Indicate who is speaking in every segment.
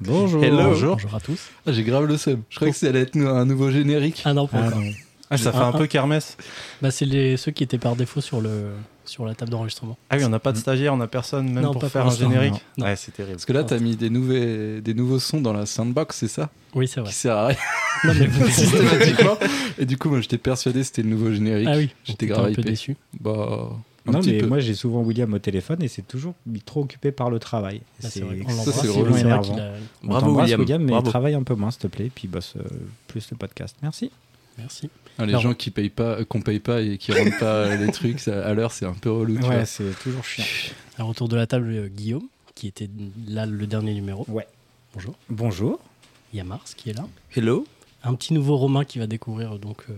Speaker 1: Bonjour.
Speaker 2: Hello.
Speaker 1: Bonjour.
Speaker 3: Bonjour à tous.
Speaker 2: Ah, J'ai grave le seum. Je croyais
Speaker 3: Oh.
Speaker 2: que ça allait être un nouveau générique.
Speaker 3: Ah non, pas
Speaker 1: Ah
Speaker 3: encore.
Speaker 1: non.
Speaker 2: Ah, ça
Speaker 3: fait
Speaker 2: fait
Speaker 3: un
Speaker 2: un peu kermesse.
Speaker 3: Bah, c'est les- ceux qui étaient par défaut sur, le, sur la table d'enregistrement.
Speaker 2: Ah oui, on n'a pas de stagiaire, on n'a personne même
Speaker 3: Non,
Speaker 2: pour
Speaker 3: pas
Speaker 2: faire
Speaker 3: pour
Speaker 2: un
Speaker 3: l'instant,
Speaker 2: générique.
Speaker 3: non.
Speaker 2: Ouais, c'est terrible.
Speaker 1: Parce que
Speaker 3: Oh,
Speaker 1: là, t'as mis des, nouvelles- des nouveaux sons dans la soundbox, c'est ça
Speaker 3: Oui, c'est vrai.
Speaker 1: Qui sert à rien
Speaker 3: Non, mais vous
Speaker 1: systématiquement. Et du coup, moi, j'étais persuadé que c'était le nouveau générique.
Speaker 3: Ah oui,
Speaker 1: J'étais
Speaker 3: T'es
Speaker 1: grave
Speaker 3: un peu
Speaker 1: hypé.
Speaker 3: déçu.
Speaker 1: Bah, un
Speaker 4: Non,
Speaker 1: petit
Speaker 4: mais
Speaker 1: peu.
Speaker 4: moi j'ai souvent William au téléphone et c'est toujours il est trop occupé par le travail.
Speaker 3: Bah, c'est vrai qu'on
Speaker 1: ça,
Speaker 3: l'embrasse.
Speaker 1: c'est
Speaker 3: C'est
Speaker 1: vraiment
Speaker 3: vrai
Speaker 4: énervant.
Speaker 3: qu'il a-
Speaker 4: On
Speaker 5: Bravo,
Speaker 4: t'embrasse,
Speaker 5: William.
Speaker 4: mais
Speaker 5: Bravo.
Speaker 4: travaille un peu moins s'il te plaît, puis bosse euh, plus le podcast. Merci.
Speaker 3: Merci.
Speaker 1: Ah, les
Speaker 3: Non.
Speaker 1: gens qui payent pas, euh, qu'on paye pas et qui rendent pas euh, les trucs ça- à l'heure, c'est un peu relou. tu vois.
Speaker 4: Ouais, c'est toujours chiant.
Speaker 3: Alors, autour de la table, euh, Guillaume, qui était là le dernier numéro.
Speaker 4: Ouais.
Speaker 3: Bonjour.
Speaker 4: Bonjour.
Speaker 3: Il y a Mars qui est là.
Speaker 5: Hello
Speaker 3: Un petit nouveau Romain qui va découvrir donc euh,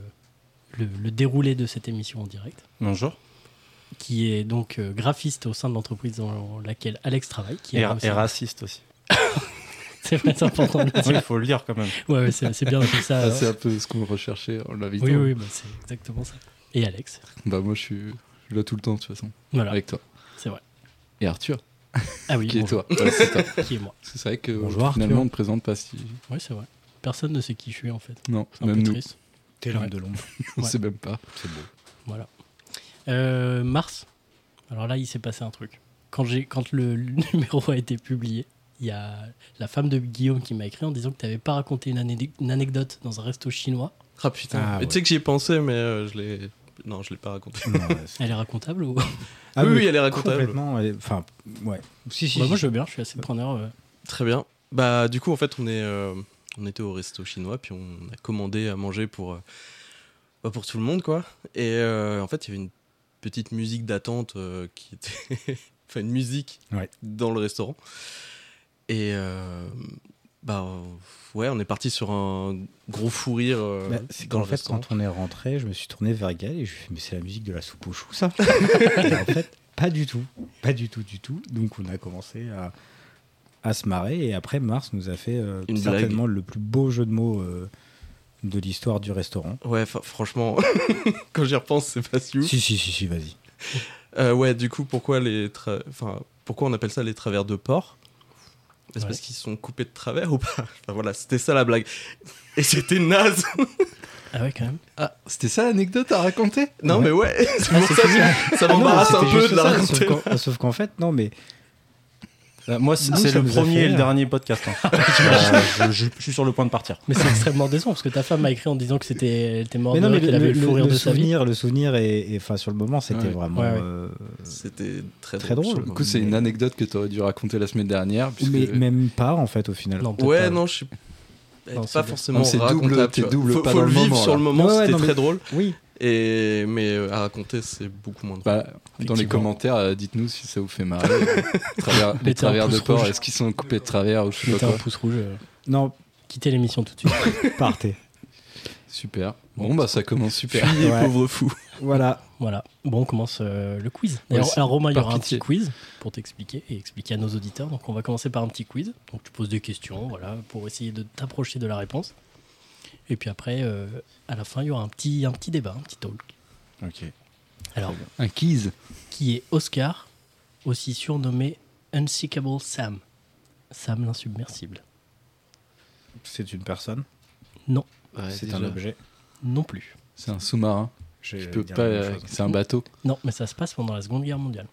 Speaker 3: le, le déroulé de cette émission en direct.
Speaker 2: Bonjour.
Speaker 3: Qui est donc euh, graphiste au sein de l'entreprise dans laquelle Alex travaille. Qui est
Speaker 2: Et,
Speaker 3: là aussi.
Speaker 2: et raciste aussi.
Speaker 3: C'est vrai, c'est important. de le
Speaker 2: Oui,
Speaker 3: dire.
Speaker 2: il faut le dire quand même.
Speaker 3: Ouais, ouais, c'est c'est bien comme ça.
Speaker 1: Ah,
Speaker 3: alors.
Speaker 1: c'est un peu ce qu'on recherchait en l'invitant.
Speaker 3: Euh, Oui, oui, bah, c'est exactement ça. Et Alex.
Speaker 1: hein. Bah, moi, je suis là tout le temps, de toute façon,
Speaker 3: Voilà,
Speaker 1: avec toi.
Speaker 3: c'est vrai.
Speaker 1: Et Arthur,
Speaker 3: Ah oui,
Speaker 1: qui
Speaker 3: bonjour.
Speaker 1: est toi. Ouais, c'est toi.
Speaker 3: Qui est moi.
Speaker 1: Parce que c'est vrai que
Speaker 4: Bonjour,
Speaker 1: finalement,
Speaker 4: Arthur.
Speaker 1: on ne présente pas si.
Speaker 3: Oui, c'est vrai. Personne ne sait qui je suis en fait.
Speaker 1: Non,
Speaker 3: C'est un
Speaker 1: même
Speaker 3: peu
Speaker 1: nous,
Speaker 3: triste.
Speaker 4: T'es
Speaker 3: l'homme
Speaker 4: de l'ombre.
Speaker 1: on
Speaker 3: Ouais.
Speaker 1: sait même pas.
Speaker 3: Voilà. Euh, mars. Alors là, il s'est passé un truc. Quand, j'ai, quand le numéro a été publié, il y a la femme de Guillaume qui m'a écrit en disant que tu n'avais pas raconté une, ané- une anecdote dans un resto chinois.
Speaker 5: Ah putain.
Speaker 4: Ah,
Speaker 5: Et
Speaker 4: ouais.
Speaker 5: Tu sais que j'y ai pensé, mais euh, je l'ai. Non, je l'ai pas raconté.
Speaker 3: Elle est racontable ou Bah,
Speaker 4: ah,
Speaker 5: oui,
Speaker 4: mais
Speaker 5: oui, elle est racontable.
Speaker 4: complètement. elle est- Enfin, ouais. Si, si.
Speaker 3: Bah, Moi,
Speaker 4: si.
Speaker 3: je veux bien, je suis assez preneur. euh.
Speaker 5: Très bien. Bah, du coup, en fait, on est, euh, on était au resto chinois, puis on a commandé à manger pour, euh, bah, pour tout le monde, quoi. Et euh, en fait, il y avait une petite musique d'attente euh, qui était, enfin, une musique
Speaker 4: Ouais.
Speaker 5: dans le restaurant. Et euh, bah, euh, ouais, on est parti sur un gros fou rire. euh,
Speaker 4: Bah, c'est
Speaker 5: dans
Speaker 4: qu'en
Speaker 5: le
Speaker 4: fait,
Speaker 5: restaurant.
Speaker 4: quand on est rentré, je me suis tourné vers Gaël et je lui ai fait Mais c'est la musique de la soupe aux choux, ça Et En fait, pas du tout. Pas du tout, du tout. Donc, on a commencé à, à se marrer. Et après, Mars nous a fait euh,
Speaker 5: Une
Speaker 4: certainement le plus beau jeu de mots euh, de l'histoire du restaurant.
Speaker 5: Ouais, fa- franchement, quand j'y repense, c'est pas si ouf.
Speaker 4: Si, si, si, si, vas-y.
Speaker 5: Euh, ouais, du coup, pourquoi, les tra- enfin, pourquoi on appelle ça les travers de porc C'est
Speaker 3: Ouais.
Speaker 5: parce qu'ils sont coupés de travers ou pas Enfin voilà, c'était ça la blague. Et c'était naze
Speaker 3: Ah ouais, quand même.
Speaker 1: Ah, c'était ça l'anecdote à raconter
Speaker 5: Non mais ouais, c'est pour ça que ça
Speaker 4: Ah non,
Speaker 5: m'embarrasse
Speaker 4: c'était
Speaker 5: bah, un peu
Speaker 4: juste
Speaker 5: de la
Speaker 4: ça,
Speaker 5: raconter.
Speaker 4: sauf qu'en- Sauf qu'en fait, non, mais
Speaker 2: Euh, moi,
Speaker 4: Nous,
Speaker 2: c'est
Speaker 4: ça
Speaker 2: le
Speaker 4: nous a fait
Speaker 2: premier et le
Speaker 4: rire.
Speaker 2: dernier podcast. hein. Euh, je, je- je suis sur le point de partir.
Speaker 3: Mais c'est extrêmement décevant parce que ta femme m'a écrit en disant que c'était, elle était morte
Speaker 4: mais
Speaker 3: de
Speaker 4: non, mais
Speaker 3: rire, qu'elle avait le fou rire
Speaker 4: le
Speaker 3: de sa vie.
Speaker 4: souvenir, le souvenir et, et, enfin sur le moment, c'était
Speaker 1: Ouais.
Speaker 4: vraiment.
Speaker 3: Ouais, ouais.
Speaker 4: euh,
Speaker 5: C'était très,
Speaker 4: Très drôle.
Speaker 5: je
Speaker 1: Du
Speaker 5: trouve.
Speaker 1: coup, c'est une anecdote que t'aurais dû raconter la semaine
Speaker 3: Oh,
Speaker 1: dernière. Puisque...
Speaker 4: mais même pas en fait au final.
Speaker 3: Non, peut-être
Speaker 5: Ouais,
Speaker 3: pas.
Speaker 5: non, je suis elle
Speaker 3: Non,
Speaker 5: était
Speaker 3: c'est
Speaker 5: pas
Speaker 3: bien.
Speaker 5: forcément
Speaker 1: Non, c'est double-
Speaker 5: racontable.
Speaker 1: t'es
Speaker 5: tu vois.
Speaker 1: double,
Speaker 5: faut
Speaker 1: pas
Speaker 5: faut
Speaker 1: dans
Speaker 5: le
Speaker 1: le
Speaker 5: vivre
Speaker 1: moment,
Speaker 5: sur
Speaker 1: là.
Speaker 5: le moment,
Speaker 4: Ouais, ouais,
Speaker 5: c'était
Speaker 4: non,
Speaker 5: très
Speaker 4: mais-
Speaker 5: drôle.
Speaker 4: Oui.
Speaker 5: Et mais euh, à raconter, c'est beaucoup moins drôle.
Speaker 1: Bah, dans les
Speaker 3: Effectivement.
Speaker 1: commentaires, euh, dites-nous si ça vous fait marrer. Les travers, les
Speaker 3: Mettez un
Speaker 1: travers de
Speaker 3: pouce
Speaker 1: porc,
Speaker 3: rouge.
Speaker 1: est-ce qu'ils sont coupés de travers ou je sais pas
Speaker 3: Mettez un
Speaker 1: quoi.
Speaker 3: pouce rouge. euh,
Speaker 4: Non,
Speaker 3: Quittez l'émission tout de suite.
Speaker 4: partez.
Speaker 1: Super. Bon, bah ça commence super.
Speaker 5: Fuyez,
Speaker 4: Ouais.
Speaker 5: pauvre fou.
Speaker 4: Voilà.
Speaker 3: Voilà. Bon, on commence euh, le quiz. D'ailleurs,
Speaker 1: Ouais, c'est-
Speaker 3: alors, Romain, il y
Speaker 1: par
Speaker 3: aura un
Speaker 1: pitié.
Speaker 3: petit quiz pour t'expliquer et expliquer à nos auditeurs. Donc, on va commencer par un petit quiz. Donc, tu poses des questions, voilà, pour essayer de t'approcher de la réponse. Et puis après, euh, à la fin, il y aura un petit, un petit débat, un petit talk.
Speaker 4: Ok.
Speaker 3: Alors,
Speaker 1: Un quiz.
Speaker 3: qui est Oscar, aussi surnommé Unsickable Sam Sam l'insubmersible.
Speaker 4: C'est une personne.
Speaker 3: Non,
Speaker 4: c'est un objet.
Speaker 3: non plus.
Speaker 1: C'est un sous-marin.
Speaker 4: Je
Speaker 1: Tu peux pas. euh, c'est un bateau.
Speaker 3: Non, mais ça se passe pendant la Seconde Guerre mondiale.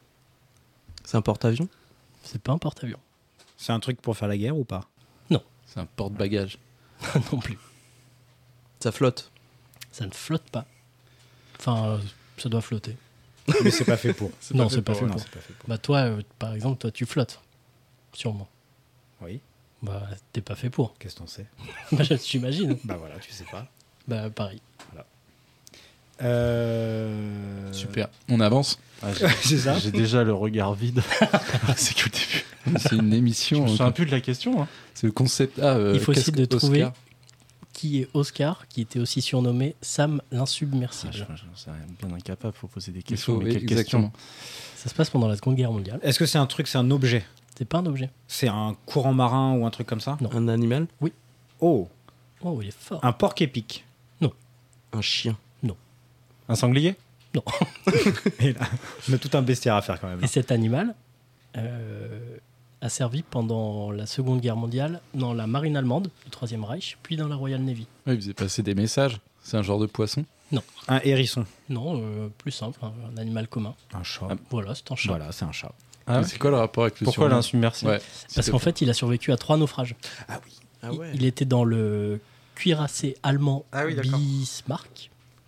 Speaker 5: C'est un porte-avions
Speaker 3: C'est pas un porte-avions.
Speaker 4: C'est un truc pour faire la guerre ou pas
Speaker 1: C'est un porte-bagages.
Speaker 3: non plus.
Speaker 5: Ça flotte.
Speaker 3: Ça ne flotte pas. Enfin, euh, ça doit flotter.
Speaker 4: Mais c'est pas fait pour.
Speaker 3: Non, c'est pas fait
Speaker 4: Non,
Speaker 3: pour.
Speaker 4: c'est pas fait pour.
Speaker 3: Bah toi, euh, par exemple, toi tu flottes, sûrement.
Speaker 4: Oui.
Speaker 3: Bah t'es pas fait pour,
Speaker 4: Qu'est-ce qu'on sait
Speaker 3: Bah, j'imagine.
Speaker 4: Bah voilà, tu sais pas.
Speaker 3: Bah pareil.
Speaker 4: Euh...
Speaker 1: Super. On avance.
Speaker 2: Ah, j'ai-
Speaker 4: c'est ça.
Speaker 2: J'ai déjà le regard vide. c'est qu'au début.
Speaker 1: C'est une
Speaker 2: Je
Speaker 1: émission.
Speaker 2: me
Speaker 1: hein.
Speaker 2: souviens plus de la question. hein.
Speaker 1: C'est le concept. Ah, euh,
Speaker 3: Il faut
Speaker 1: qu'est-ce
Speaker 3: essayer de
Speaker 1: que-
Speaker 3: trouver
Speaker 1: Oscar
Speaker 3: qui est Oscar, qui était aussi surnommé Sam l'insubmersible.
Speaker 2: Ah, je- je- c'est bien incapable, faut poser des
Speaker 1: Il faut,
Speaker 2: questions. mais
Speaker 1: oui,
Speaker 2: quelles
Speaker 1: exactement.
Speaker 3: Ça se passe pendant la Seconde Guerre mondiale.
Speaker 4: Est-ce que c'est un truc, c'est un objet
Speaker 3: C'est pas un objet.
Speaker 4: C'est un courant marin ou un truc comme ça
Speaker 3: Non.
Speaker 5: Un animal
Speaker 4: Oh,
Speaker 3: Oh, il est fort.
Speaker 4: un porc épique.
Speaker 5: Un chien
Speaker 2: questions. Un sanglier
Speaker 3: Non.
Speaker 4: Ah. Et là, on a tout un bestiaire à faire quand même.
Speaker 3: Et cet animal euh, a servi pendant la Seconde Guerre mondiale dans la marine allemande, le Troisième Reich, puis dans la Royal Navy.
Speaker 1: Ouais, il faisait passer des messages. C'est un genre de poisson.
Speaker 4: Un hérisson.
Speaker 3: Non, euh, plus simple, un, un animal commun.
Speaker 4: Un chat.
Speaker 3: Voilà, c'est un chat.
Speaker 4: voilà, c'est un chat.
Speaker 3: Ah
Speaker 1: Mais c'est quoi le rapport avec le
Speaker 2: Pourquoi
Speaker 1: surnom
Speaker 2: l'insubmersible
Speaker 1: Ouais,
Speaker 3: Parce
Speaker 1: c'est-
Speaker 3: qu'en fait, il a survécu à trois naufrages.
Speaker 5: Ah
Speaker 3: Il-
Speaker 5: ouais.
Speaker 3: Il, était dans le cuirassé allemand
Speaker 5: Ah oui, d'accord.
Speaker 3: Bismarck,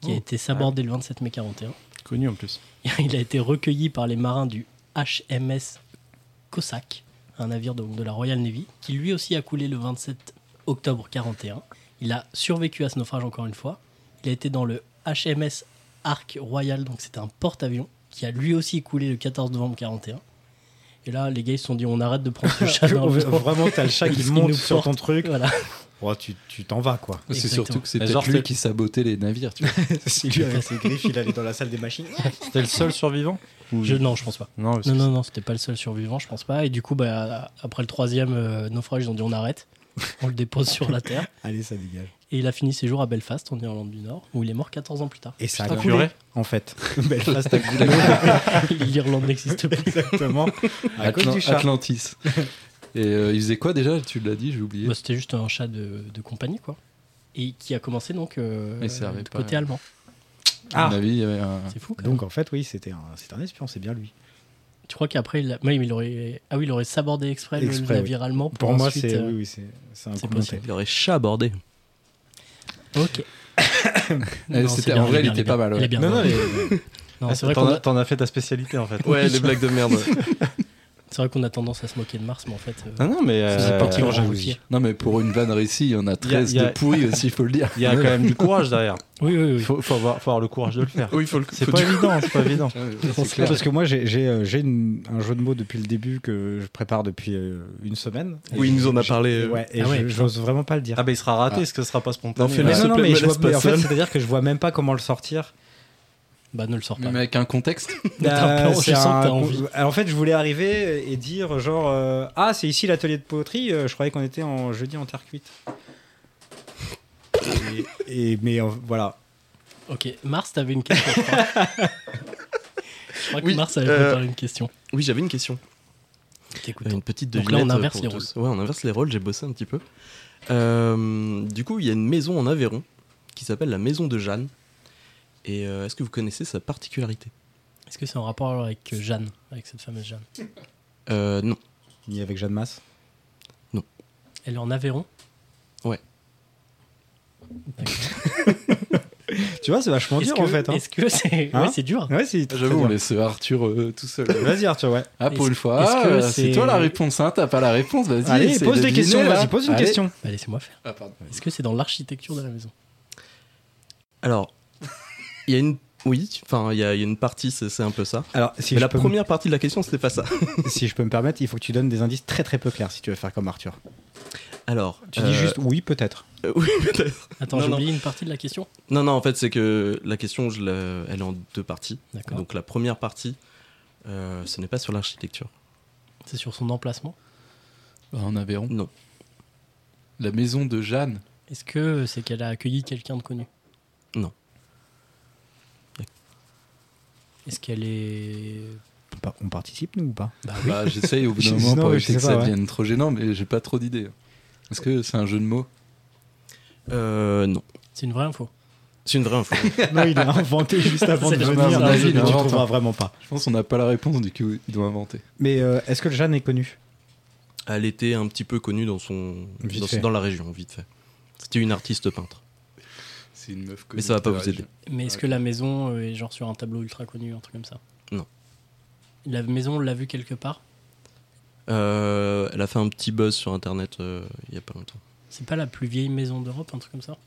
Speaker 3: qui a
Speaker 5: Oh.
Speaker 3: été sabordé le 27 mai 41.
Speaker 2: Connu en plus.
Speaker 3: Il a été recueilli par les marins du HMS Cossack, un navire de, de la Royal Navy, qui lui aussi a coulé le 27 octobre 41. Il a survécu à ce naufrage encore une fois. Il a été dans le HMS Ark Royal, donc c'était un porte-avions, qui a lui aussi coulé le 14 novembre 41. Et là, les gars, ils se sont dit, on arrête de prendre le chat. dans le vent.
Speaker 4: Vraiment, t'as le chat qui
Speaker 3: Parce qu'il
Speaker 4: monte
Speaker 3: nous
Speaker 4: sur ton
Speaker 3: porte.
Speaker 4: truc.
Speaker 3: Voilà.
Speaker 4: Oh, tu tu t'en vas, quoi.
Speaker 1: C'est
Speaker 3: Exactement.
Speaker 1: surtout que c'est
Speaker 2: Mais
Speaker 1: peut-être
Speaker 2: genre,
Speaker 1: lui
Speaker 2: c'est-
Speaker 1: qui sabotait les navires. Tu vois.
Speaker 4: Si lui, avec ses griffes, il allait dans la salle des machines.
Speaker 2: C'était le seul survivant Ou-
Speaker 3: Je, non, je pense pas.
Speaker 2: Non, parce
Speaker 3: Non,
Speaker 2: que
Speaker 3: non, non, c'était pas le seul survivant, je pense pas. Et du coup, bah, après le troisième euh, naufrage, ils ont dit, on arrête. On le dépose sur la terre.
Speaker 4: Allez, ça dégage.
Speaker 3: Et il a fini ses jours à Belfast, en Irlande du Nord, où il est mort 14 ans plus tard.
Speaker 4: Et ça a
Speaker 2: Putain,
Speaker 4: coulé,
Speaker 2: purée.
Speaker 4: en fait. Belfast a coulé.
Speaker 3: L'Irlande n'existe plus.
Speaker 4: Exactement. À cause
Speaker 1: Atlan-
Speaker 4: du chat.
Speaker 1: Atlantis. Et euh, il faisait quoi déjà Tu l'as dit, j'ai oublié.
Speaker 3: Bah, C'était juste un chat de, de compagnie, quoi. Et qui a commencé donc euh,
Speaker 1: Mais ça arrive
Speaker 3: du
Speaker 1: pas.
Speaker 3: côté allemand.
Speaker 1: À
Speaker 4: Ah.
Speaker 1: mon avis, il y avait un-
Speaker 3: C'est fou. quoi.
Speaker 4: Donc, en fait, oui, c'était un, c'était un espion, c'est bien lui.
Speaker 3: tu crois qu'après, il, a- oui, mais il aurait, ah oui, il aurait sabordé exprès, le-
Speaker 4: Exprès,
Speaker 3: le navire allemand pour,
Speaker 4: Pour moi,
Speaker 3: ensuite,
Speaker 4: c'est
Speaker 3: euh,
Speaker 4: oui, oui, c'est- c'est un
Speaker 3: c'est
Speaker 4: coup
Speaker 3: possible.
Speaker 5: Il aurait chat abordé.
Speaker 3: euh, Ok.
Speaker 1: Eh,
Speaker 3: Non,
Speaker 1: c'était-
Speaker 3: c'est bien,
Speaker 1: en vrai,
Speaker 3: bien,
Speaker 1: il était
Speaker 3: bien.
Speaker 1: pas mal, ouais.
Speaker 3: Il est bien,
Speaker 4: Non,
Speaker 3: ouais.
Speaker 4: non, mais-
Speaker 3: Non, c'est
Speaker 2: Ah, t'en
Speaker 3: vrai qu'on
Speaker 2: as-
Speaker 3: a,
Speaker 2: t'en as fait ta spécialité en fait.
Speaker 5: Ouais, les blagues de merde.
Speaker 3: c'est vrai qu'on a tendance à se moquer de Mars, mais en fait, euh,
Speaker 2: Non, non, mais.
Speaker 3: c'est
Speaker 2: euh,
Speaker 3: pas petit
Speaker 2: il
Speaker 3: grand
Speaker 2: y a-
Speaker 3: routier.
Speaker 1: Non, mais pour une vanne réussie, il y en a 13
Speaker 2: il y a-
Speaker 1: de pourris aussi, il faut le dire.
Speaker 2: Il y a quand même du courage derrière.
Speaker 3: Oui, oui, oui.
Speaker 2: Faut, faut avoir, faut avoir le courage de le faire.
Speaker 5: Oui, il faut le.
Speaker 2: C'est
Speaker 5: faut Ah,
Speaker 2: pas
Speaker 5: du-
Speaker 2: évident, c'est pas évident.
Speaker 1: C'est clair.
Speaker 4: Parce que moi, j'ai- j'ai euh, j'ai une- un jeu de mots depuis le début que je prépare depuis euh, une semaine.
Speaker 5: Oui, il nous en a parlé. euh,
Speaker 4: Ouais, et
Speaker 3: Ah ouais,
Speaker 4: je- j'ose vraiment pas le dire.
Speaker 2: Ah bah il sera raté, est-ce que ce sera pas spontané
Speaker 5: Non, fais-le.
Speaker 4: mais
Speaker 5: s'il
Speaker 4: non, non,
Speaker 5: te plaît,
Speaker 4: mais, je
Speaker 5: me
Speaker 4: vois,
Speaker 5: laisse pas
Speaker 4: mais en fait,
Speaker 5: seul.
Speaker 4: c'est-à-dire que je vois même pas comment le sortir.
Speaker 3: Bah, ne le sors pas.
Speaker 1: Mais avec un contexte,
Speaker 3: T'as un plan, je
Speaker 4: Euh, c'est
Speaker 3: sens que t'as
Speaker 4: un-
Speaker 3: envie.
Speaker 4: Alors, en fait, je voulais arriver et dire genre euh, ah c'est ici l'atelier de poterie. euh, Je croyais qu'on était en jeudi en terre cuite. Et, et- mais euh, voilà.
Speaker 3: Ok, Mars, t'avais une question. Je crois, Je crois que
Speaker 5: Oui,
Speaker 3: Mars avait
Speaker 5: euh,
Speaker 3: préparé une question.
Speaker 5: Oui, j'avais une question.
Speaker 4: Euh,
Speaker 3: T'écoutes.
Speaker 5: Une petite
Speaker 3: Donc
Speaker 5: devinette.
Speaker 3: là, on inverse
Speaker 5: pour
Speaker 3: les
Speaker 5: tous. Ouais, on inverse les rôles, j'ai bossé un petit peu. Euh, du coup, il y a une maison en Aveyron qui s'appelle la maison de Jeanne. Et euh, est-ce que vous connaissez sa particularité
Speaker 3: Est-ce que c'est en rapport avec euh, Jeanne, avec cette fameuse Jeanne
Speaker 5: euh, Non.
Speaker 4: Ni avec Jeanne Masse.
Speaker 3: Elle est en Aveyron
Speaker 4: Tu vois, c'est vachement
Speaker 3: Est-ce
Speaker 4: dur
Speaker 3: que,
Speaker 4: en fait. hein.
Speaker 3: est-ce que c'est
Speaker 4: Hein
Speaker 3: ouais, c'est dur
Speaker 4: Ouais, c'est très
Speaker 1: j'avoue, on
Speaker 4: dur.
Speaker 1: laisse Arthur euh, tout seul.
Speaker 4: Vas-y Arthur, ouais.
Speaker 1: Ah, pour
Speaker 3: Est-ce-
Speaker 1: une fois,
Speaker 3: est-ce que
Speaker 1: euh,
Speaker 3: c'est-
Speaker 1: c'est toi la réponse, hein, t'as pas la réponse, vas-y.
Speaker 4: Allez,
Speaker 1: essaie
Speaker 4: pose
Speaker 1: de
Speaker 4: des
Speaker 1: deviner,
Speaker 4: questions.
Speaker 1: là.
Speaker 4: Vas-y, pose une
Speaker 1: Allez.
Speaker 4: question.
Speaker 3: bah, Laissez-moi faire.
Speaker 1: Ah, pardon.
Speaker 3: Est-ce que c'est dans l'architecture de la maison
Speaker 5: Alors, il y a une. Oui, enfin, il y, a il y a une partie, c'est c'est un peu ça.
Speaker 4: Alors, si
Speaker 5: Mais
Speaker 4: je,
Speaker 5: la
Speaker 4: peux me-
Speaker 5: première partie de la question, c'était pas ça.
Speaker 4: si je peux me permettre, il faut que tu donnes des indices très très peu clairs si tu veux faire comme Arthur.
Speaker 5: Alors,
Speaker 4: Tu
Speaker 5: euh,
Speaker 4: dis juste oui, peut-être.
Speaker 5: euh, oui, peut-être.
Speaker 3: Attends,
Speaker 5: Non,
Speaker 3: j'ai
Speaker 5: non.
Speaker 3: oublié une partie de la question.
Speaker 5: Non, non, en fait, c'est que la question, je la- elle est en deux parties.
Speaker 3: D'accord.
Speaker 5: Donc, la première partie, euh, ce n'est pas sur l'architecture.
Speaker 3: C'est sur son emplacement.
Speaker 1: Bah, En Aveyron.
Speaker 5: Non.
Speaker 1: La maison de Jeanne.
Speaker 3: Est-ce que c'est qu'elle a accueilli quelqu'un de connu
Speaker 5: Non.
Speaker 3: Est-ce qu'elle est.
Speaker 4: On par- On participe nous ou pas
Speaker 3: Bah oui.
Speaker 1: Bah, j'essaye au bout d'un
Speaker 4: Je-
Speaker 1: moment
Speaker 4: non,
Speaker 1: pour
Speaker 4: mais je
Speaker 1: éviter
Speaker 4: sais
Speaker 1: que
Speaker 4: pas,
Speaker 1: ça
Speaker 4: ouais.
Speaker 1: devienne trop gênant, mais j'ai pas trop d'idées. Est-ce que c'est un jeu de mots
Speaker 5: Euh, non.
Speaker 3: C'est une vraie info.
Speaker 5: C'est une vraie info.
Speaker 4: Non, il a inventé juste avant
Speaker 3: C'est
Speaker 4: de
Speaker 3: le
Speaker 4: venir.
Speaker 1: hasard,
Speaker 4: Tu
Speaker 1: il invente,
Speaker 4: trouveras
Speaker 1: hein.
Speaker 4: vraiment pas.
Speaker 1: Je pense qu'on n'a pas la réponse, du coup, il doit inventer.
Speaker 4: Mais euh, est-ce que le Jeanne est connu
Speaker 5: Elle était un petit peu connue dans son
Speaker 4: Vite
Speaker 5: dans,
Speaker 4: fait.
Speaker 5: dans la région, vite fait. C'était une artiste peintre.
Speaker 1: C'est une meuf
Speaker 5: Mais ça va pas vous aider.
Speaker 3: Mais est-ce que la maison euh, est genre sur un tableau ultra connu, un truc comme ça
Speaker 5: Non.
Speaker 3: La maison, on l'a vue quelque part
Speaker 5: Euh, elle a fait un petit buzz sur internet euh, il y a pas longtemps.
Speaker 3: C'est pas la plus vieille maison d'Europe, un truc comme ça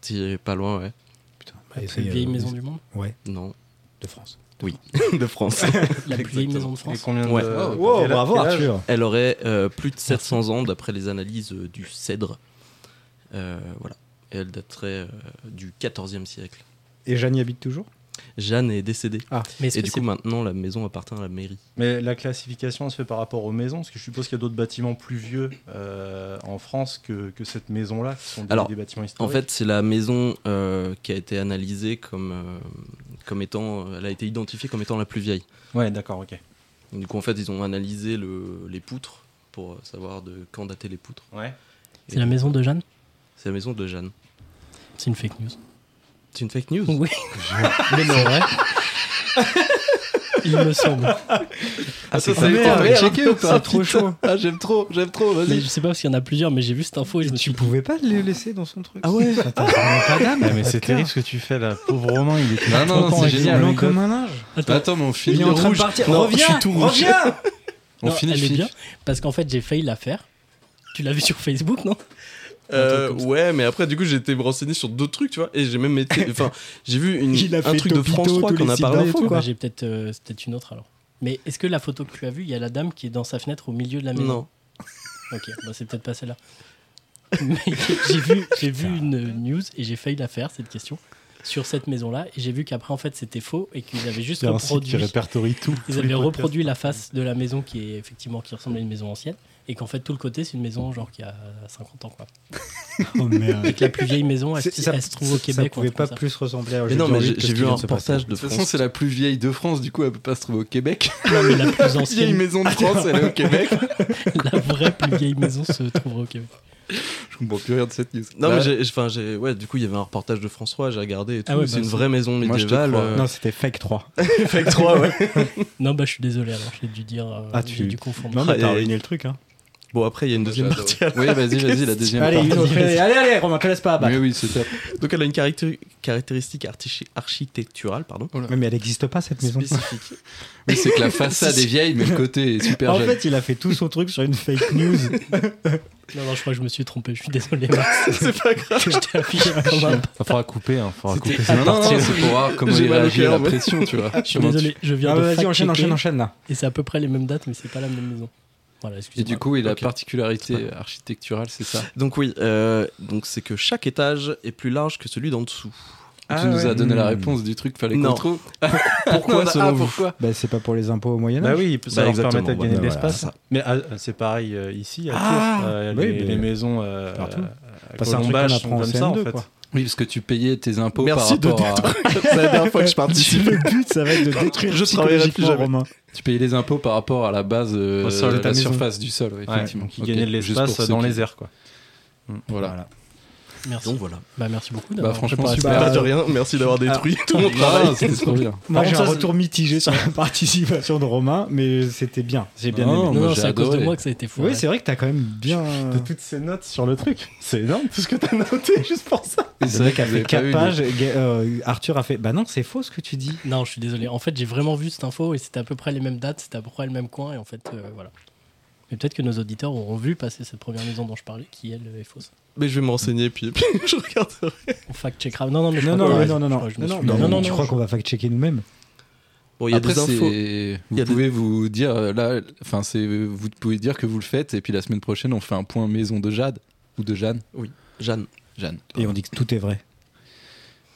Speaker 5: C'est pas loin, ouais. euh,
Speaker 4: Putain, bah, euh,
Speaker 3: La plus vieille maison du monde
Speaker 4: Ouais,
Speaker 5: Non.
Speaker 4: de France.
Speaker 5: De France.
Speaker 3: La plus vieille maison de
Speaker 2: Et
Speaker 3: France
Speaker 2: combien
Speaker 5: Ouais.
Speaker 2: de...
Speaker 1: Wow,
Speaker 4: Wow,
Speaker 2: quel-
Speaker 4: bravo
Speaker 2: quel âge
Speaker 4: Arthur
Speaker 5: Elle aurait euh, plus de 700 ans d'après les analyses euh, du Cèdre. Euh, voilà. Et elle daterait euh, du 14e siècle.
Speaker 4: Et Jeanne y habite toujours
Speaker 5: Jeanne est décédée.
Speaker 3: Mais est-ce
Speaker 5: Et
Speaker 3: que
Speaker 5: du coup, maintenant, la maison appartient à la mairie.
Speaker 2: Mais la classification elle se fait par rapport aux maisons, parce que je suppose qu'il y a d'autres bâtiments plus vieux euh, en France que, que cette maison-là, qui sont des,
Speaker 5: Alors,
Speaker 2: des bâtiments
Speaker 5: En
Speaker 2: historiques.
Speaker 5: fait, c'est la maison euh, qui a été analysée comme, euh, comme étant. euh, Elle a été identifiée comme étant la plus vieille.
Speaker 2: ouais, d'accord, ok.
Speaker 5: Donc, Du coup, en fait, ils ont analysé le- les poutres pour savoir de quand dater les poutres.
Speaker 2: Ouais.
Speaker 3: C'est la maison de Jeanne
Speaker 5: C'est la maison de Jeanne.
Speaker 3: C'est une fake news.
Speaker 5: C'est une fake news
Speaker 3: Oui. Mais non, ouais.
Speaker 4: hein.
Speaker 3: Il me semble.
Speaker 1: Ah, ça,
Speaker 2: Ah,
Speaker 1: ça a été
Speaker 2: merde,
Speaker 1: fact checké ou pas
Speaker 4: c'est trop
Speaker 1: Putain.
Speaker 4: chaud.
Speaker 1: Ah, j'aime trop, j'aime trop,
Speaker 3: Mais
Speaker 1: vas-y.
Speaker 3: je sais pas parce qu'il y en a plusieurs, mais j'ai vu cette info et je me
Speaker 4: tu
Speaker 3: suis dit,
Speaker 4: pouvais pas le laisser dans son truc.
Speaker 5: Ah ouais
Speaker 4: Attends, c'est vraiment pas d'âme.
Speaker 2: Ah, mais
Speaker 4: pas
Speaker 2: c'est
Speaker 4: de cœur.
Speaker 2: terrible ce que tu fais là. Pauvre Romain, il est
Speaker 1: Non, non, non, c'est génial.
Speaker 4: Blanc comme un linge.
Speaker 3: attends,
Speaker 1: Attends, mais on finit.
Speaker 4: est en train de
Speaker 1: rouge.
Speaker 4: partir.
Speaker 1: Non,
Speaker 4: Reviens,
Speaker 1: je suis tout rouge.
Speaker 4: reviens.
Speaker 1: On
Speaker 3: non,
Speaker 1: finit,
Speaker 3: elle
Speaker 1: je
Speaker 3: est
Speaker 1: finis.
Speaker 3: bien parce qu'en fait j'ai failli la faire. Tu l'as vu sur Facebook, non
Speaker 5: Euh,
Speaker 3: comme ça.
Speaker 5: ouais, mais après, du coup, j'ai été me renseigner sur d'autres trucs, tu vois. Et j'ai même été. Enfin, j'ai vu une,
Speaker 4: Il a
Speaker 5: Mm. un
Speaker 4: fait
Speaker 5: truc de
Speaker 4: Topito,
Speaker 5: France 3
Speaker 4: tous
Speaker 5: qu'on
Speaker 4: les
Speaker 5: a
Speaker 4: sites
Speaker 5: parlé. et
Speaker 4: d'info,
Speaker 5: tout.
Speaker 4: quoi.
Speaker 3: Bah, j'ai peut-être euh, c'est peut-être une autre alors. Mais est-ce que la photo que tu as vue, il y a la dame qui est dans sa fenêtre au milieu de la maison
Speaker 5: Non.
Speaker 3: Ok, bah c'est peut-être pas celle-là. Mais j'ai vu, j'ai vu une news et j'ai failli la faire, cette question, sur cette maison-là. Et j'ai vu qu'après, en fait, c'était faux et qu'ils avaient juste
Speaker 2: C'est un site qui
Speaker 3: reproduit.
Speaker 2: répertorie tout.
Speaker 3: Ils avaient reproduit la face de la maison qui est effectivement qui ressemble à une maison ancienne et qu'en fait tout le côté c'est une maison genre qui a 50 ans quoi.
Speaker 4: Oh
Speaker 2: euh,
Speaker 4: merde.
Speaker 3: Et que la plus vieille maison elle,
Speaker 4: C'est-
Speaker 3: se- elle se trouve au
Speaker 4: ça-
Speaker 3: Québec.
Speaker 4: Ça
Speaker 3: ou un
Speaker 4: pouvait
Speaker 3: truc
Speaker 4: pas
Speaker 3: comme ça.
Speaker 4: plus ressembler à
Speaker 5: Mais non, mais j'ai j'ai vu un reportage de
Speaker 1: De toute façon,
Speaker 5: France.
Speaker 1: c'est la plus vieille de France, du coup, elle peut pas se trouver au Québec.
Speaker 3: Non, mais la plus
Speaker 1: La plus vieille
Speaker 3: ancienne,
Speaker 1: maison de France, elle est au Québec.
Speaker 3: la vraie plus vieille maison se trouverait au Québec.
Speaker 1: Je comprends plus rien de cette news.
Speaker 5: Non,
Speaker 1: Bah,
Speaker 5: mais j'ai- enfin, j'ai. Ouais, du coup, il y avait un reportage de France 3, j'ai regardé et tout.
Speaker 3: Ah ouais,
Speaker 5: c'est
Speaker 3: bah,
Speaker 5: une
Speaker 3: c'est-
Speaker 5: vraie maison
Speaker 1: Moi, je te
Speaker 5: médiévale.
Speaker 1: crois.
Speaker 5: euh,
Speaker 4: Non, c'était Fake 3.
Speaker 5: Fake 3, ouais.
Speaker 3: Non bah je suis désolé alors j'ai dû dire euh,
Speaker 4: Ah, tu-
Speaker 3: j'ai dû confondre.
Speaker 4: Non, mais
Speaker 5: Ah,
Speaker 4: t'as
Speaker 5: et-
Speaker 4: ruiné le truc. Hein.
Speaker 5: Bon, après, il y a une deuxième
Speaker 1: j'adore.
Speaker 5: partie.
Speaker 1: Oui, vas-y, vas-y, la deuxième
Speaker 4: Allez,
Speaker 1: partie.
Speaker 4: une autre. allez, allez, allez, Romain, te laisse pas abattre.
Speaker 1: Mais oui, c'est top.
Speaker 5: Donc, elle a une caractéri- caractéristique archi- architecturale, pardon.
Speaker 4: Ouais, Mais elle n'existe pas cette maison.
Speaker 5: Spécifique.
Speaker 1: Oui, c'est que la façade est vieille, mais le côté est super
Speaker 4: Bah, En
Speaker 1: jeune.
Speaker 4: fait, il a fait tout son truc sur une fake news.
Speaker 3: Non non je crois que je me suis trompé je suis désolé. Max.
Speaker 5: c'est pas grave.
Speaker 3: je t'ai affiché comme un-
Speaker 2: Ça fera couper, hein. faudra couper.
Speaker 1: Non, non, non, c'est pour voir comment
Speaker 5: Ah, J'ai
Speaker 1: il
Speaker 5: mal au
Speaker 1: réagit à
Speaker 5: cœur,
Speaker 1: la
Speaker 5: ouais.
Speaker 1: pression, tu vois.
Speaker 3: Je suis désolé je viens
Speaker 4: Ah,
Speaker 3: de
Speaker 4: bah, Vas-y, enchaîne,
Speaker 3: fact-checker,
Speaker 4: enchaîne, enchaîne là.
Speaker 3: et c'est à peu près les mêmes dates mais c'est pas la même maison. Voilà
Speaker 1: Et
Speaker 3: excusez-moi.
Speaker 1: du coup, oui, la
Speaker 5: Ok.
Speaker 1: particularité architecturale, c'est ça.
Speaker 5: Donc, oui, euh, donc c'est que chaque étage est plus large que celui d'en dessous.
Speaker 1: tu nous as donné la
Speaker 4: Hmm.
Speaker 1: réponse du truc, fallait
Speaker 5: Non.
Speaker 1: qu'on trouve.
Speaker 5: Pourquoi,
Speaker 1: Non,
Speaker 5: selon
Speaker 1: ah,
Speaker 5: vous
Speaker 1: pourquoi
Speaker 4: Bah, c'est pas pour les impôts au Moyen-Âge.
Speaker 2: Bah oui, ça
Speaker 5: Bah,
Speaker 2: leur permet
Speaker 5: exactement,
Speaker 2: de
Speaker 5: bah,
Speaker 2: gagner de
Speaker 4: bah,
Speaker 2: l'espace.
Speaker 5: voilà.
Speaker 2: Mais ah, c'est pareil euh, ici, à
Speaker 4: Ah,
Speaker 2: Tours, euh,
Speaker 4: oui,
Speaker 2: les,
Speaker 4: mais-
Speaker 2: les maisons euh,
Speaker 4: partout.
Speaker 2: à
Speaker 4: Bah, c'est un truc
Speaker 2: Colombage
Speaker 4: qu'on
Speaker 2: sont
Speaker 4: apprend en
Speaker 2: comme ça, en E,
Speaker 4: CM2,
Speaker 2: fait.
Speaker 4: quoi.
Speaker 1: Oui, parce que tu payais tes impôts
Speaker 5: Merci de
Speaker 1: par rapport à...
Speaker 5: C'est la dernière fois que je participe.
Speaker 4: Le but, ça va être de détruire
Speaker 5: Bah Je travaillerai plus
Speaker 4: psychologiquement
Speaker 5: jamais.
Speaker 4: Romain.
Speaker 1: Tu payais les impôts par rapport à la base, euh,
Speaker 2: Au sol de
Speaker 1: la
Speaker 2: ta maison.
Speaker 1: surface du sol, oui,
Speaker 2: Ouais,
Speaker 1: effectivement.
Speaker 2: qui
Speaker 1: Ok,
Speaker 2: gagnait de
Speaker 1: juste
Speaker 2: l'espace
Speaker 1: pour ceux
Speaker 2: dans
Speaker 1: qui-
Speaker 2: les airs, quoi.
Speaker 4: Ah,
Speaker 1: Voilà.
Speaker 3: Merci.
Speaker 5: Donc, voilà.
Speaker 3: Bah merci beaucoup
Speaker 1: Bah
Speaker 3: d'avoir
Speaker 1: franchement,
Speaker 3: préparé
Speaker 1: super.
Speaker 4: Bah,
Speaker 5: Pas de rien, merci d'avoir
Speaker 1: euh,
Speaker 5: détruit tout mon travail.
Speaker 1: Ah, c'était trop bien.
Speaker 4: Moi,
Speaker 2: Par
Speaker 4: j'ai
Speaker 2: contre,
Speaker 4: un
Speaker 2: ça,
Speaker 4: retour mitigé sur la participation de Romain, mais c'était bien. J'ai bien
Speaker 1: Non,
Speaker 4: aimé.
Speaker 1: moi,
Speaker 3: Non, non,
Speaker 1: j'ai
Speaker 3: c'est à cause de
Speaker 1: adoré.
Speaker 3: moi que ça a été fou.
Speaker 4: Oui, c'est vrai que t'as quand même bien.
Speaker 2: De toutes ces notes sur le truc, c'est énorme tout ce que t'as noté juste pour ça.
Speaker 1: Et
Speaker 4: C'est vrai
Speaker 1: que
Speaker 4: qu'à
Speaker 1: vous avez
Speaker 4: fait
Speaker 1: pas
Speaker 4: 4
Speaker 1: eu de-
Speaker 4: pages, Ga- euh, Arthur a fait Bah non, c'est faux ce que tu dis.
Speaker 3: Non, je suis désolé. En fait, j'ai vraiment vu cette info et c'était à peu près les mêmes dates, c'était à peu près le même coin et en fait, euh, voilà. Mais peut-être que nos auditeurs auront vu passer cette première maison dont je parlais, qui elle est fausse.
Speaker 5: Mais je vais me renseigner, puis, puis je regarderai.
Speaker 3: On fact checkera. Non, non, mais je
Speaker 4: Non,
Speaker 3: crois
Speaker 4: non,
Speaker 3: qu'on a
Speaker 4: mais
Speaker 3: raison.
Speaker 4: non,
Speaker 3: Je
Speaker 4: non, non.
Speaker 3: crois que je me
Speaker 4: Non,
Speaker 3: suis-
Speaker 4: non,
Speaker 3: non, non,
Speaker 4: Tu
Speaker 3: non,
Speaker 4: crois
Speaker 3: je-
Speaker 4: qu'on va fact-checker nous-mêmes
Speaker 5: Bon, il y a
Speaker 1: Après,
Speaker 5: des infos.
Speaker 1: c'est- Vous
Speaker 5: Il y a des-
Speaker 1: pouvez vous dire euh, là, enfin c'est vous pouvez dire que vous le faites et puis la semaine prochaine on fait un point maison de Jade ou de Jeanne.
Speaker 5: Jeanne.
Speaker 1: Jeanne.
Speaker 4: Et on dit que tout est vrai.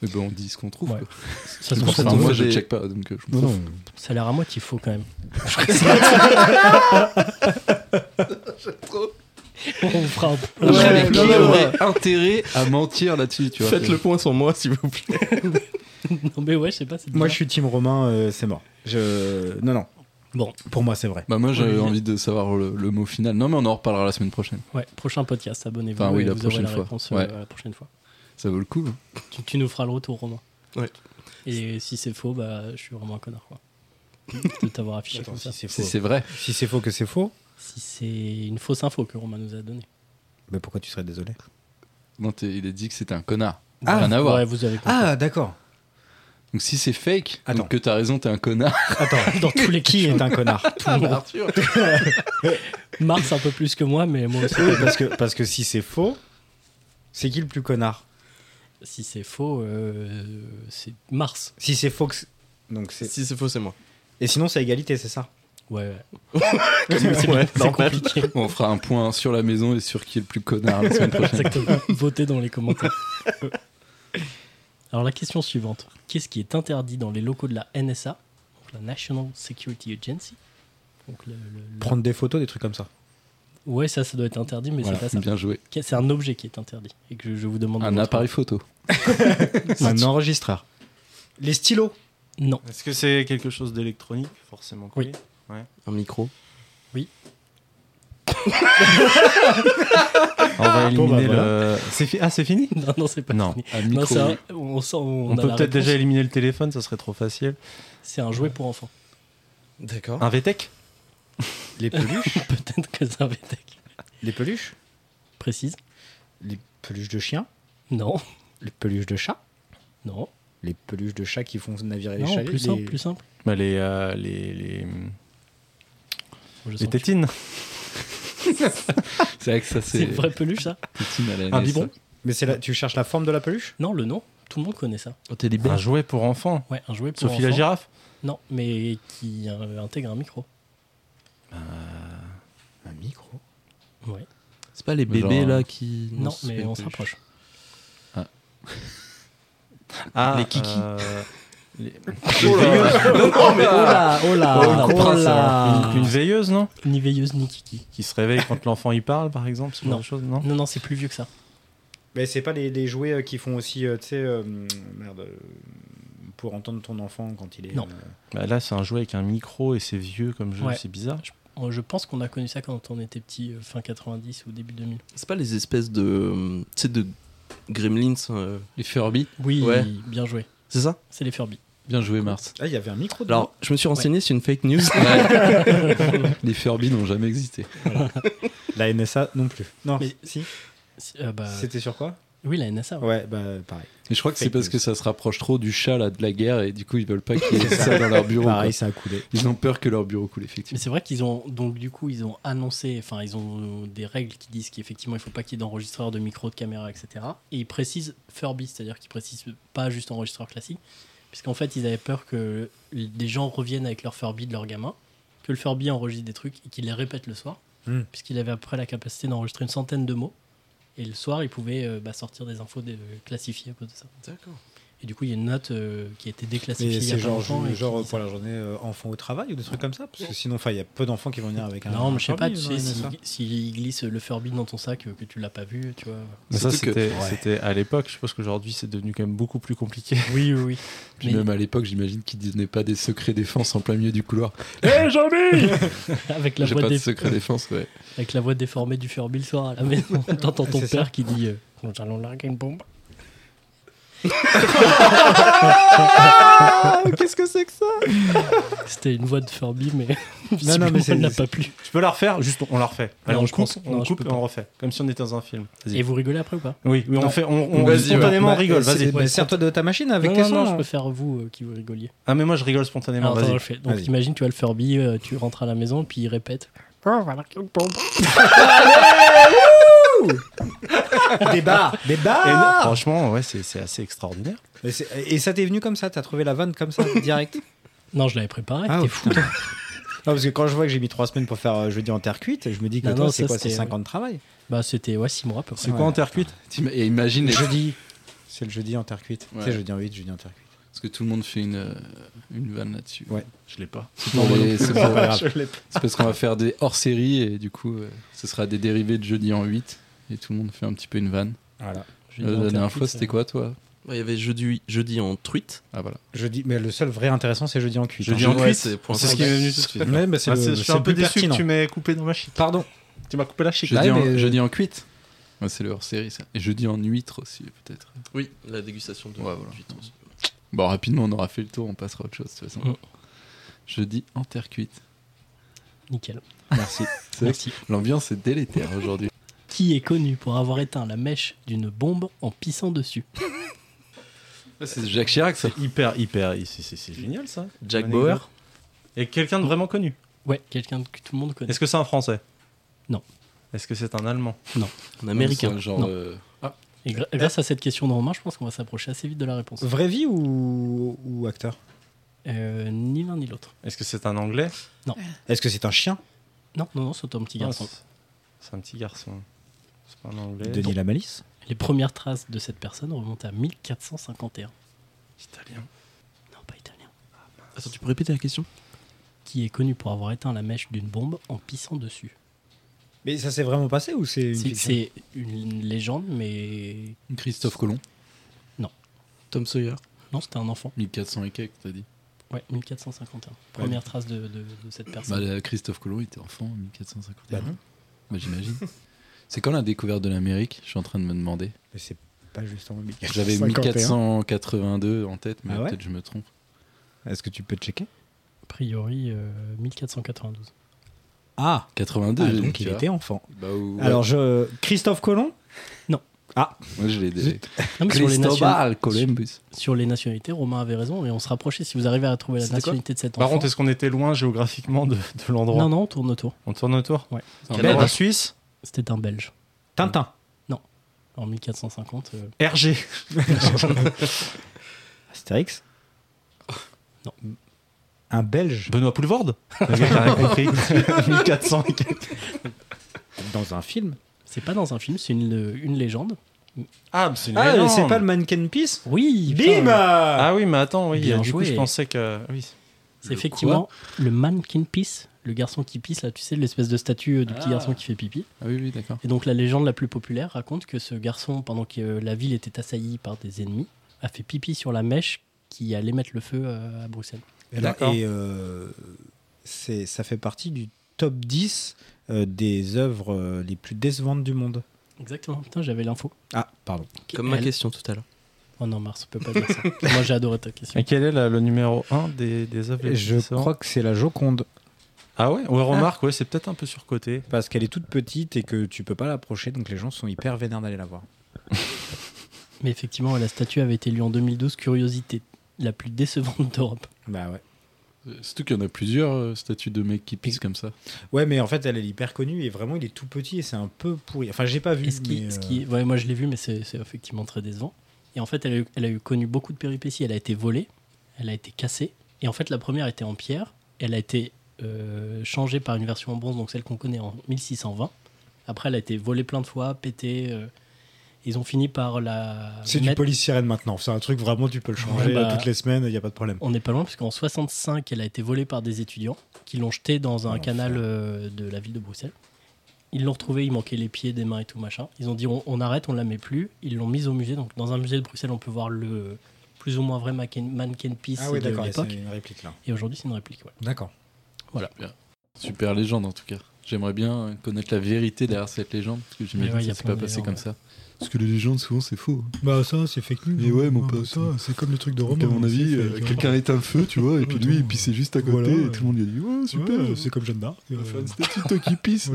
Speaker 1: Eh ben, on dit ce qu'on trouve.
Speaker 3: Ouais.
Speaker 1: quoi.
Speaker 3: Ça se
Speaker 1: Enfin,
Speaker 3: trouve, ça
Speaker 5: qu'on
Speaker 1: moi
Speaker 5: fait
Speaker 1: je
Speaker 5: des-
Speaker 1: check pas donc euh, je
Speaker 4: Non,
Speaker 1: m'en fous.
Speaker 4: non.
Speaker 3: ça a l'air à moi qu'il faut quand même. On fera un
Speaker 1: Non,
Speaker 5: Ouais,
Speaker 1: mais qui
Speaker 5: non, non,
Speaker 1: aurait intérêt à mentir là-dessus tu vois
Speaker 5: Faites le point sur moi, s'il vous plaît.
Speaker 3: Non, mais ouais, je sais pas. c'est
Speaker 4: Moi,
Speaker 3: bizarre.
Speaker 4: je suis Team Romain, euh, c'est mort. Je... Non, non.
Speaker 3: Bon,
Speaker 4: Pour moi, c'est vrai.
Speaker 1: Bah moi j'avais
Speaker 3: Olivier.
Speaker 1: envie de savoir le, le mot final. Non mais on en reparlera la semaine prochaine.
Speaker 3: ouais, prochain podcast, abonnez-vous.
Speaker 1: Enfin, oui,
Speaker 3: et
Speaker 1: la
Speaker 3: vous
Speaker 1: prochaine
Speaker 3: aurez la
Speaker 1: fois.
Speaker 3: réponse euh,
Speaker 1: Ouais.
Speaker 3: la prochaine fois.
Speaker 1: Ça vaut le coup. hein.
Speaker 3: Tu, tu nous feras le retour, Romain.
Speaker 5: Ouais.
Speaker 3: Et si c'est faux, bah, je suis vraiment un connard, quoi. de t'avoir affiché
Speaker 4: Attends,
Speaker 3: comme ça.
Speaker 4: si c'est
Speaker 1: Si
Speaker 4: faux.
Speaker 1: c'est vrai.
Speaker 4: Si c'est faux que c'est faux,
Speaker 3: Si c'est une fausse info que Romain nous a donnée.
Speaker 4: mais pourquoi tu serais désolé
Speaker 1: Non, t'es- il a dit que c'était un connard.
Speaker 4: Ah,
Speaker 1: Rien à voir.
Speaker 3: Ouais, vous avez compris.
Speaker 4: Ah, d'accord.
Speaker 1: Donc si c'est fake,
Speaker 4: Attends.
Speaker 1: donc que t'as raison, t'es un connard.
Speaker 4: Attends,
Speaker 3: Dans tous les
Speaker 4: qui
Speaker 3: qui
Speaker 4: est un connard bah.
Speaker 1: Arthur.
Speaker 3: Mars un peu plus que moi, mais moi aussi.
Speaker 4: Oui, parce que, parce que si c'est faux, c'est qui le plus connard
Speaker 3: si c'est faux, euh, c'est Mars.
Speaker 4: Si c'est faux que. c'est- Donc c'est...
Speaker 5: Si c'est faux, c'est moi.
Speaker 4: Et sinon, c'est égalité, c'est ça
Speaker 3: Ouais. ouais. c'est c'est-
Speaker 5: Ouais,
Speaker 3: c'est
Speaker 5: normal.
Speaker 3: compliqué.
Speaker 1: On fera un point sur la maison et sur qui est le plus connard la semaine prochaine.
Speaker 3: Exactement. Votez dans les commentaires. Alors la question suivante. Qu'est-ce qui est interdit dans les locaux de la NSA, donc la National Security Agency donc le- le- le-
Speaker 4: Prendre des photos, des trucs comme ça.
Speaker 3: Ouais, ça, ça doit être interdit, mais
Speaker 1: Voilà,
Speaker 3: c'est pas ça.
Speaker 1: bien joué.
Speaker 3: Que- C'est un objet qui est interdit. Et que je, je vous demande. de
Speaker 1: Un
Speaker 3: montrer.
Speaker 1: appareil photo.
Speaker 4: Un enregistreur. Les stylos
Speaker 3: Non.
Speaker 2: Est-ce que c'est quelque chose d'électronique Forcément.
Speaker 3: que Oui.
Speaker 5: Un micro.
Speaker 2: On va
Speaker 4: Bon, bah,
Speaker 2: éliminer
Speaker 4: voilà.
Speaker 2: le. C'est fi- Ah, c'est fini
Speaker 3: Non, non, c'est pas
Speaker 2: Non.
Speaker 3: fini.
Speaker 1: Un
Speaker 3: Non,
Speaker 1: micro,
Speaker 3: c'est un-
Speaker 1: oui.
Speaker 3: on sent- on
Speaker 2: On,
Speaker 3: a
Speaker 2: peut
Speaker 3: la réponse.
Speaker 2: peut-être déjà éliminer le téléphone, ça serait trop facile.
Speaker 3: C'est un jouet pour enfants.
Speaker 5: D'accord.
Speaker 1: Ah,
Speaker 2: Un VTech
Speaker 4: Les peluches
Speaker 3: Peut-être que c'est un VTech.
Speaker 4: Les peluches
Speaker 3: Précise.
Speaker 4: Les peluches de chiens
Speaker 3: Non,
Speaker 4: Les peluches de chats
Speaker 3: non.
Speaker 4: Les peluches de chats qui font navirer les
Speaker 3: Non,
Speaker 4: chalets
Speaker 3: plus
Speaker 4: les-
Speaker 3: simple, plus simple.
Speaker 2: bah, les, euh, les, les,
Speaker 3: Je
Speaker 2: les
Speaker 3: sens que
Speaker 2: tétines.
Speaker 1: C'est vrai que
Speaker 3: C'est
Speaker 1: ça, c'est
Speaker 3: une vraie peluche, ça
Speaker 1: Poutine à la
Speaker 2: Un
Speaker 1: NSA.
Speaker 2: biberon
Speaker 4: Mais c'est là, tu cherches la forme de la peluche
Speaker 3: Non, le nom. Tout le monde connaît ça.
Speaker 5: Oh, t'es
Speaker 2: Un
Speaker 5: libéré.
Speaker 2: jouet pour enfants.
Speaker 3: Ouais, un jouet pour
Speaker 2: Sophie la
Speaker 3: enfants.
Speaker 2: girafe
Speaker 3: Non, mais qui euh, intègre un micro.
Speaker 4: Un micro
Speaker 3: Ouais.
Speaker 5: C'est pas les
Speaker 1: Mais
Speaker 5: bébés
Speaker 1: genre,
Speaker 5: là qui.
Speaker 3: Non,
Speaker 5: c'est pas
Speaker 3: mais
Speaker 5: une
Speaker 3: on se
Speaker 5: peluche.
Speaker 3: rapproche.
Speaker 2: Ah,
Speaker 5: Les kikis.
Speaker 2: euh, les-
Speaker 4: Oh là, oh là,
Speaker 2: Oh, le prince,
Speaker 4: là.
Speaker 2: alors. Une, une veilleuse, non
Speaker 3: Ni veilleuse, ni kiki.
Speaker 2: Ah. Qui se réveille quand l'enfant y parle, par exemple, ce genre
Speaker 3: Non.
Speaker 2: de choses, non
Speaker 3: Non, non, c'est plus vieux que ça.
Speaker 4: Mais c'est pas les, les jouets euh, qui font aussi, euh, tu sais, euh, merde, euh, pour entendre ton enfant quand il est.
Speaker 3: Non.
Speaker 4: euh,
Speaker 2: Bah, Là, c'est un jouet avec un micro et c'est vieux comme jeu,
Speaker 3: Ouais.
Speaker 2: c'est bizarre.
Speaker 3: Euh, Je pense qu'on a connu ça quand on était petit, euh, fin 90 ou début 2000.
Speaker 5: C'est pas les espèces de. euh, Tu sais, de gremlins. euh,
Speaker 1: Les Furby.
Speaker 3: Oui,
Speaker 5: Ouais.
Speaker 3: bien joué.
Speaker 5: C'est ça
Speaker 3: C'est les Furby.
Speaker 1: Bien joué, Mars.
Speaker 4: Ah, il y avait un micro dedans.
Speaker 5: Alors, je me suis renseigné, c'est une fake news.
Speaker 1: les Furby n'ont jamais existé.
Speaker 4: La NSA non plus. Non,
Speaker 3: Mais-
Speaker 4: si.
Speaker 3: C'est- euh, bah,
Speaker 4: C'était sur quoi
Speaker 3: oui, la NSA. ouais.
Speaker 4: Ouais, bah pareil.
Speaker 1: Mais je crois que c'est
Speaker 4: Fake
Speaker 1: parce
Speaker 4: news.
Speaker 1: que ça se rapproche trop du chat là, de la guerre et du coup ils veulent pas qu'il y ait ça dans leur bureau.
Speaker 4: Pareil,
Speaker 1: quoi.
Speaker 4: ça a coulé.
Speaker 1: Ils ont peur que leur bureau coule, effectivement.
Speaker 3: Mais c'est vrai qu'ils ont donc du coup ils ont annoncé, enfin ils ont euh, des règles qui disent qu'effectivement il faut pas qu'il y ait d'enregistreur, de micro, de caméra, etc. Et ils précisent Furby, c'est-à-dire qu'ils précisent pas juste enregistreur classique, puisqu'en fait ils avaient peur que des gens reviennent avec leur Furby de leur gamin, que le Furby enregistre des trucs et qu'il les répète le soir,
Speaker 4: Hmm.
Speaker 3: puisqu'il avait après la capacité d'enregistrer une centaine de mots. Et le soir, il pouvait euh, bah, sortir des infos dé- classifiées à cause de ça.
Speaker 5: D'accord.
Speaker 3: Et du coup, il y a une note euh, qui a été déclassifiée.
Speaker 4: Mais
Speaker 3: il y a
Speaker 4: c'est
Speaker 3: pas
Speaker 4: genre,
Speaker 3: longtemps
Speaker 4: jou-
Speaker 3: et qui
Speaker 4: genre
Speaker 3: dit ça.
Speaker 4: pour la journée euh, enfant au travail ou des trucs comme ça Parce que sinon, enfin, il y a peu d'enfants qui vont venir avec un.
Speaker 3: Non, mais je sais pas,
Speaker 4: Furby
Speaker 3: tu
Speaker 4: dans la
Speaker 3: sais, s'il
Speaker 4: NSA.
Speaker 3: s'il glisse le Furby dans ton sac, euh, que tu l'as pas vu, tu vois.
Speaker 2: Mais ça,
Speaker 1: Surtout que-
Speaker 2: c'était c'était à l'époque. Je pense qu'aujourd'hui, c'est devenu quand même beaucoup plus compliqué.
Speaker 3: Oui, oui, oui.
Speaker 1: Puis même à l'époque, j'imagine qu'ils donnaient pas des secrets défense en plein milieu du couloir. Eh,
Speaker 3: avec, la
Speaker 1: J'ai
Speaker 3: voix
Speaker 1: pas de
Speaker 3: dé-
Speaker 1: secret défense, ouais.
Speaker 3: avec la voix déformée du Furby le soir à la maison, t'entends ton
Speaker 4: C'est
Speaker 3: père
Speaker 4: ça.
Speaker 3: qui dit euh, Nous allons larguer une bombe.
Speaker 2: Qu'est-ce que c'est que ça
Speaker 3: C'était une voix de Furby, mais
Speaker 4: non,
Speaker 3: visiblement,
Speaker 4: mais c'est-
Speaker 3: elle n'a
Speaker 4: c'est-
Speaker 3: pas plu.
Speaker 2: Tu peux la refaire Juste, on la refait. Allez,
Speaker 3: Non,
Speaker 2: on
Speaker 3: je
Speaker 2: coupe,
Speaker 3: pense-
Speaker 2: on
Speaker 3: non, je
Speaker 2: coupe
Speaker 3: peux
Speaker 2: et
Speaker 3: pas.
Speaker 2: on refait. Comme si on était dans un film. Vas-y.
Speaker 3: Et vous rigolez après ou pas
Speaker 2: Oui, oui, on
Speaker 4: Non.
Speaker 2: fait, on, on-
Speaker 5: Vas-y,
Speaker 2: spontanément on
Speaker 4: Bah,
Speaker 2: rigole.
Speaker 4: et c'est-
Speaker 2: Vas-y.
Speaker 4: bah, Sers-toi de ta machine avec
Speaker 3: non,
Speaker 4: tes
Speaker 3: non, non,
Speaker 4: sons.
Speaker 3: je préfère vous euh, qui vous rigoliez.
Speaker 2: Ah mais moi je rigole spontanément.
Speaker 3: Alors, attends,
Speaker 2: Vas-y.
Speaker 3: je fais. Donc
Speaker 4: Vas-y.
Speaker 3: imagine, tu as le Furby, euh, tu rentres à la maison, puis il répète On va larguer une bombe.
Speaker 4: Des barres Des
Speaker 2: Et non,
Speaker 4: barres
Speaker 2: franchement, ouais, c'est c'est assez extraordinaire.
Speaker 4: Mais c'est- Et, ça t'est venu comme ça T'as trouvé la vanne comme ça, direct
Speaker 3: Non, je l'avais préparé,
Speaker 4: Ah,
Speaker 3: t'es
Speaker 4: oh,
Speaker 3: fou.
Speaker 4: putain. Non, parce que quand je vois que j'ai mis 3 semaines pour faire euh, jeudi en terre cuite, je me dis que
Speaker 3: Non,
Speaker 4: toi,
Speaker 3: non,
Speaker 4: c'est
Speaker 3: ça,
Speaker 4: quoi C'est
Speaker 3: c'était-
Speaker 4: 5 ans de travail
Speaker 3: Bah, c'était, ouais, 6 mois à peu près.
Speaker 2: C'est quoi en terre cuite
Speaker 1: T'im- Et imagine les...
Speaker 4: Jeudi C'est le jeudi en terre cuite.
Speaker 1: Ouais.
Speaker 4: C'est jeudi en 8, jeudi en terre cuite.
Speaker 1: Parce que tout le monde fait une, euh, une vanne là-dessus.
Speaker 4: Ouais.
Speaker 2: Je l'ai pas.
Speaker 1: C'est pour les- c'est pour-
Speaker 4: pas grave.
Speaker 1: c'est parce qu'on va faire des hors-série et du coup, euh, ce sera des dérivés de jeudi en 8. Et tout le monde fait un petit peu une vanne. Euh,
Speaker 4: Voilà.
Speaker 3: J'ai dit en
Speaker 1: La dernière
Speaker 3: terre
Speaker 1: fois,
Speaker 3: cuite,
Speaker 1: c'était quoi, toi
Speaker 5: Ouais, Il y avait jeudi, jeudi en truite.
Speaker 1: Ah, voilà.
Speaker 4: Jeudi, mais le seul vrai intéressant, c'est jeudi en cuite.
Speaker 2: Jeudi
Speaker 4: hein.
Speaker 2: en
Speaker 5: Ouais,
Speaker 2: cuite.
Speaker 5: c'est pour
Speaker 2: C'est
Speaker 5: ça.
Speaker 2: ce qui m'est venu tout de suite.
Speaker 4: Ouais, mais c'est
Speaker 2: Ah,
Speaker 4: le-
Speaker 2: c'est- je suis un
Speaker 4: le
Speaker 2: peu
Speaker 4: plus
Speaker 2: déçu que
Speaker 4: pertinent.
Speaker 2: tu m'aies coupé dans ma chic.
Speaker 4: Pardon.
Speaker 2: Tu m'as coupé la chic.
Speaker 1: Jeudi,
Speaker 4: Ouais,
Speaker 1: en,
Speaker 4: mais-
Speaker 1: jeudi en cuite Ouais, C'est le hors-série, ça. Et jeudi en huître aussi, peut-être.
Speaker 5: Oui, la dégustation de
Speaker 1: Ouais, voilà.
Speaker 5: huîtres aussi.
Speaker 1: Bon, rapidement, on aura fait le tour, on passera à autre chose, de toute façon.
Speaker 3: Mm.
Speaker 1: Jeudi en terre cuite.
Speaker 3: Nickel.
Speaker 1: Merci.
Speaker 3: Merci.
Speaker 1: L'ambiance est délétère aujourd'hui.
Speaker 3: Qui est connu pour avoir éteint la mèche d'une bombe en pissant dessus
Speaker 1: C'est Jacques Chirac, ça.
Speaker 2: Hyper, hyper. c'est- C'est c'est génial ça.
Speaker 5: Jack
Speaker 2: Bonne
Speaker 5: Bauer.
Speaker 2: anecdote. Et quelqu'un de vraiment connu.
Speaker 3: Ouais, quelqu'un que tout le monde connaît.
Speaker 2: Est-ce que c'est un Français
Speaker 3: Non.
Speaker 2: Est-ce que c'est un Allemand
Speaker 5: Un américain.
Speaker 1: Genre,
Speaker 3: Non.
Speaker 1: euh,
Speaker 3: Et gra- grâce à cette question de Romain, je pense qu'on va s'approcher assez vite de la réponse.
Speaker 4: Vraie vie ou, ou acteur
Speaker 3: Euh, ni l'un ni l'autre.
Speaker 2: Est-ce que c'est un Anglais
Speaker 4: Est-ce que c'est un chien
Speaker 3: Non, non, non, c'est un petit garçon.
Speaker 2: Non, c'est- Ah, C'est un petit garçon. C'est pas un Anglais.
Speaker 4: Denis la malice
Speaker 3: Les premières traces de cette personne remontent à 1451.
Speaker 2: Italien.
Speaker 3: Non, pas italien.
Speaker 5: Attends, tu peux répéter la question
Speaker 3: Qui est connu pour avoir éteint la mèche d'une bombe en pissant dessus
Speaker 4: Mais ça s'est vraiment passé ou c'est une
Speaker 3: C'est-
Speaker 4: fiction
Speaker 3: C'est une légende, mais
Speaker 1: Christophe Colomb,
Speaker 5: Tom Sawyer.
Speaker 3: non, c'était un enfant.
Speaker 1: 1400 et quelques, t'as dit.
Speaker 3: Ouais, 1451. Première trace de, de- de cette
Speaker 1: Bah,
Speaker 3: personne.
Speaker 1: euh, Christophe Colomb était enfant en 1450.
Speaker 4: Bah non.
Speaker 1: Bah, J'imagine. C'est quand la découverte de l'Amérique Je suis en train de me demander.
Speaker 4: Mais c'est pas juste en
Speaker 1: J'avais 1482 en tête, mais
Speaker 4: Ah ouais
Speaker 1: peut-être je me trompe.
Speaker 4: Est-ce que tu peux checker
Speaker 3: A priori, euh, 1492.
Speaker 4: Ah,
Speaker 1: 82, j'ai dit,
Speaker 4: donc
Speaker 1: tu
Speaker 4: il
Speaker 1: vois.
Speaker 4: était enfant.
Speaker 1: Bah, ou-
Speaker 4: Alors, je... Christophe Colomb
Speaker 1: moi je l'ai déjà.
Speaker 3: Non, mais sur, les nation-
Speaker 1: Cristobal Columbus.
Speaker 3: sur les nationalités, Romain avait raison et on se rapprochait. Si vous arrivez à trouver la
Speaker 5: C'était quoi
Speaker 3: nationalité de cet
Speaker 2: Par
Speaker 3: enfant.
Speaker 2: contre, est-ce qu'on était loin géographiquement de, de l'endroit
Speaker 3: non, non, on tourne autour.
Speaker 2: On tourne autour
Speaker 5: Quel
Speaker 2: En
Speaker 5: âge
Speaker 2: Suisse
Speaker 3: C'était un Belge.
Speaker 4: Tintin.
Speaker 3: En 1450, euh,
Speaker 2: RG.
Speaker 4: Astérix
Speaker 3: Non.
Speaker 4: Un Belge
Speaker 2: Benoît Poulvorde Le mec a rien compris. 1400 et quelques.
Speaker 4: dans un film
Speaker 3: c'est pas dans un film, c'est une, euh, une légende.
Speaker 2: Ah, mais c'est une
Speaker 4: Ah,
Speaker 2: légende.
Speaker 4: c'est pas le Mannequin Peace
Speaker 3: Oui, putain, euh,
Speaker 4: Bim
Speaker 2: Ah oui, mais attends, oui,
Speaker 3: Bien
Speaker 2: du coup,
Speaker 3: joué.
Speaker 2: je pensais que. Oui.
Speaker 3: C'est effectivement le man qui pisse, le garçon qui pisse, là, tu sais, l'espèce de statue euh, du petit
Speaker 1: Ah.
Speaker 3: garçon qui fait pipi.
Speaker 1: Ah oui, oui, d'accord.
Speaker 3: Et donc la légende la plus populaire raconte que ce garçon, pendant que euh, la ville était assaillie par des ennemis, a fait pipi sur la mèche qui allait mettre le feu euh, à Bruxelles.
Speaker 4: Et alors-
Speaker 2: D'accord.
Speaker 4: Et euh, c'est- ça fait partie du top 10 euh, des œuvres euh, les plus décevantes du monde.
Speaker 3: Exactement, putain, j'avais l'info.
Speaker 4: Ah, pardon.
Speaker 5: Comme ma
Speaker 3: Elle-
Speaker 5: question tout à l'heure.
Speaker 3: Oh non, Mars, on peut pas dire ça. Moi, j'ai adoré ta question.
Speaker 2: Et quel est la- le numéro 1 des, des œuvres les plus
Speaker 4: Je
Speaker 2: décevantes
Speaker 4: crois que c'est la Joconde.
Speaker 2: Ah ouais Ouais, remarque, ouais, c'est peut-être un peu surcoté.
Speaker 4: Parce qu'elle est toute petite et que tu peux pas l'approcher, donc les gens sont hyper vénères d'aller la voir.
Speaker 3: Mais effectivement, la statue avait été élue en 2012 curiosité la plus décevante d'Europe.
Speaker 4: Bah ouais.
Speaker 1: Euh, Surtout qu'il y en a plusieurs euh, statues de mecs qui pissent comme ça.
Speaker 4: Ouais, mais en fait, elle est hyper connue et vraiment, il est tout petit et c'est un peu pourri. Enfin, j'ai pas vu.
Speaker 3: Et ce qui,
Speaker 4: mais,
Speaker 3: ce
Speaker 4: euh,
Speaker 3: qui- ouais, moi je l'ai vu, mais c'est c'est effectivement très décevant. Et en fait, elle a, eu, elle a eu connu beaucoup de péripéties. Elle a été volée, elle a été cassée. Et en fait, la première était en pierre. Elle a été euh, changée par une version en bronze, donc celle qu'on connaît en 1620. Après, elle a été volée plein de fois, pétée. euh, ils ont fini par la.
Speaker 4: C'est du
Speaker 3: mettre-
Speaker 4: police-sirène maintenant. C'est un truc vraiment, tu peux le changer
Speaker 3: Ouais, bah-
Speaker 4: euh, toutes les semaines, il n'y a pas de problème.
Speaker 3: On n'est pas loin, puisqu'en 65, elle a été volée par des étudiants qui l'ont jetée dans un
Speaker 4: Ah, L'enfer.
Speaker 3: canal euh, de la ville de Bruxelles. Ils l'ont retrouvée, il manquait les pieds, des mains et tout machin. Ils ont dit on, on arrête, on la met plus. Ils l'ont mise au musée. Donc dans un musée de Bruxelles, on peut voir le plus ou moins vrai mannequin, mannequin piece
Speaker 4: Ah oui,
Speaker 3: de
Speaker 4: d'accord,
Speaker 3: l'époque.
Speaker 4: c'est une réplique là.
Speaker 3: Et aujourd'hui, c'est une réplique. ouais.
Speaker 4: D'accord.
Speaker 3: Voilà.
Speaker 1: Super. Super légende en tout cas. J'aimerais bien connaître la vérité derrière cette légende, parce que j'imagine
Speaker 3: ouais,
Speaker 1: que
Speaker 3: y a
Speaker 1: ça s'est pas
Speaker 3: plein de
Speaker 1: passé
Speaker 3: légendes,
Speaker 1: comme
Speaker 3: ouais.
Speaker 1: ça. Parce que les légendes, souvent, c'est faux.
Speaker 4: Bah, ça, c'est fake news. hein. Bah,
Speaker 1: Mais ouais, mon pote,
Speaker 4: C'est comme le truc de hein,
Speaker 1: Donc, à mon avis, euh, quelqu'un est un feu, tu vois, et puis lui, il pissait juste à côté,
Speaker 4: Voilà,
Speaker 1: et tout le monde lui a dit Ouais, super, c'est
Speaker 4: comme Jeanne d'Arc.
Speaker 1: on va faire une statue de toi qui pisse.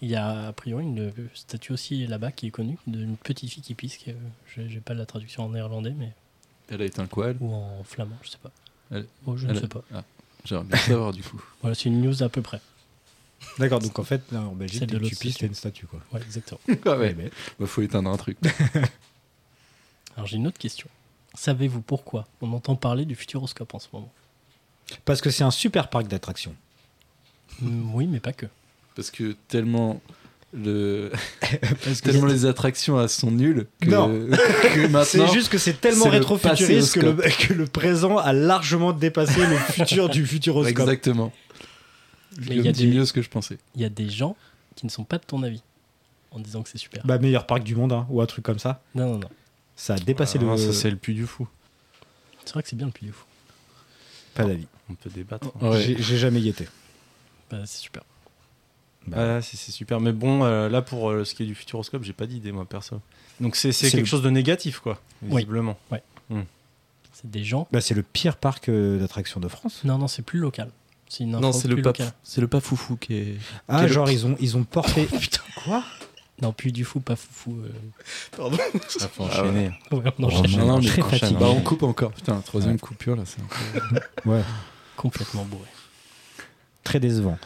Speaker 3: Il y a a priori une euh, statue aussi là-bas qui est connue, d'une petite fille qui pisse. qui, euh, J'ai j'ai pas la traduction en néerlandais, mais.
Speaker 1: Elle a éteint quoi, elle
Speaker 3: Ou en flamand, je sais pas.
Speaker 1: Elle-
Speaker 3: Oh, je
Speaker 1: elle-
Speaker 3: ne sais pas.
Speaker 1: J'aimerais bien savoir du coup.
Speaker 3: Voilà, c'est une news à peu près.
Speaker 4: D'accord, donc en fait, là, en Belgique,
Speaker 3: Celle de
Speaker 4: dès que tu
Speaker 3: l'autre
Speaker 4: pisses,
Speaker 3: statue.
Speaker 4: t'as une statue quoi.
Speaker 3: Ouais, exactement.
Speaker 1: Ah ouais,
Speaker 4: Eh ben,
Speaker 1: bah, faut éteindre un truc.
Speaker 3: Alors j'ai une autre question. Savez-vous pourquoi on entend parler du futuroscope en ce moment
Speaker 4: Parce que c'est un super parc d'attractions.
Speaker 3: Mm, Oui, mais pas que.
Speaker 1: Parce que tellement. Le... tellement les attractions elles sont nulles que,
Speaker 4: Non.
Speaker 1: que maintenant
Speaker 4: C'est juste que c'est tellement
Speaker 1: c'est le
Speaker 4: rétro-futuriste que, le- que le présent a largement dépassé le futur du futuroscope.
Speaker 1: exactement
Speaker 3: Mais
Speaker 1: je
Speaker 3: il y, a
Speaker 1: me dis
Speaker 3: des-
Speaker 1: mieux ce que je pensais
Speaker 3: il y a des gens qui ne sont pas de ton avis en disant que c'est super.
Speaker 4: Bah, meilleur parc du monde, hein, ou un truc comme ça.
Speaker 3: Non, non, non.
Speaker 4: Ça a dépassé
Speaker 2: Ah,
Speaker 4: le.
Speaker 2: Ça, c'est le plus du fou.
Speaker 3: C'est vrai que c'est bien le plus fou.
Speaker 4: Pas d'avis.
Speaker 2: On peut débattre. hein.
Speaker 1: Ouais.
Speaker 4: J'ai j'ai jamais y été.
Speaker 3: Bah, c'est super.
Speaker 2: Ah, là, c'est c'est super. Mais bon, euh, là, pour euh, ce qui est du futuroscope, j'ai pas d'idée, moi, perso. Donc, c'est c'est
Speaker 4: C'est
Speaker 2: quelque
Speaker 4: le-
Speaker 2: chose de négatif, quoi, visiblement.
Speaker 3: C'est des gens.
Speaker 4: Bah, c'est le pire parc euh, d'attractions de France.
Speaker 3: Non, non, c'est plus local. C'est une info
Speaker 5: Non, c'est
Speaker 3: plus
Speaker 5: le pas,
Speaker 3: locale.
Speaker 5: c'est le pas foufou qui est.
Speaker 4: Ah,
Speaker 5: Quel-
Speaker 4: genre, ils ont, ils ont porté. Putain, quoi
Speaker 3: Non, plus du fou, pas foufou. euh.
Speaker 5: Pardon.
Speaker 2: Ah, faut
Speaker 1: enchaîner.
Speaker 3: Ouais, on enchaîne
Speaker 1: non, non, mais
Speaker 4: Très
Speaker 1: enchaîne,
Speaker 4: fatigué.
Speaker 1: bah, on coupe encore putain troisième coupure là c'est
Speaker 4: Ouais,
Speaker 3: complètement bourré.
Speaker 4: très décevant.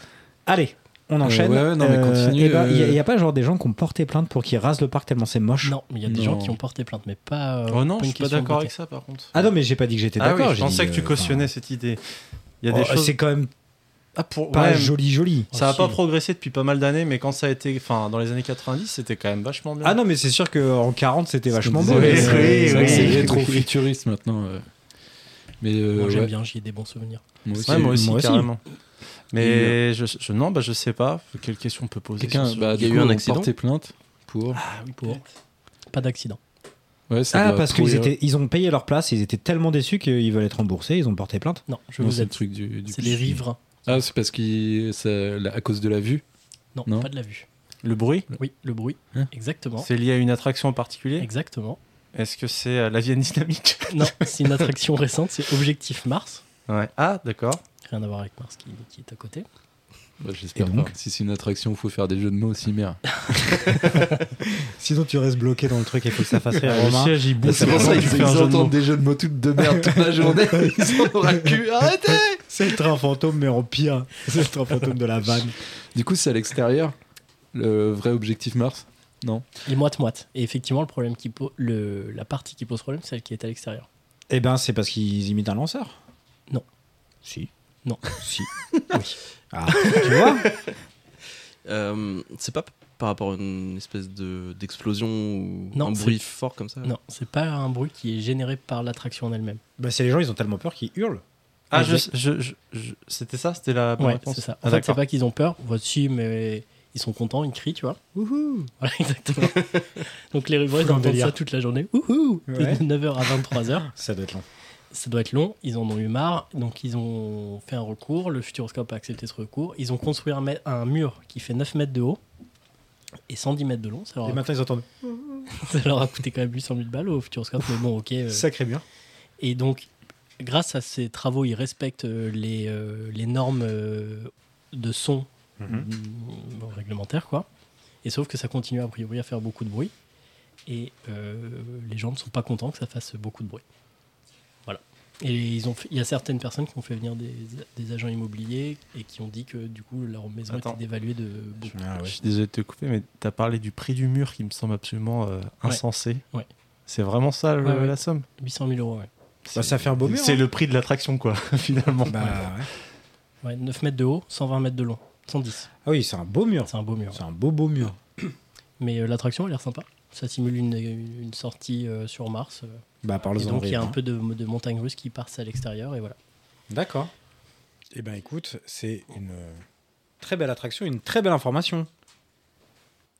Speaker 4: Allez, on enchaîne.
Speaker 1: ouais, ouais, non, mais continue,
Speaker 4: et bah, Il
Speaker 1: euh.
Speaker 4: n'y a, pas genre des gens qui ont porté plainte pour qu'ils rasent le parc tellement c'est moche.
Speaker 3: Non, mais il y a des gens
Speaker 1: Non.
Speaker 3: qui ont porté plainte, mais pas. euh,
Speaker 2: Oh non, je
Speaker 3: une
Speaker 2: suis pas
Speaker 3: question de
Speaker 2: d'accord
Speaker 3: beauté.
Speaker 2: avec ça, par contre.
Speaker 4: Ah non, mais j'ai pas dit que j'étais
Speaker 2: Ah oui,
Speaker 4: d'accord.
Speaker 2: je
Speaker 4: j'ai
Speaker 2: pensais
Speaker 4: dit,
Speaker 2: que tu
Speaker 4: euh,
Speaker 2: cautionnais cette idée. Il y a
Speaker 4: enfin,
Speaker 2: des
Speaker 4: oh,
Speaker 2: choses.
Speaker 4: C'est quand même
Speaker 2: Ah, pour...
Speaker 4: pas Ah,
Speaker 2: ouais,
Speaker 4: joli, joli.
Speaker 2: Ça n'a
Speaker 3: Oh,
Speaker 2: pas
Speaker 3: si.
Speaker 2: progressé depuis pas mal d'années, mais quand ça a été. Enfin, dans les années 90, c'était quand même vachement bien.
Speaker 4: Ah non, mais c'est sûr qu'en 40, c'était vachement beau.
Speaker 2: disait,
Speaker 4: mais,
Speaker 2: oui,
Speaker 4: euh,
Speaker 2: oui,
Speaker 4: c'est vrai que
Speaker 2: oui.
Speaker 1: c'est
Speaker 4: c'est-
Speaker 1: rétro futuriste maintenant euh. mais euh,
Speaker 3: Moi, j'aime
Speaker 1: ouais,
Speaker 3: bien, j'y ai des bons souvenirs.
Speaker 1: moi aussi,
Speaker 2: Ouais, moi aussi,
Speaker 4: moi aussi.
Speaker 2: carrément. Mais je, je, non, bah, je sais pas. Quelle question on peut poser sur
Speaker 1: quelqu'un
Speaker 2: ce-
Speaker 1: bah,
Speaker 5: Il y a
Speaker 1: du
Speaker 5: eu
Speaker 1: coup,
Speaker 5: un
Speaker 1: on
Speaker 5: accident
Speaker 1: portait plainte pour
Speaker 2: Ah oui,
Speaker 3: pour- Pas d'accident.
Speaker 1: ouais, ça
Speaker 4: Ah,
Speaker 1: doit
Speaker 4: parce qu'ils
Speaker 1: pourrir.
Speaker 4: étaient- ils ont payé leur place, ils étaient tellement déçus qu'ils veulent être remboursés, ils ont porté plainte.
Speaker 3: Non, je
Speaker 1: Non,
Speaker 3: vous
Speaker 1: c'est le
Speaker 3: aide.
Speaker 1: truc du, Ah, du
Speaker 3: C'est les
Speaker 1: petit-
Speaker 3: riverains.
Speaker 1: ah c'est parce qu'à cause de la vue
Speaker 3: Non,
Speaker 1: Non.
Speaker 3: pas de la vue.
Speaker 2: Le bruit
Speaker 3: Oui, le bruit.
Speaker 1: Hein
Speaker 3: Exactement.
Speaker 2: C'est lié à une attraction en particulier
Speaker 3: Exactement.
Speaker 2: Est-ce que c'est euh, la Vienne dynamique
Speaker 3: Non, c'est une attraction récente, c'est Objectif Mars.
Speaker 2: Ouais. Ah, d'accord.
Speaker 3: Rien à voir avec Mars qui, qui est à côté.
Speaker 1: Bah, J'espère
Speaker 4: Et donc
Speaker 1: pas. Si c'est une attraction, il faut faire des jeux de mots aussi, merde.
Speaker 4: Sinon, tu restes bloqué dans le truc et faut que ça fasse rire Romain.
Speaker 2: il bouge.
Speaker 4: c'est pour ça
Speaker 2: Tu
Speaker 4: qu'ils
Speaker 2: fais un jeu de mots.
Speaker 1: des jeux de mots toutes de merde toute la journée. Ils en ont ras le cul. Arrêtez
Speaker 4: C'est le train fantôme, mais en pire. C'est le train fantôme de la vanne.
Speaker 1: Du coup, c'est à l'extérieur. Le vrai objectif Mars.
Speaker 3: Il est moite-moite. Et effectivement, le problème qui po- le, la partie qui pose problème, c'est celle qui est à l'extérieur.
Speaker 4: Eh ben, c'est parce qu'ils imitent un lanceur.
Speaker 3: Non.
Speaker 4: Si.
Speaker 3: Non.
Speaker 4: Si.
Speaker 3: Oui.
Speaker 4: Ah, tu vois
Speaker 5: Euh, c'est pas p- par rapport à une espèce de d'explosion ou
Speaker 3: Non,
Speaker 5: un
Speaker 3: c'est-
Speaker 5: bruit fort comme ça
Speaker 3: Non, c'est pas un bruit qui est généré par l'attraction en elle-même.
Speaker 4: Bah, c'est les gens, ils ont tellement peur qu'ils hurlent.
Speaker 2: Ah, je, je, je- je- c'était ça C'était la bonne
Speaker 3: Ouais,
Speaker 2: réponse
Speaker 3: c'est ça.
Speaker 2: Ah,
Speaker 3: En fait, c'est
Speaker 2: d'accord.
Speaker 3: pas qu'ils ont peur. Voici, mais ils sont contents, ils crient, tu vois. Wouhou Voilà, exactement. Donc les riverains ils
Speaker 4: Full en
Speaker 3: entendent
Speaker 4: délire.
Speaker 3: ça toute la journée. Wouhou
Speaker 4: Ouais.
Speaker 3: De 9h à 23h.
Speaker 4: Ça doit être long.
Speaker 3: ça doit être long, ils en ont eu marre, donc ils ont fait un recours, le Futuroscope a accepté ce recours, ils ont construit un, mè- un mur qui fait 9 mètres de haut et 110 mètres de long, ça leur,
Speaker 4: Et
Speaker 3: a,
Speaker 4: maintenant, ils entendent.
Speaker 3: ça leur a coûté quand même 800 000 balles au Futuroscope, mais bon ok. euh.
Speaker 4: Sacré bien.
Speaker 3: Et donc, grâce à ces travaux, ils respectent euh, les, euh, les normes euh, de son
Speaker 4: Mhm.
Speaker 3: mm, réglementaires, quoi. Et sauf que ça continue a priori à faire beaucoup de bruit, et euh, les gens ne sont pas contents que ça fasse beaucoup de bruit. Voilà. Et ils ont fait- il y a certaines personnes qui ont fait venir des, des agents immobiliers et qui ont dit que du coup leur maison
Speaker 2: Attends.
Speaker 3: était dévaluée de beaucoup.
Speaker 4: Ah,
Speaker 2: Je
Speaker 4: ouais.
Speaker 2: suis désolé de te couper, mais t'as parlé du prix du mur qui me semble absolument euh, insensé.
Speaker 3: Ouais.
Speaker 2: C'est vraiment ça le-
Speaker 3: Ouais, ouais.
Speaker 2: la somme
Speaker 3: 800 000 euros, ouais.
Speaker 4: Bah, ça fait un beau mur.
Speaker 2: C'est
Speaker 4: hein.
Speaker 2: le prix de l'attraction, quoi, finalement.
Speaker 4: Bah, ouais.
Speaker 3: Ouais, 9 mètres de haut, 120 mètres de long, 110.
Speaker 4: Ah oui, c'est un beau mur.
Speaker 3: C'est un beau mur.
Speaker 4: C'est un beau, beau mur.
Speaker 3: Mais euh, l'attraction a l'air sympa. Ça simule une, une sortie euh, sur Mars. euh.
Speaker 4: Bah,
Speaker 3: Et
Speaker 4: parle-en.
Speaker 3: donc il y a un
Speaker 4: Régis.
Speaker 3: peu de, de montagne russe qui passe à l'extérieur et voilà.
Speaker 4: hein. D'accord. Eh ben, écoute, c'est une euh, très belle attraction, une très belle information.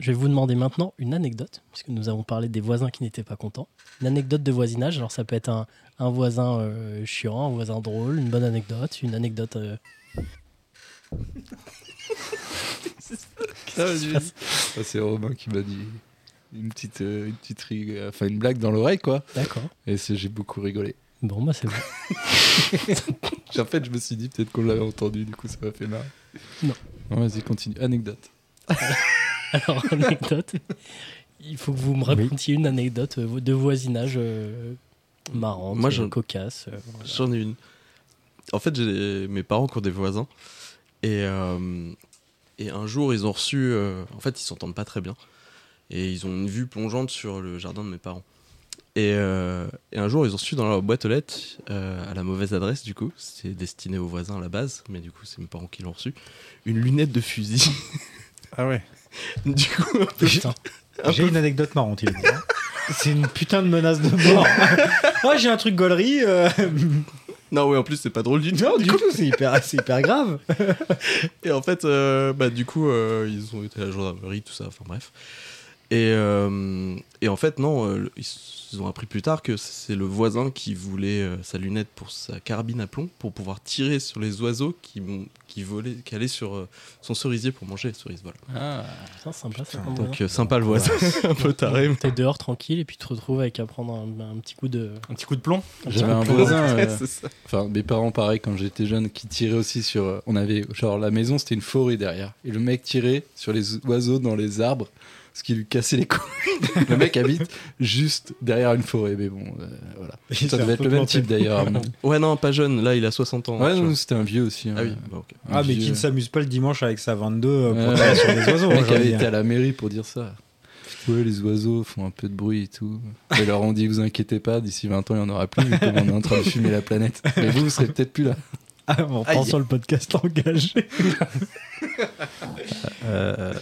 Speaker 3: Je vais vous demander maintenant une anecdote, puisque nous avons parlé des voisins qui n'étaient pas contents. Une anecdote de voisinage, alors ça peut être un, un voisin euh, chiant, un voisin drôle, une bonne anecdote, une anecdote... euh,
Speaker 1: Ah, c'est Romain qui m'a dit une petite, euh, une petite rig- enfin une blague dans l'oreille quoi.
Speaker 3: D'accord.
Speaker 1: Et c'est- j'ai beaucoup rigolé.
Speaker 3: Bon, bah c'est bon.
Speaker 1: En fait, je me suis dit peut-être qu'on l'avait entendu, du coup ça m'a fait marrer.
Speaker 3: Non.
Speaker 1: Non, Vas-y, continue. Anecdote.
Speaker 3: Alors, anecdote, il faut que vous me racontiez une anecdote euh, de voisinage euh, marrante,
Speaker 5: Moi,
Speaker 3: Moi,
Speaker 5: je-
Speaker 3: cocasse. euh, voilà.
Speaker 5: J'en ai une. En fait, j'ai mes parents qui ont des voisins. Et, euh, et un jour, ils ont reçu. euh, en fait, ils s'entendent pas très bien. Et ils ont une vue plongeante sur le jardin de mes parents. Et, euh, et un jour, ils ont reçu dans leur boîte aux lettres, euh, à la mauvaise adresse du coup, c'est destiné aux voisins à la base, mais du coup, c'est mes parents qui l'ont reçu, une lunette de fusil.
Speaker 2: Ah ouais.
Speaker 5: du coup, un peu-
Speaker 3: Putain,
Speaker 4: J'ai une anecdote marrante, il est bon, hein. C'est une putain de menace de mort. Moi, j'ai un truc gaulerie. euh,
Speaker 5: Non, oui, en plus, c'est pas drôle du tout.
Speaker 4: Non, du coup, c'est hyper, c'est hyper grave.
Speaker 5: Et en fait, euh, bah, du coup, euh, ils ont été à la gendarmerie, tout ça, enfin bref. Et, euh, et en fait, non, euh, le- ils s- ils ont appris plus tard que c'est le voisin qui voulait euh, sa lunette pour sa carabine à plomb pour pouvoir tirer sur les oiseaux qui, mon- qui, volaient, qui allaient sur euh, son cerisier pour manger les cerises. Voilà.
Speaker 3: putain, sympa ça.
Speaker 4: Putain,
Speaker 3: comme
Speaker 5: Donc,
Speaker 3: voisin.
Speaker 5: euh, sympa le voisin, un peu taré. mais-
Speaker 3: T'es dehors tranquille et puis tu te retrouves avec à prendre un, un petit coup de...
Speaker 2: Un petit coup de plomb
Speaker 3: un petit
Speaker 1: J'avais
Speaker 3: coup
Speaker 1: un
Speaker 3: de plomb.
Speaker 1: voisin, euh,
Speaker 5: c'est ça.
Speaker 1: enfin mes parents pareil quand j'étais jeune, qui tiraient aussi sur. euh, On avait genre la maison, c'était une forêt derrière, et le mec tirait sur les oiseaux dans les arbres, ce qui lui cassait les couilles. le mec habite juste derrière une forêt, mais bon, euh, voilà.
Speaker 4: Il
Speaker 1: Ça
Speaker 4: s'est
Speaker 1: devait
Speaker 4: un
Speaker 1: être
Speaker 4: peu
Speaker 1: le même
Speaker 4: planté.
Speaker 1: type d'ailleurs. à mon-
Speaker 5: Ouais, non, pas jeune, là, il a 60 ans. hein,
Speaker 1: Ouais,
Speaker 5: tu
Speaker 1: non,
Speaker 5: vois.
Speaker 1: c'était un vieux aussi.
Speaker 5: ah
Speaker 1: ouais.
Speaker 5: oui, bah, ok.
Speaker 1: Un
Speaker 4: Ah, mais qui
Speaker 1: vieux.
Speaker 4: ne s'amuse pas le dimanche avec sa 22 euh, pour
Speaker 1: Ouais.
Speaker 4: tirer sur les oiseaux. hein.
Speaker 1: Le mec
Speaker 4: j'ai envie
Speaker 1: avait
Speaker 4: de
Speaker 1: été à
Speaker 4: dire.
Speaker 1: la mairie pour dire ça. Ouais, les oiseaux font un peu de bruit et tout. Et leur on dit, vous inquiétez pas, d'ici 20 ans, il n'y en aura plus, vu qu'on est en train de fumer la planète. Mais vous, vous serez peut-être plus là.
Speaker 4: Ah, on reprend sur le podcast engagé.
Speaker 2: Euh,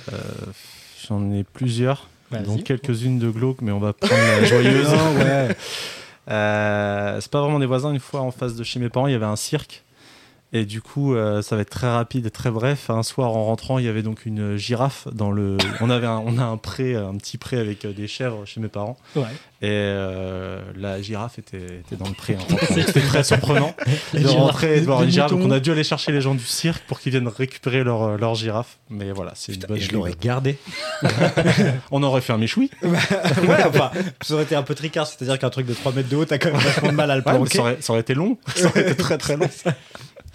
Speaker 2: J'en ai plusieurs,
Speaker 3: Vas-y.
Speaker 2: dont quelques-unes de glauques, mais on va prendre la joyeuse.
Speaker 4: Non, ouais.
Speaker 2: Euh, c'est pas vraiment des voisins. Une fois en face de chez mes parents, il y avait un cirque. Et du coup, euh, ça va être très rapide et très bref. Un soir, en rentrant, il y avait donc une girafe dans le. On avait, un- on a un pré, un petit pré avec euh, des chèvres chez mes parents.
Speaker 3: Ouais.
Speaker 2: Et euh, la girafe était, était dans le pré. en rentrant. C'était très surprenant de
Speaker 3: girafe.
Speaker 2: rentrer et de voir
Speaker 1: Des
Speaker 2: une girafe. Donc
Speaker 1: moutons.
Speaker 2: on a dû aller chercher les gens du cirque pour qu'ils viennent récupérer leur, euh, leur girafe. Mais voilà, c'est une
Speaker 4: Putain,
Speaker 2: bonne.
Speaker 4: et je
Speaker 2: anecdote.
Speaker 4: l'aurais gardé.
Speaker 2: On aurait fait un méchoui.
Speaker 4: voilà, enfin, ça aurait été un peu tricard, c'est-à-dire qu'un truc de 3 mètres de haut, t'as quand même vachement de mal à le
Speaker 2: Ouais, mais
Speaker 4: planquer.
Speaker 2: ça, aurait, ça aurait été long. Ça aurait été très très long.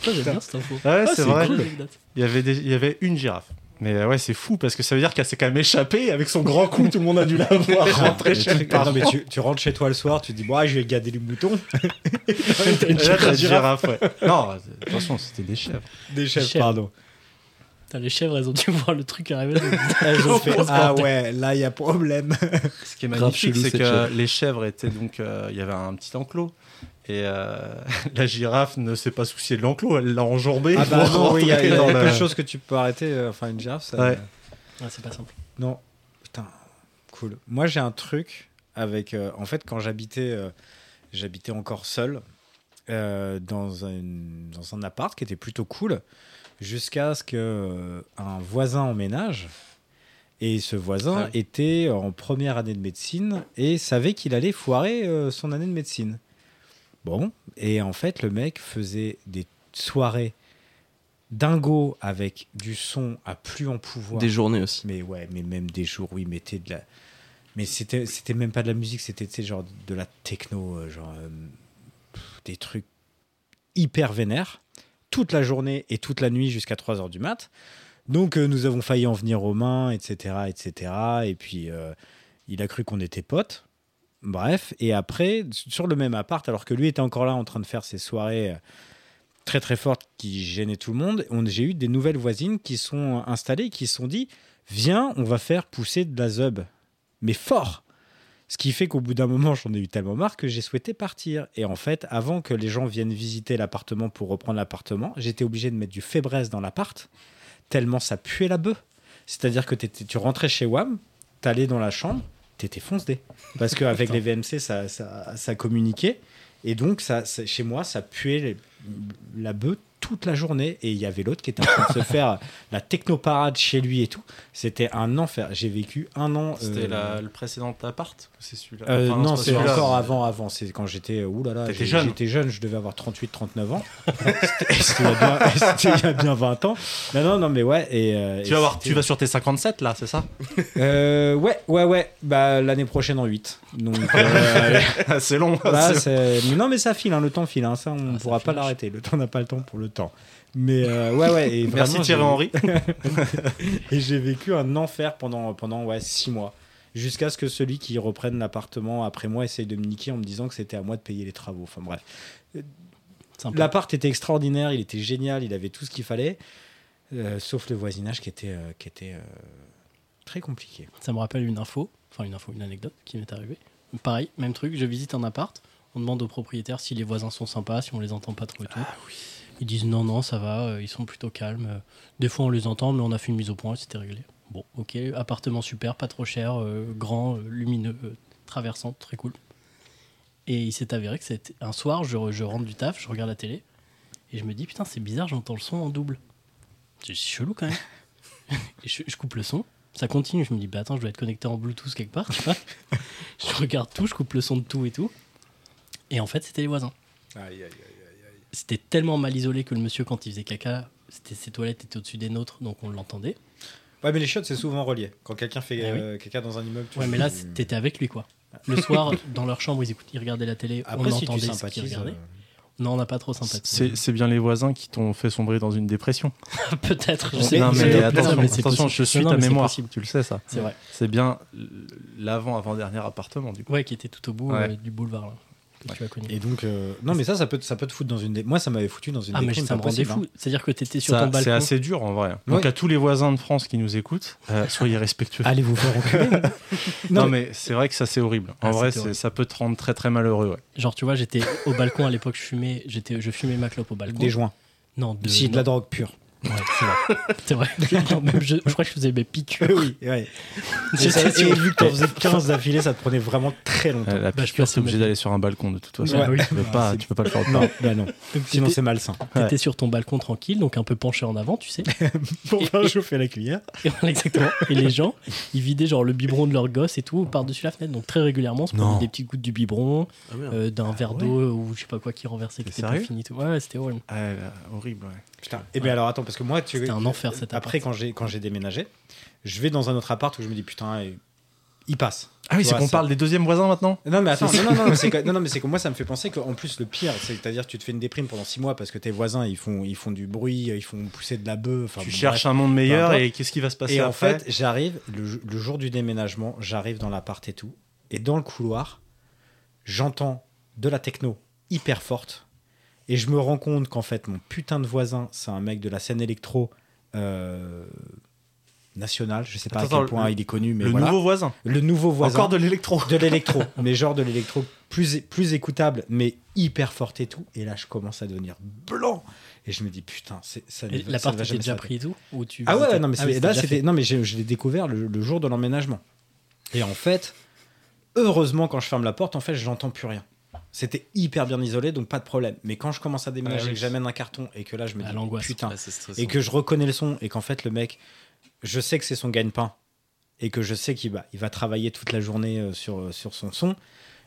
Speaker 3: Ça, j'aime bien cette info.
Speaker 2: Ouais,
Speaker 3: Ah,
Speaker 2: c'est vrai.
Speaker 3: une anecdote.
Speaker 2: Il y, avait des- il y avait une girafe. Mais euh, ouais, c'est fou parce que ça veut dire qu'elle s'est quand même échappée et avec son grand coup, tout le monde a dû la voir rentrer chez les
Speaker 4: Ah, non,
Speaker 2: parents.
Speaker 4: mais tu, tu rentres chez toi le soir, tu te dis, bon, ah, je vais garder les moutons.
Speaker 2: Et là, t'as
Speaker 4: Une
Speaker 2: une
Speaker 4: girafe.
Speaker 2: girafe, ouais. Non, euh, attention, c'était des chèvres.
Speaker 4: Des chefs,
Speaker 3: Chèvre.
Speaker 4: pardon.
Speaker 3: Putain, les chèvres, elles ont dû voir le truc arriver.
Speaker 4: Elles ont fait,
Speaker 3: Comment ça
Speaker 4: ah
Speaker 3: se
Speaker 4: ouais, là, il y a problème.
Speaker 2: Ce qui est
Speaker 1: Grave
Speaker 2: magnifique,
Speaker 1: chelou,
Speaker 2: c'est
Speaker 1: cette
Speaker 2: que
Speaker 1: chèvre.
Speaker 2: les chèvres étaient donc. euh, Il y avait un petit enclos. Et euh, la girafe ne s'est pas souciée de l'enclos, elle l'a enjambé.
Speaker 4: Ah bah
Speaker 2: pour
Speaker 4: non, oui, il y a,
Speaker 2: rentrer
Speaker 4: il y a
Speaker 2: dans
Speaker 4: quelque
Speaker 2: le-
Speaker 4: chose que tu peux arrêter. euh, Enfin, une girafe, ça.
Speaker 2: Ouais.
Speaker 3: Ouais, c'est pas simple.
Speaker 4: Non. Putain, cool. Moi, j'ai un truc avec. euh, en fait, quand j'habitais, euh, j'habitais encore seul euh, dans, un, dans un appart qui était plutôt cool, jusqu'à ce que euh, un voisin emménage. Et ce voisin
Speaker 5: Ah
Speaker 4: était en première année de médecine et savait qu'il allait foirer euh, son année de médecine. Bon, et en fait, le mec faisait des soirées dingo avec du son à plus en pouvoir.
Speaker 5: Des journées aussi.
Speaker 4: Mais ouais, mais même des jours où ils mettaient de la. Mais c'était c'était même pas de la musique, c'était tu sais, genre de la techno, euh, genre euh, pff, des trucs hyper vénères, toute la journée et toute la nuit jusqu'à 3 heures du mat. Donc euh, nous avons failli en venir aux mains, etc. etc. Et puis euh, il a cru qu'on était potes. Bref, et après, sur le même appart, alors que lui était encore là en train de faire ses soirées euh, très très fortes qui gênaient tout le monde, on- j'ai eu des nouvelles voisines qui sont installées, qui se sont dit Viens, on va faire pousser de la zeub. Mais fort Ce qui fait qu'au bout d'un moment, j'en ai eu tellement marre que j'ai souhaité partir. Et en fait, avant que les gens viennent visiter l'appartement pour reprendre l'appartement, j'étais obligé de mettre du fébreze dans l'appart, tellement ça puait la bœuf. C'est-à-dire que t'étais- tu rentrais chez WAM, t'allais dans la chambre, t'étais foncedé. Parce qu'avec les VMC, ça, ça, ça communiquait. Et donc, ça, ça- chez moi, ça puait les- la bœuf toute la journée. Et il y avait l'autre qui était en train de se faire la technoparade chez lui et tout. C'était un enfer. J'ai vécu un an.
Speaker 2: C'était
Speaker 4: euh,
Speaker 2: la- le précédent appart ou c'est celui-là
Speaker 4: euh,
Speaker 2: Enfin,
Speaker 4: non,
Speaker 2: pas
Speaker 4: c'est
Speaker 2: celui-là.
Speaker 4: encore avant, avant. C'est quand j'étais. euh, Oulala,
Speaker 2: T'étais jeune.
Speaker 4: j'étais jeune, je devais avoir 38, 39 ans. C'était- C'était il, y a bien- c'était il y a bien 20 ans. Non, non, non, mais ouais. Et, euh,
Speaker 2: Tu
Speaker 4: et
Speaker 2: vas, voir,
Speaker 4: c'était-
Speaker 2: tu vas sur tes 57 là, c'est ça
Speaker 4: Euh, ouais, ouais, ouais. Bah, l'année prochaine en 8. Donc, euh,
Speaker 2: Ah, C'est long.
Speaker 4: voilà,
Speaker 2: Bah, c'est- Ah,
Speaker 4: c'est- mais non, mais ça file, hein, le temps file. hein, ça, on ne
Speaker 3: ça
Speaker 4: pourra pas
Speaker 3: file.
Speaker 4: l'arrêter. Le temps n'a pas le temps pour le temps. Mais euh, ouais, ouais. Et
Speaker 2: Merci
Speaker 4: vraiment,
Speaker 2: Thierry
Speaker 4: j'ai-
Speaker 2: Henry.
Speaker 4: Et j'ai vécu un enfer pendant, pendant ouais, six mois. Jusqu'à ce que celui qui reprenne l'appartement après moi essaye de me niquer en me disant que c'était à moi de payer les travaux. Enfin bref.
Speaker 3: Sympa.
Speaker 4: L'appart était extraordinaire, il était génial, il avait tout ce qu'il fallait, euh, sauf le voisinage qui était, euh, qui était euh, très compliqué.
Speaker 3: Ça me rappelle une info, enfin une info, une anecdote qui m'est arrivée. Pareil, même truc, je visite un appart, on demande au propriétaire si les voisins sont sympas, si on les entend pas trop et tout. Ils disent non, non, ça va, euh, ils sont plutôt calmes. euh, Des fois on les entend, mais on a fait une mise au point et c'était réglé. Bon, ok, appartement super, pas trop cher, euh, grand, euh, lumineux, euh, traversant, très cool. Et il s'est avéré que c'était un soir, je, re- je rentre du taf, je regarde la télé et je me dis putain, c'est bizarre, j'entends le son en double. C'est chelou quand même. et je- je coupe le son ça continue. Je me dis, bah attends, je dois être connecté en Bluetooth quelque part. tu vois. je regarde tout, je coupe le son de tout et tout. Et en fait, c'était les voisins. C'était tellement mal isolé que le monsieur, quand il faisait caca, c'était, ses toilettes étaient au-dessus des nôtres, donc on l'entendait.
Speaker 4: Ouais, mais les chiottes, c'est souvent relié. Quand quelqu'un fait
Speaker 3: Eh oui.
Speaker 4: euh, caca dans un immeuble, tu
Speaker 3: Ouais, mais là,
Speaker 2: Hmm.
Speaker 3: c'est- t'étais avec lui, quoi. Le soir, dans leur chambre, ils, écoutaient, ils regardaient la télé, on
Speaker 4: Après, si tu
Speaker 3: entendait ce qu'ils
Speaker 4: sympathises.
Speaker 3: regardaient.
Speaker 4: euh,
Speaker 3: Non, on n'a pas trop sympathisé.
Speaker 2: C'est c'est bien les voisins qui t'ont fait sombrer dans une dépression.
Speaker 3: Peut-être, je
Speaker 4: Non,
Speaker 3: sais
Speaker 2: non,
Speaker 3: pas.
Speaker 4: c'est
Speaker 2: mais
Speaker 4: possible.
Speaker 2: attention,
Speaker 3: Non, mais c'est
Speaker 2: attention,
Speaker 3: possible.
Speaker 2: je suis
Speaker 3: Non, non,
Speaker 2: ta
Speaker 3: mais c'est
Speaker 2: mémoire.
Speaker 3: possible.
Speaker 2: Tu le sais, ça.
Speaker 3: C'est vrai.
Speaker 2: C'est bien l'avant-avant-dernier appartement, du coup.
Speaker 3: Ouais, qui était tout au bout
Speaker 2: Ouais.
Speaker 3: euh, du boulevard, là, que tu as connu.
Speaker 4: Et donc, euh, non, mais ça, ça peut, te- ça peut te foutre dans une. dé- Moi, ça m'avait foutu dans une.
Speaker 3: Ah, mais
Speaker 4: déprime
Speaker 3: ça me
Speaker 4: pas
Speaker 3: rendait
Speaker 4: possible,
Speaker 3: fou. C'est-à-dire que t'étais sur ton
Speaker 2: hein. Ça, C'est
Speaker 3: balcon.
Speaker 2: assez dur en vrai. Donc
Speaker 4: Ouais.
Speaker 2: à tous les voisins de France qui nous écoutent, euh, soyez respectueux.
Speaker 4: hein. Allez vous faire enculer.
Speaker 2: non,
Speaker 4: non,
Speaker 2: mais c'est vrai que ça c'est horrible. En
Speaker 3: Ah,
Speaker 2: vrai,
Speaker 3: c'était
Speaker 2: c'est-
Speaker 3: horrible.
Speaker 2: ça peut te rendre très très malheureux. ouais.
Speaker 3: Genre, tu vois, j'étais au balcon à l'époque, je fumais, j'étais, je fumais ma clope au balcon.
Speaker 4: Des joints.
Speaker 3: Non, de,
Speaker 4: si, de la drogue pure.
Speaker 3: Ouais, c'est vrai. C'est vrai. Non, même je, je crois que je faisais mes piqûres.
Speaker 4: Eh oui, ouais. Et, ça-
Speaker 3: J'étais
Speaker 4: et
Speaker 3: sûr.
Speaker 4: vu que t'en faisais 15 d'affilée, ça te prenait vraiment très longtemps.
Speaker 2: La
Speaker 3: Bah, je
Speaker 2: piqûre,
Speaker 3: passe
Speaker 2: t'es obligé
Speaker 3: ma-
Speaker 2: d'aller sur un balcon de toute façon.
Speaker 3: Bah oui.
Speaker 2: Tu peux pas, tu peux pas le faire autre part.
Speaker 4: Non, bah non. Sinon, c'est malsain.
Speaker 3: T'étais sur ton balcon tranquille, donc un peu penché en avant, tu sais.
Speaker 4: Pour
Speaker 3: Et-
Speaker 4: faire
Speaker 3: et-
Speaker 4: chauffer la cuillère.
Speaker 3: Et voilà, Exactement. Et les gens, ils vidaient genre le biberon de leur gosse et tout par-dessus la fenêtre. Donc très régulièrement, on se
Speaker 2: Non.
Speaker 3: prenaient des petites gouttes du biberon,
Speaker 5: Ah, merde.
Speaker 3: euh, d'un verre d'eau euh, ou je sais pas quoi qui renversait, qui
Speaker 2: T'es
Speaker 3: était pas
Speaker 2: sérieux
Speaker 3: fini. et Tout. Ouais, ouais, c'était horrible.
Speaker 2: Ah, là, horrible, ouais.
Speaker 4: Putain. Et bien Eh ben alors, attends, parce que moi, tu
Speaker 3: C'était un enfer cet appart.
Speaker 4: Après, quand j'ai quand j'ai déménagé, je vais dans un autre appart où je me dis putain, et- il passe.
Speaker 2: Ah oui,
Speaker 4: Tu
Speaker 2: c'est
Speaker 4: vois,
Speaker 2: qu'on
Speaker 4: ça-
Speaker 2: parle des deuxièmes voisins maintenant
Speaker 4: Non mais attends, non, non, non, mais c'est que, non, non, mais c'est que moi ça me fait penser qu'en plus le pire, c'est-à-dire tu te fais une déprime pendant 6 mois parce que tes voisins ils font, ils font du bruit, ils font pousser de la bœuf. enfin,
Speaker 2: Tu
Speaker 4: bon,
Speaker 2: cherches un monde meilleur
Speaker 4: Peu
Speaker 2: et qu'est-ce qui va se passer
Speaker 4: Et en
Speaker 2: après
Speaker 4: fait, j'arrive, le, jou- le jour du déménagement, j'arrive dans l'appart et tout. Et dans le couloir, j'entends de la techno hyper forte. Et je me rends compte qu'en fait, mon putain de voisin, c'est un mec de la scène électro euh, nationale. Je sais pas
Speaker 2: Attends,
Speaker 4: à
Speaker 2: attends,
Speaker 4: quel point
Speaker 2: le-
Speaker 4: il est connu, mais
Speaker 2: le
Speaker 4: voilà.
Speaker 2: nouveau voisin.
Speaker 4: le nouveau voisin.
Speaker 2: Encore de l'électro.
Speaker 4: de l'électro, mais genre de l'électro plus, plus écoutable, mais hyper forte et tout. Et là, je commence à devenir blanc. Et je me dis, putain, c'est- ça ne
Speaker 3: Et
Speaker 4: va- ça
Speaker 3: L'appart
Speaker 4: ne va
Speaker 3: était
Speaker 4: jamais
Speaker 3: déjà
Speaker 4: s'arrêter.
Speaker 3: pris et tout ou tu
Speaker 4: Ah ouais,
Speaker 3: visitais
Speaker 4: non, mais c'est-
Speaker 3: oui,
Speaker 4: là,
Speaker 3: déjà
Speaker 4: c'était.
Speaker 3: fait.
Speaker 4: Non, mais j'ai- je l'ai découvert le, le jour de l'emménagement. Et en fait, heureusement, quand je ferme la porte, en fait, j'entends plus rien. C'était hyper bien isolé, donc pas de problème. Mais quand je commence à déménager,
Speaker 3: Ah oui.
Speaker 4: que j'amène un carton et que là, je me
Speaker 3: Ah,
Speaker 4: dis,
Speaker 3: l'angoisse.
Speaker 4: putain,
Speaker 5: Ah, c'est stressant.
Speaker 4: et que je reconnais le son et qu'en fait, le mec, je sais que c'est son gagne-pain et que je sais qu'il va, il va travailler toute la journée euh, sur, euh, sur son son,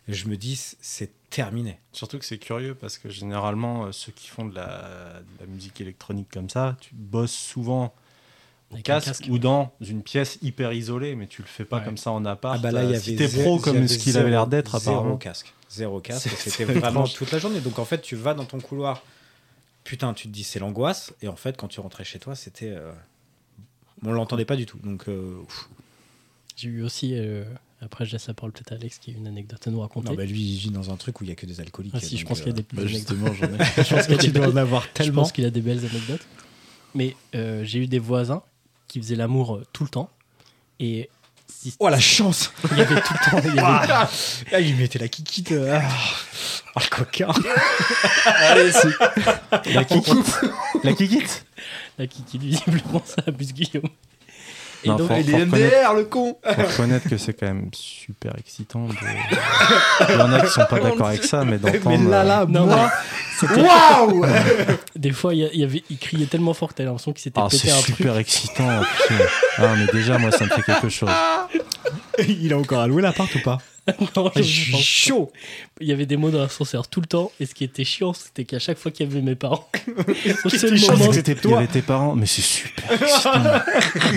Speaker 4: je me dis, c'est terminé.
Speaker 2: Surtout que c'est curieux parce que généralement, euh, ceux qui font de la, de la musique électronique comme ça, tu bosses souvent au
Speaker 3: Avec un
Speaker 2: casque,
Speaker 3: casque.
Speaker 2: ou dans une pièce hyper isolée, mais tu le fais pas
Speaker 3: Ouais.
Speaker 2: comme ça en appart.
Speaker 4: Ah bah là, il y
Speaker 2: Euh,
Speaker 4: avait
Speaker 2: si t'es
Speaker 4: zé-
Speaker 2: pro
Speaker 4: il y
Speaker 2: comme
Speaker 4: avait
Speaker 2: ce qu'il avait l'air d'être,
Speaker 4: zéro
Speaker 2: apparemment.
Speaker 4: casque. Zéro casque.
Speaker 2: C'est-
Speaker 4: et C'était
Speaker 2: c'est
Speaker 4: vraiment
Speaker 2: étrange.
Speaker 4: toute la journée. Donc en fait, tu vas dans ton couloir. Putain, tu te dis c'est l'angoisse. Et en fait, quand tu rentrais chez toi, c'était. euh, On l'entendait pas du tout. Donc euh, ouf.
Speaker 3: J'ai eu aussi. euh, Après, je laisse la parole peut-être à Alex qui a une anecdote à nous raconter.
Speaker 4: non, bah lui, il vit dans un truc où il y a que des alcooliques. euh,
Speaker 3: Ah si, je pense qu'il y a des petites
Speaker 1: Bah,
Speaker 3: anecdotes.
Speaker 1: justement, j'en ai.
Speaker 3: Je pense qu'il y a des
Speaker 4: Tu dois en avoir
Speaker 3: Je
Speaker 4: tellement.
Speaker 3: pense qu'il a des belles anecdotes. Mais euh, j'ai eu des voisins qui faisaient l'amour euh, tout le temps. Et si-
Speaker 4: Oh la chance
Speaker 3: il y avait tout le temps. il y avait-
Speaker 4: Ah, il mettait la kikite. euh, Ah, Ah, le coquin
Speaker 2: La kikite La kikite
Speaker 3: la kiki, visiblement, ça abuse Guillaume. Et
Speaker 2: Non,
Speaker 3: donc,
Speaker 2: faut-
Speaker 3: il est-
Speaker 2: faut reconnaître-
Speaker 4: le con
Speaker 2: faut reconnaître que c'est quand même super excitant. de- Il y en a qui sont pas d'accord avec ça, mais
Speaker 4: Mais
Speaker 2: d'entendre. euh,
Speaker 4: là, là,
Speaker 3: Non,
Speaker 4: moi
Speaker 3: c'était-
Speaker 4: Waouh
Speaker 3: des fois, il, y a- il y avait, il criait tellement fort que t'avais l'impression qu'il s'était
Speaker 2: Ah, c'est
Speaker 3: pété un truc.
Speaker 2: super excitant. putain. Ah, mais déjà, moi, ça me fait quelque chose.
Speaker 4: Il a encore alloué l'appart ou pas
Speaker 3: Non, je
Speaker 2: Ah,
Speaker 4: Je suis
Speaker 3: pense.
Speaker 4: chaud
Speaker 3: Il y avait des mots dans l'ascenseur tout le temps. Et ce qui était chiant, c'était qu'à chaque fois qu'il y avait mes parents, au
Speaker 4: qui
Speaker 3: seul
Speaker 4: était chiant,
Speaker 3: moment,
Speaker 4: c'est que
Speaker 2: Il y avait tes parents, mais c'est super excitant.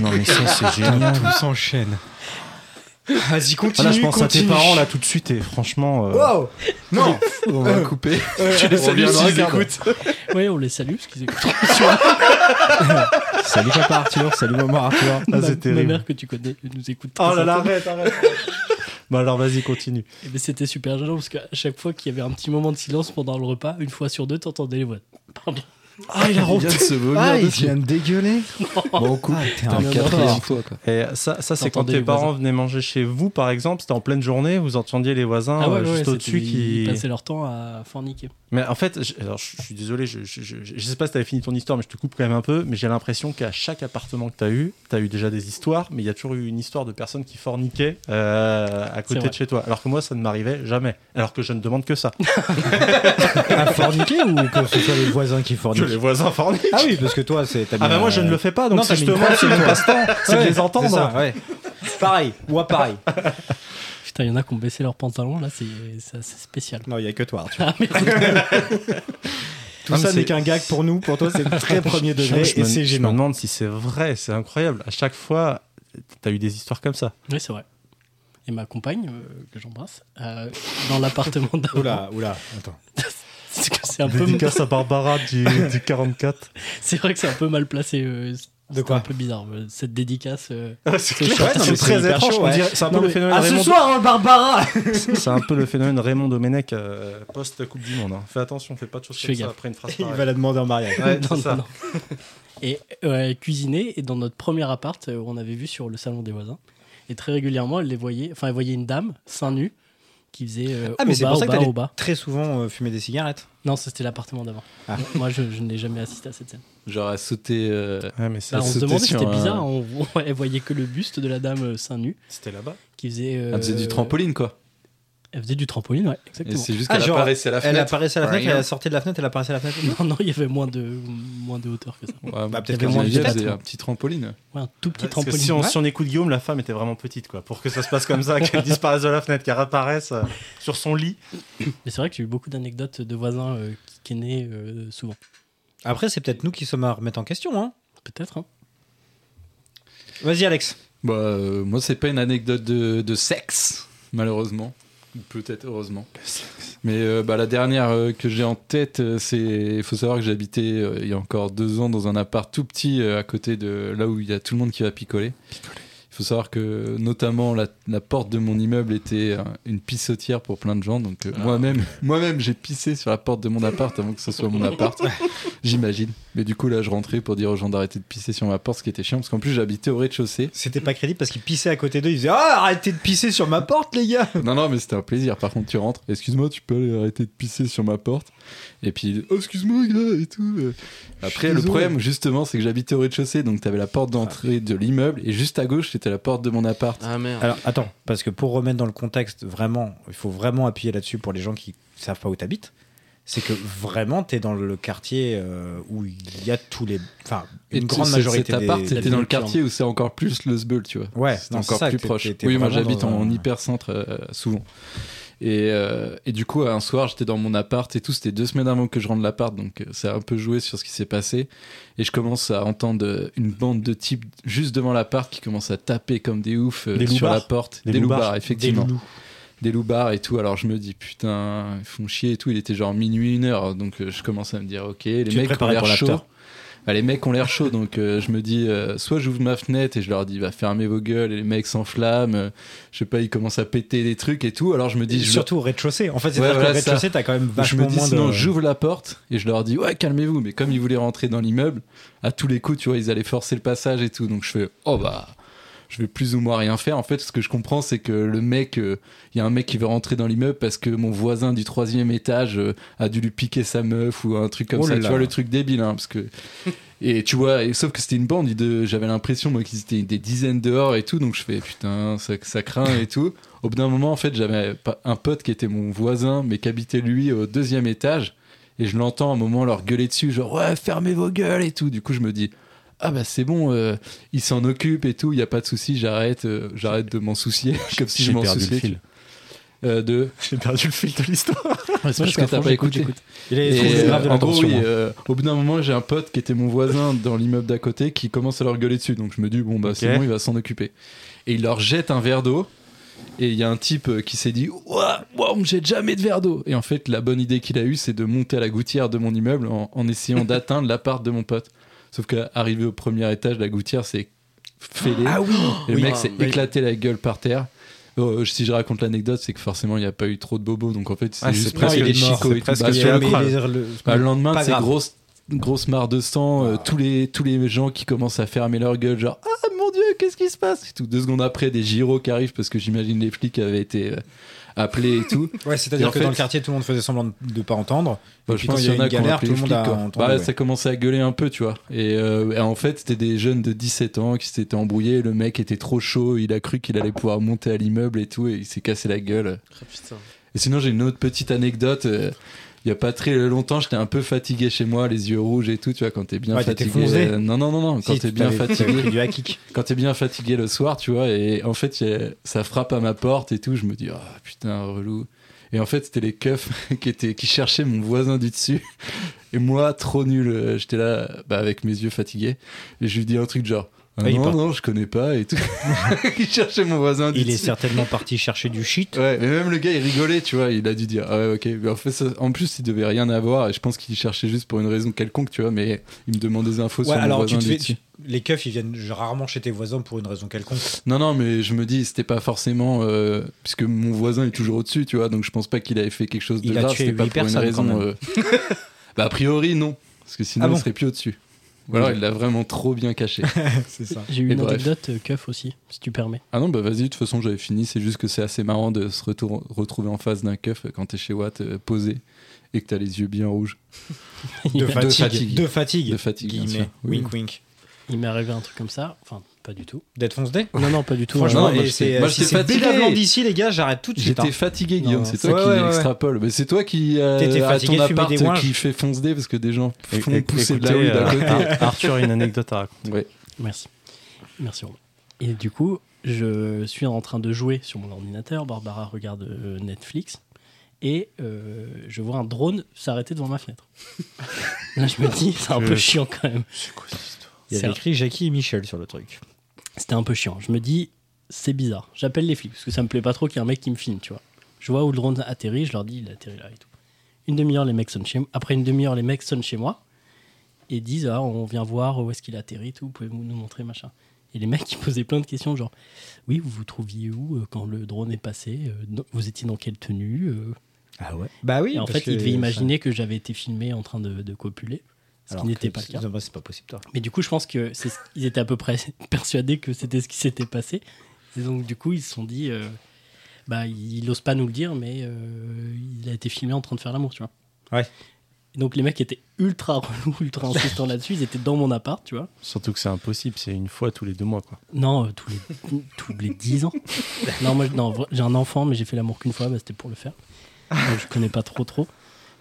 Speaker 2: non, mais ça, c'est génial.
Speaker 4: Tout Ah, s'enchaîne. Vas-y, continue.
Speaker 2: Ah, là, je pense à tes
Speaker 4: continue.
Speaker 2: parents, là, tout de suite, et franchement. euh,
Speaker 4: Wow Non
Speaker 1: On va couper.
Speaker 5: je les salue
Speaker 1: reviendra,
Speaker 5: s'ils
Speaker 1: regarde.
Speaker 5: écoutent.
Speaker 3: ouais, on les salue parce qu'ils
Speaker 2: Ah,
Speaker 3: écoutent.
Speaker 4: Salut papa Arthur, salut maman Arthur.
Speaker 2: Ah,
Speaker 3: ma,
Speaker 2: c'est
Speaker 3: ma
Speaker 2: terrible.
Speaker 3: mère que tu connais nous écoute.
Speaker 2: Oh
Speaker 3: très
Speaker 2: là là, arrête, arrête. bah alors, vas-y, continue.
Speaker 3: Eh ben, c'était super gênant parce qu'à chaque fois qu'il y avait un petit moment de silence pendant le repas, une fois sur deux, t'entendais les voix. Pardon.
Speaker 1: Ah, il a vient de se vomir dessus.
Speaker 4: de dégueuler.
Speaker 1: Bon, coupe.
Speaker 4: t'es
Speaker 1: T'as un
Speaker 3: Non,
Speaker 1: quatrième
Speaker 3: non.
Speaker 1: toi, quoi.
Speaker 2: Et ça, ça c'est quand
Speaker 3: T'entendais
Speaker 2: tes
Speaker 3: les
Speaker 2: parents
Speaker 3: voisins.
Speaker 2: venaient manger chez vous, par exemple, c'était en pleine journée, vous entendiez les voisins
Speaker 4: Ah
Speaker 2: euh, juste
Speaker 3: c'était-
Speaker 2: au-dessus qui.
Speaker 3: Ils passaient leur temps à forniquer.
Speaker 2: Mais en fait, je, alors, je, je suis désolé, je, je, je- je sais pas si t'avais fini ton histoire, mais je te coupe quand même un peu. Mais j'ai l'impression qu'à chaque appartement que t'as eu, t'as eu déjà des histoires, mais il y a toujours eu une histoire de personnes qui forniquaient euh, à
Speaker 3: C'est
Speaker 2: côté
Speaker 3: vrai.
Speaker 2: de chez toi. Alors que moi, ça ne m'arrivait jamais. Alors que je ne demande que ça.
Speaker 4: À forniquer ou que ce soit les voisins qui
Speaker 2: que les
Speaker 4: forniquent
Speaker 2: voisins forniquent.
Speaker 4: Ah oui, parce que toi, c'est. t'as
Speaker 2: Ah
Speaker 4: mis
Speaker 2: bah moi,
Speaker 4: un-
Speaker 2: je ne le fais pas, donc
Speaker 4: Non,
Speaker 2: c'est
Speaker 4: t'as mis une
Speaker 2: justement
Speaker 4: croix
Speaker 2: c'est
Speaker 4: sur
Speaker 2: mon
Speaker 4: toi.
Speaker 2: passe-temps, c'est de
Speaker 4: Ouais,
Speaker 2: les entendre.
Speaker 4: c'est ça, ouais. Pareil, ou à pareil.
Speaker 3: Putain, il y en a qui ont baissé leurs pantalons, là, c'est c'est assez spécial.
Speaker 4: Non, il n'y a que toi, Arthur.
Speaker 3: Ah, merde.
Speaker 4: Tout
Speaker 2: Non, mais
Speaker 4: ça
Speaker 2: c'est-
Speaker 4: n'est qu'un gag pour nous. Pour toi, c'est très premier degré
Speaker 2: Je me-
Speaker 4: et c'est
Speaker 2: Je me
Speaker 4: gênant.
Speaker 2: demande si c'est vrai, c'est incroyable. À chaque fois, t'as eu des histoires comme ça.
Speaker 3: oui, c'est vrai. Et ma compagne, euh, que j'embrasse, euh, dans l'appartement d'avant.
Speaker 4: Oula, oula, attends.
Speaker 3: C'est que c'est un peu.
Speaker 2: à Barbara du, 44.
Speaker 3: C'est vrai que c'est un peu mal placé. euh, c'est
Speaker 4: De quoi
Speaker 3: un peu bizarre, euh, cette dédicace. euh.
Speaker 2: c'est
Speaker 3: clair. Ouais, non, mais
Speaker 4: Ah, c'est hyper chaud,
Speaker 2: on
Speaker 4: ouais.
Speaker 2: dirait- C'est un, peu le phénomène
Speaker 4: À ce
Speaker 2: Raymond-
Speaker 4: soir, hein, Barbara
Speaker 2: c'est un peu le phénomène Raymond Domenech euh, post-Coupe du Monde. hein. Fais attention, fais pas de choses
Speaker 3: Je
Speaker 2: comme
Speaker 3: fais
Speaker 2: ça
Speaker 3: gaffe.
Speaker 2: après une phrase
Speaker 4: Il
Speaker 2: pareille.
Speaker 4: va la demander en mariage.
Speaker 2: Ouais,
Speaker 3: Non,
Speaker 2: c'est
Speaker 3: non,
Speaker 2: ça.
Speaker 3: non. Et euh, cuisiner, et dans notre premier appart, euh, on avait vu sur le salon des voisins, et très régulièrement, elle les voyait, enfin, elle voyait une dame, seins nus, qui faisait euh,
Speaker 4: Ah, mais
Speaker 3: au
Speaker 4: c'est
Speaker 3: bas,
Speaker 4: pour ça
Speaker 3: au
Speaker 4: que
Speaker 3: bas,
Speaker 4: t'allais
Speaker 3: au bas.
Speaker 4: très souvent euh, fumer des cigarettes.
Speaker 3: Non, ça, c'était l'appartement d'avant.
Speaker 4: Ah.
Speaker 3: Moi, je, je n'ai jamais assisté à cette scène.
Speaker 1: Genre à sauter. euh,
Speaker 2: Ouais, mais ça,
Speaker 1: Ah,
Speaker 3: Bah, on se
Speaker 1: sautait
Speaker 3: demandait,
Speaker 1: sur
Speaker 3: c'était
Speaker 1: un-
Speaker 3: bizarre. On, on- elle voyait que le buste de la dame euh, seins nus
Speaker 2: c'était là-bas.
Speaker 3: qui faisait. euh,
Speaker 1: Elle faisait du trampoline quoi.
Speaker 3: Elle faisait du trampoline, ouais,
Speaker 1: Et
Speaker 3: exactement.
Speaker 1: c'est juste
Speaker 4: Ah,
Speaker 1: qu'elle
Speaker 4: genre,
Speaker 1: apparaissait à la
Speaker 4: Elle
Speaker 1: fenêtre.
Speaker 4: apparaissait à la fenêtre, elle sortait de la fenêtre, elle apparaissait à la fenêtre.
Speaker 3: Non, non, il y avait moins de, moins de hauteur que ça.
Speaker 1: Ouais,
Speaker 4: Bah,
Speaker 1: peut-être
Speaker 4: peut-être
Speaker 1: qu'à
Speaker 4: qu'elle
Speaker 1: mon
Speaker 4: mange
Speaker 1: avis,
Speaker 4: des
Speaker 1: elle
Speaker 4: pâtes,
Speaker 1: faisait
Speaker 4: hein.
Speaker 1: un petit trampoline.
Speaker 3: Ouais, un tout petit
Speaker 2: Parce que
Speaker 3: trampoline.
Speaker 2: si on,
Speaker 3: Ouais.
Speaker 2: si on écoute Guillaume, la femme était vraiment petite, quoi. Pour que ça se passe comme ça, qu'elle disparaisse de la fenêtre, qu'elle réapparaisse euh, sur son lit.
Speaker 3: Mais c'est vrai que j'ai eu beaucoup d'anecdotes de voisins euh, qui kennaient euh, souvent.
Speaker 4: Après, c'est peut-être nous qui sommes à remettre en question. Hein.
Speaker 3: Peut-être, hein.
Speaker 4: Vas-y, Alex.
Speaker 1: Bah, euh, moi, c'est pas une anecdote de, de sexe, malheureusement. Ou Peut-être heureusement. Mais euh, bah, la dernière euh, que j'ai en tête, euh, c'est. Il faut savoir que j'habitais euh, il y a encore deux ans dans un appart tout petit euh, à côté de là où il y a tout le monde qui va picoler. Il faut savoir que notamment la, la porte de mon immeuble était euh, une pissotière pour plein de gens. Donc euh, moi-même, moi-même, j'ai pissé sur la porte de mon appart avant que ce soit mon appart. J'imagine. Mais du coup là, je rentrais pour dire aux gens d'arrêter de pisser sur ma porte, ce qui était chiant parce qu'en plus j'habitais au rez-de-chaussée.
Speaker 4: C'était pas crédible parce qu'il pissait à côté d'eux. Il disait Ah, arrêtez de pisser sur ma porte, les gars
Speaker 1: Non, non, mais c'était un plaisir. Par contre, tu rentres. Excuse-moi, tu peux aller arrêter de pisser sur ma porte. Et puis, oh, excuse-moi, gars, et tout. Euh, Après, le
Speaker 4: désolé.
Speaker 1: problème, justement, c'est que j'habitais au rez-de-chaussée. Donc, t'avais la porte d'entrée de l'immeuble. Et juste à gauche, c'était la porte de mon appart.
Speaker 5: Ah merde.
Speaker 4: Alors, attends, parce que pour remettre dans le contexte, vraiment, il faut vraiment appuyer là-dessus pour les gens qui savent pas où t'habites. C'est que vraiment, t'es dans le quartier euh, où il y a tous les. Enfin,
Speaker 1: Et
Speaker 4: une
Speaker 1: tu-
Speaker 4: grande
Speaker 1: c'est-
Speaker 4: majorité
Speaker 1: Cet
Speaker 4: des.
Speaker 1: appart,
Speaker 4: des
Speaker 1: c'était dans le
Speaker 4: habitants.
Speaker 1: quartier où c'est encore plus le sbeul, tu vois.
Speaker 4: Ouais,
Speaker 1: C'est
Speaker 4: non,
Speaker 1: encore
Speaker 4: ça,
Speaker 1: plus
Speaker 4: que t'es-
Speaker 1: proche.
Speaker 4: t'es- t'es
Speaker 1: oui, moi
Speaker 4: vraiment
Speaker 1: j'habite
Speaker 4: dans
Speaker 1: en,
Speaker 4: un-
Speaker 1: hypercentre euh, souvent. Et, euh, et du coup, un soir, j'étais dans mon appart et tout. C'était deux semaines avant que je rentre l'appart, donc euh, ça a un peu joué sur ce qui s'est passé. Et je commence à entendre euh, une bande de types juste devant l'appart qui commencent à taper comme des oufs euh,
Speaker 2: Des
Speaker 1: sur la
Speaker 2: loupards.
Speaker 1: porte.
Speaker 2: Des
Speaker 1: Des
Speaker 2: loupards.
Speaker 1: loupards, effectivement
Speaker 4: Des loulous.
Speaker 1: des loupards et tout. Alors je me dis putain, ils font chier et tout. Il était genre minuit, une heure. Donc euh, je commence à me dire ok, les
Speaker 4: te
Speaker 1: mecs ont
Speaker 4: préparais
Speaker 1: l'air
Speaker 4: pour l'after.
Speaker 1: chauds. Bah, les mecs ont l'air chauds. Donc euh, je me dis euh, soit j'ouvre ma fenêtre et je leur dis va fermer vos gueules et les mecs s'enflamment. euh, je sais pas, ils commencent à péter des trucs et tout. Alors je me dis
Speaker 4: Et
Speaker 1: je
Speaker 4: surtout au rez-de-chaussée. En fait, c'est
Speaker 1: Ouais,
Speaker 4: à
Speaker 1: voilà,
Speaker 4: au rez-de-chaussée, t'as quand même
Speaker 1: je
Speaker 4: vachement
Speaker 1: me dis
Speaker 4: moins
Speaker 1: sinon
Speaker 4: de.
Speaker 1: j'ouvre la porte et je leur dis ouais calmez-vous mais comme ils voulaient rentrer dans l'immeuble à tous les coups tu vois ils allaient forcer le passage et tout donc je fais oh bah je vais plus ou moins rien faire en fait ce que je comprends c'est que le mec euh, il y a un mec qui veut rentrer dans l'immeuble parce que mon voisin du troisième étage euh, a dû lui piquer sa meuf ou un truc comme
Speaker 4: Oh
Speaker 1: ça
Speaker 4: là
Speaker 1: tu
Speaker 4: là.
Speaker 1: vois le truc débile hein, parce que et tu vois et sauf que c'était une bande de j'avais l'impression moi qu'ils étaient des dizaines dehors et tout donc je fais putain ça, ça craint et tout au bout d'un moment, en fait, j'avais pas- un pote qui était mon voisin, mais qui habitait lui au deuxième étage. Et je l'entends à un moment leur gueuler dessus, genre ouais, fermez vos gueules et tout. Du coup, je me dis ah bah c'est bon, euh, il s'en occupe et tout, il y a pas de souci, j'arrête, euh, j'arrête de m'en soucier, comme si je
Speaker 2: J'ai
Speaker 1: m'en
Speaker 2: perdu le
Speaker 1: souciais.
Speaker 2: fil.
Speaker 1: Euh, de
Speaker 2: J'ai perdu le fil de l'histoire.
Speaker 1: parce que t'as pas écouté.
Speaker 4: Il est
Speaker 1: Et,
Speaker 4: trop
Speaker 1: euh,
Speaker 4: grave de
Speaker 1: en gros,
Speaker 4: l'attention.
Speaker 1: oui, euh, au bout d'un moment, j'ai un pote qui était mon voisin dans l'immeuble d'à côté qui commence à leur gueuler dessus. Donc je me dis, bon, bah c'est
Speaker 2: Ok.
Speaker 1: bon, il va s'en occuper. Et il leur jette un verre d'eau. Et il y a un type euh, qui s'est dit Ouah, ouah, on me jette jamais de verre d'eau. Et en fait, la bonne idée qu'il a eue, c'est de monter à la gouttière de mon immeuble en, en essayant d'atteindre l'appart de mon pote. Sauf qu'arrivé au premier étage, la gouttière s'est fêlée. Et le
Speaker 5: Oui.
Speaker 1: mec
Speaker 5: Ah,
Speaker 1: s'est
Speaker 5: oui.
Speaker 1: éclaté la gueule par terre. Euh, si je raconte l'anecdote, c'est que forcément, il n'y a pas eu trop de bobos. Donc en fait, hein. c'est
Speaker 2: Ah, c'est
Speaker 1: juste
Speaker 2: presque
Speaker 1: presque
Speaker 4: il est
Speaker 1: des
Speaker 4: mort,
Speaker 1: chicots
Speaker 2: c'est
Speaker 1: et tout.
Speaker 2: presque
Speaker 1: Bah,
Speaker 2: il est
Speaker 1: sur le coup,
Speaker 2: incroyable.
Speaker 1: bah, le lendemain,
Speaker 4: Pas
Speaker 1: c'est
Speaker 4: grave.
Speaker 1: grosse grosse mare de sang, euh,
Speaker 4: Ah.
Speaker 1: tous les tous les gens qui commencent à fermer leur gueule, genre ah mon dieu qu'est-ce qui se passe et tout. Deux secondes après, des gyros qui arrivent parce que j'imagine les flics avaient été euh, appelés et tout.
Speaker 4: Ouais,
Speaker 1: Et
Speaker 4: c'est-à-dire
Speaker 1: en
Speaker 4: que
Speaker 1: fait-
Speaker 4: dans le quartier, tout le monde faisait semblant de pas entendre.
Speaker 1: Bah,
Speaker 4: Et
Speaker 1: je
Speaker 4: puis
Speaker 1: pense
Speaker 4: quand
Speaker 1: qu'il y en a
Speaker 4: une
Speaker 1: qui ont
Speaker 4: galère,
Speaker 1: appelé
Speaker 4: tout
Speaker 1: les
Speaker 4: le monde
Speaker 1: flics,
Speaker 4: a
Speaker 1: quoi.
Speaker 4: entendu.
Speaker 1: Bah,
Speaker 4: ouais.
Speaker 1: Ça commençait à gueuler un peu, tu vois. Et, euh, et en fait, c'était des jeunes de 17 ans qui s'étaient embrouillés. Le mec était trop chaud, il a cru qu'il allait pouvoir monter à l'immeuble et tout, et il s'est cassé la gueule.
Speaker 5: Ah, putain.
Speaker 1: Et sinon, j'ai une autre petite anecdote. euh, Il y a pas très longtemps, j'étais un peu fatigué chez moi, les yeux rouges et tout, tu vois, quand t'es bien
Speaker 4: Ouais, t'étais
Speaker 1: fatigué.
Speaker 4: fonzé.
Speaker 1: euh, Non, non, non, non,
Speaker 4: Si,
Speaker 1: quand t'es bien
Speaker 4: t'avais- t'avais
Speaker 1: fatigué,
Speaker 4: pris du hack-kick.
Speaker 1: quand t'es bien fatigué le soir, tu vois, et en fait, il y a- ça frappe à ma porte et tout, je me dis, ah putain, relou. Et en fait, c'était les keufs qui, étaient, qui cherchaient mon voisin du dessus. Et moi, trop nul, euh, j'étais là bah, avec mes yeux fatigués. Et je lui dis un truc genre, ah,
Speaker 4: Ah, il
Speaker 1: non,
Speaker 4: part.
Speaker 1: non, je connais pas et tout. Ils cherchaient mon voisin du
Speaker 4: Il est
Speaker 1: dessus.
Speaker 4: certainement parti chercher du shit.
Speaker 1: Ouais, mais même le gars, il rigolait, tu vois. Il a dû dire, ah ouais, ok. Mais en, fait, ça- en plus, il devait rien avoir. Et je pense qu'il cherchait juste pour une raison quelconque, tu vois. Mais il me demandait des infos
Speaker 4: Ouais,
Speaker 1: sur mon
Speaker 4: alors tu
Speaker 1: voisin
Speaker 4: te
Speaker 1: du
Speaker 4: fais.
Speaker 1: dessus.
Speaker 4: tu- Les keufs, ils viennent rarement chez tes voisins pour une raison quelconque.
Speaker 1: Non, non, mais je me dis, c'était pas forcément. euh, puisque mon voisin est toujours au-dessus, tu vois. Donc je pense pas qu'il avait fait quelque chose de
Speaker 4: Il a
Speaker 1: grave.
Speaker 4: tué
Speaker 1: C'était pas
Speaker 4: huit
Speaker 1: pour une
Speaker 4: personnes, quand
Speaker 1: raison. euh, bah, a priori, non. Parce que sinon,
Speaker 4: Ah bon
Speaker 1: il serait plus au-dessus. Ou alors, il l'a vraiment trop bien caché.
Speaker 4: C'est ça.
Speaker 3: J'ai eu
Speaker 1: Et
Speaker 3: une
Speaker 1: bref.
Speaker 3: anecdote euh, keuf aussi, si tu permets.
Speaker 1: ah non, bah vas-y, de toute façon, j'avais fini. C'est juste que c'est assez marrant de se retour- retrouver en face d'un keuf quand t'es chez Watt euh, posé. et que t'as les yeux bien rouges.
Speaker 4: De
Speaker 1: De
Speaker 4: fatigue.
Speaker 1: fatigue.
Speaker 4: De fatigue.
Speaker 1: De fatigue, bien
Speaker 4: Guillemets.
Speaker 1: sûr. Oui.
Speaker 4: Wink, wink.
Speaker 3: Il m'est arrivé un truc comme ça. Enfin, pas du tout.
Speaker 4: D'être foncedé
Speaker 3: Non, non, pas du tout. euh,
Speaker 1: Franchement,
Speaker 3: Non,
Speaker 4: Franchement,
Speaker 1: moi,
Speaker 4: et
Speaker 1: j'étais-
Speaker 4: c'est- euh,
Speaker 1: moi,
Speaker 4: si
Speaker 1: j'étais
Speaker 4: c'est
Speaker 1: fatigué.
Speaker 4: bédablant d'ici, les gars, j'arrête tout de suite.
Speaker 1: J'étais
Speaker 4: hein.
Speaker 1: fatigué,
Speaker 4: Non,
Speaker 1: Guillaume. C'est
Speaker 4: ouais,
Speaker 1: toi qui
Speaker 4: ouais, ouais.
Speaker 1: extrapole. Mais c'est toi qui euh,
Speaker 4: T'étais
Speaker 1: à
Speaker 4: fatigué
Speaker 1: ton
Speaker 4: de fumer
Speaker 1: appart
Speaker 4: des ouinges.
Speaker 1: qui fait fonce dé parce que des gens
Speaker 2: É-
Speaker 1: font
Speaker 2: é-
Speaker 1: pousser de la
Speaker 2: écoutez,
Speaker 1: weed à côté.
Speaker 2: euh, Ar- Arthur a une anecdote à raconter.
Speaker 1: ah. Ouais.
Speaker 3: Merci. Merci Romain. Et du coup, je suis en train de jouer sur mon ordinateur. Barbara regarde euh, Netflix. Et euh, je vois un drone s'arrêter devant ma fenêtre. Là, je me dis, c'est un
Speaker 2: Je-
Speaker 3: peu chiant quand même.
Speaker 4: Il y
Speaker 3: C'est
Speaker 4: avait écrit Jackie et Michel sur le truc.
Speaker 3: C'était un peu chiant. Je me dis, c'est bizarre. J'appelle les flics parce que ça me plaît pas trop qu'il y ait un mec qui me filme, tu vois. Je vois où le drone atterrit, je leur dis, il atterrit là et tout. Une demi-heure, les mecs sonnent chez moi. Après une demi-heure, les mecs sonnent chez moi et disent, ah, on vient voir où est-ce qu'il atterrit, tout, pouvez-vous nous montrer, machin. Et les mecs, ils posaient plein de questions, genre, oui, vous vous trouviez où euh, quand le drone est passé Euh, non, Vous étiez dans quelle tenue Euh,
Speaker 4: Ah ouais Bah oui.
Speaker 3: Et en
Speaker 4: parce
Speaker 3: fait, ils
Speaker 4: que
Speaker 3: devaient
Speaker 4: ça-
Speaker 3: imaginer que j'avais été filmé en train de, de copuler, ce
Speaker 4: Alors
Speaker 3: qui
Speaker 4: que
Speaker 3: n'était pas le
Speaker 4: c'est-
Speaker 3: cas.
Speaker 4: non, bah, C'est pas possible, toi.
Speaker 3: Mais du coup, je pense que c'est ce- ils étaient à peu près persuadés que c'était ce qui s'était passé. Et donc, du coup, ils se sont dit, euh, bah, il n'ose pas nous le dire, mais euh, il a été filmé en train de faire l'amour, tu vois.
Speaker 4: Ouais.
Speaker 3: Et donc, les mecs étaient ultra relous, ultra insistants là-dessus. Ils étaient dans mon appart, tu vois.
Speaker 2: Surtout que c'est impossible, c'est une fois tous les deux mois. Quoi.
Speaker 3: Non, euh, tous les tous les 10 ans. Non, moi, je- non, vra- j'ai un enfant, mais j'ai fait l'amour qu'une fois, bah, c'était pour le faire. Donc, je connais pas trop trop.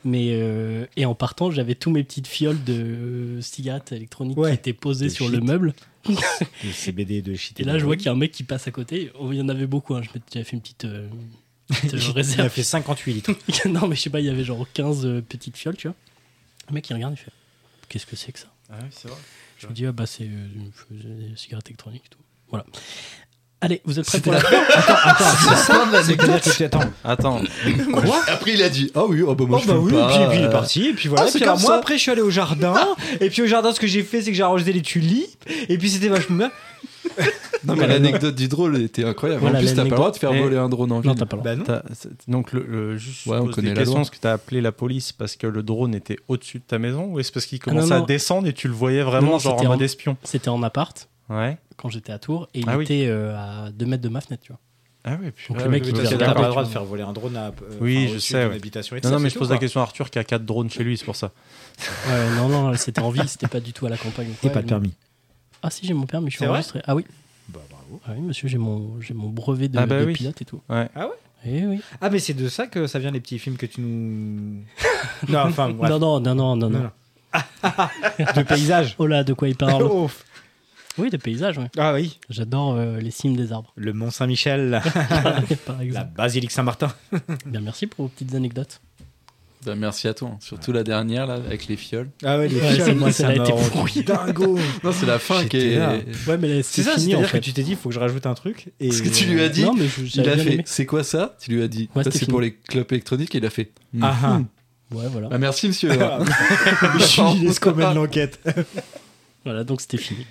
Speaker 3: Mais euh, et en partant, j'avais tous mes petites fioles de euh, cigarettes électroniques
Speaker 4: Ouais.
Speaker 3: qui étaient posées
Speaker 4: De
Speaker 3: sur
Speaker 4: shit.
Speaker 3: le meuble.
Speaker 4: Le CBD de shit.
Speaker 3: Et là, je vois qu'il y a un mec qui passe à côté. Oh, il y en avait beaucoup. hein. Je m'étais- J'avais fait une petite, euh, petite, euh,
Speaker 4: Il a
Speaker 3: réserve.
Speaker 4: fait 58 litres.
Speaker 3: non, mais je sais pas, il y avait genre 15 euh, petites fioles, tu vois. Le mec, il regarde, il fait Qu'est-ce que c'est que ça
Speaker 2: Ah oui, c'est vrai.
Speaker 3: Je lui dis Ah, bah, c'est euh, une- des cigarettes électroniques et tout. Voilà. Allez, vous êtes prêts pour la.
Speaker 4: Attends, Ah, bah, c'est ça C'est-à-dire que tu attends.
Speaker 2: Attends,
Speaker 1: Après, il a dit Ah oui, oh bah moi
Speaker 4: Oh
Speaker 1: je
Speaker 4: bah
Speaker 1: fume
Speaker 4: oui,
Speaker 1: pas,
Speaker 4: et puis, et puis il
Speaker 1: euh,
Speaker 4: est parti, et puis voilà.
Speaker 1: Ah,
Speaker 4: Et
Speaker 1: c'est
Speaker 4: puis alors,
Speaker 1: comme
Speaker 4: moi
Speaker 1: ça.
Speaker 4: après je suis allé au jardin, et puis au jardin ce que j'ai fait c'est que j'ai arrangé les tulipes, et puis c'était vachement bien.
Speaker 1: Non, mais l'anecdote du drôle était incroyable.
Speaker 3: Voilà,
Speaker 1: en plus, t'as pas le
Speaker 3: l'anecdote.
Speaker 1: droit de faire
Speaker 2: Et-
Speaker 1: voler un drone en ville.
Speaker 3: non, t'as pas le droit.
Speaker 4: Bah non.
Speaker 2: t'as- c'est- donc le, le- juste je
Speaker 1: Ouais, on
Speaker 2: pose
Speaker 1: connaît
Speaker 2: des
Speaker 1: la
Speaker 2: questions,
Speaker 1: loi.
Speaker 2: est-ce que t'as appelé la police parce que le drone était au-dessus de ta maison ou est-ce parce qu'il
Speaker 3: Ah, non,
Speaker 2: commençait
Speaker 3: non.
Speaker 2: à descendre et tu le voyais vraiment
Speaker 3: Non, non,
Speaker 2: genre en
Speaker 3: c'était
Speaker 2: mode
Speaker 3: en-
Speaker 2: espion
Speaker 3: C'était en appart
Speaker 2: Ouais.
Speaker 3: quand j'étais à Tours et il
Speaker 2: Ah oui.
Speaker 3: était euh, à 2 mètres de ma fenêtre, tu vois.
Speaker 2: Ah oui, puis
Speaker 3: Donc,
Speaker 2: ah
Speaker 3: le
Speaker 2: oui,
Speaker 3: mec,
Speaker 2: oui,
Speaker 3: il
Speaker 2: oui,
Speaker 3: devait
Speaker 2: c'est
Speaker 3: regarder.
Speaker 2: d'accord.
Speaker 3: pas le droit de
Speaker 4: faire voler un drone à euh,
Speaker 2: Oui, enfin, je au-dessus sais, d'une ouais.
Speaker 4: habitation
Speaker 2: Non, non, mais je pose la question à Arthur qui a 4 drones chez lui, c'est pour ça.
Speaker 3: Ouais, non, non, c'était en ville, c'était pas du tout à la campagne. ou
Speaker 4: Et
Speaker 3: quoi.
Speaker 4: pas de permis.
Speaker 3: Ah, si, j'ai mon permis, je suis
Speaker 4: C'est vrai
Speaker 3: enregistré. Ah oui.
Speaker 4: Bah bravo.
Speaker 3: ah oui, monsieur, j'ai mon, j'ai mon brevet de,
Speaker 2: Ah bah
Speaker 3: de
Speaker 2: oui.
Speaker 3: pilote et tout.
Speaker 2: Ouais.
Speaker 4: Ah ouais
Speaker 3: Eh oui.
Speaker 4: Ah mais c'est de ça que ça vient les petits films que tu nous Non, enfin bref.
Speaker 3: Non, non, non, non, non, non.
Speaker 4: Non. de paysage.
Speaker 3: Oh là, de quoi il parle
Speaker 4: Oh.
Speaker 3: Oui, des paysages, ouais.
Speaker 4: Ah oui,
Speaker 3: J'adore euh, les cimes des arbres,
Speaker 4: le Mont Saint-Michel,
Speaker 3: par
Speaker 4: la
Speaker 3: exemple.
Speaker 4: basilique Saint-Martin.
Speaker 3: Bien, merci pour vos petites anecdotes.
Speaker 1: Bah, merci à toi, hein. surtout la dernière là avec les fioles.
Speaker 4: Ah ouais, les
Speaker 3: Ouais,
Speaker 4: films,
Speaker 3: c'est-
Speaker 4: moi ça
Speaker 3: celle-là
Speaker 4: m'a
Speaker 3: était
Speaker 4: rendu
Speaker 3: pourrie.
Speaker 4: dingo.
Speaker 1: Non, c'est la fin qui
Speaker 4: J'étais
Speaker 1: est.
Speaker 4: là.
Speaker 3: Ouais, mais
Speaker 4: C'est ça,
Speaker 3: fini, en
Speaker 4: c'est-à-dire
Speaker 3: fait.
Speaker 4: que tu t'es dit, il faut que je rajoute un truc. Et...
Speaker 1: Parce que tu lui as dit,
Speaker 3: Non, mais je-
Speaker 1: il
Speaker 3: j'avais
Speaker 1: a
Speaker 3: bien
Speaker 1: fait
Speaker 3: aimé.
Speaker 1: C'est quoi ça Tu lui as dit
Speaker 3: Ouais,
Speaker 1: Ça,
Speaker 3: c'était
Speaker 1: c'est
Speaker 3: fini.
Speaker 1: pour les clopes électroniques. Et il a fait
Speaker 4: Ah ah.
Speaker 3: Ouais, voilà.
Speaker 1: Ah, merci monsieur.
Speaker 4: Je suis l'escomène de l'enquête.
Speaker 3: Voilà, donc c'était fini.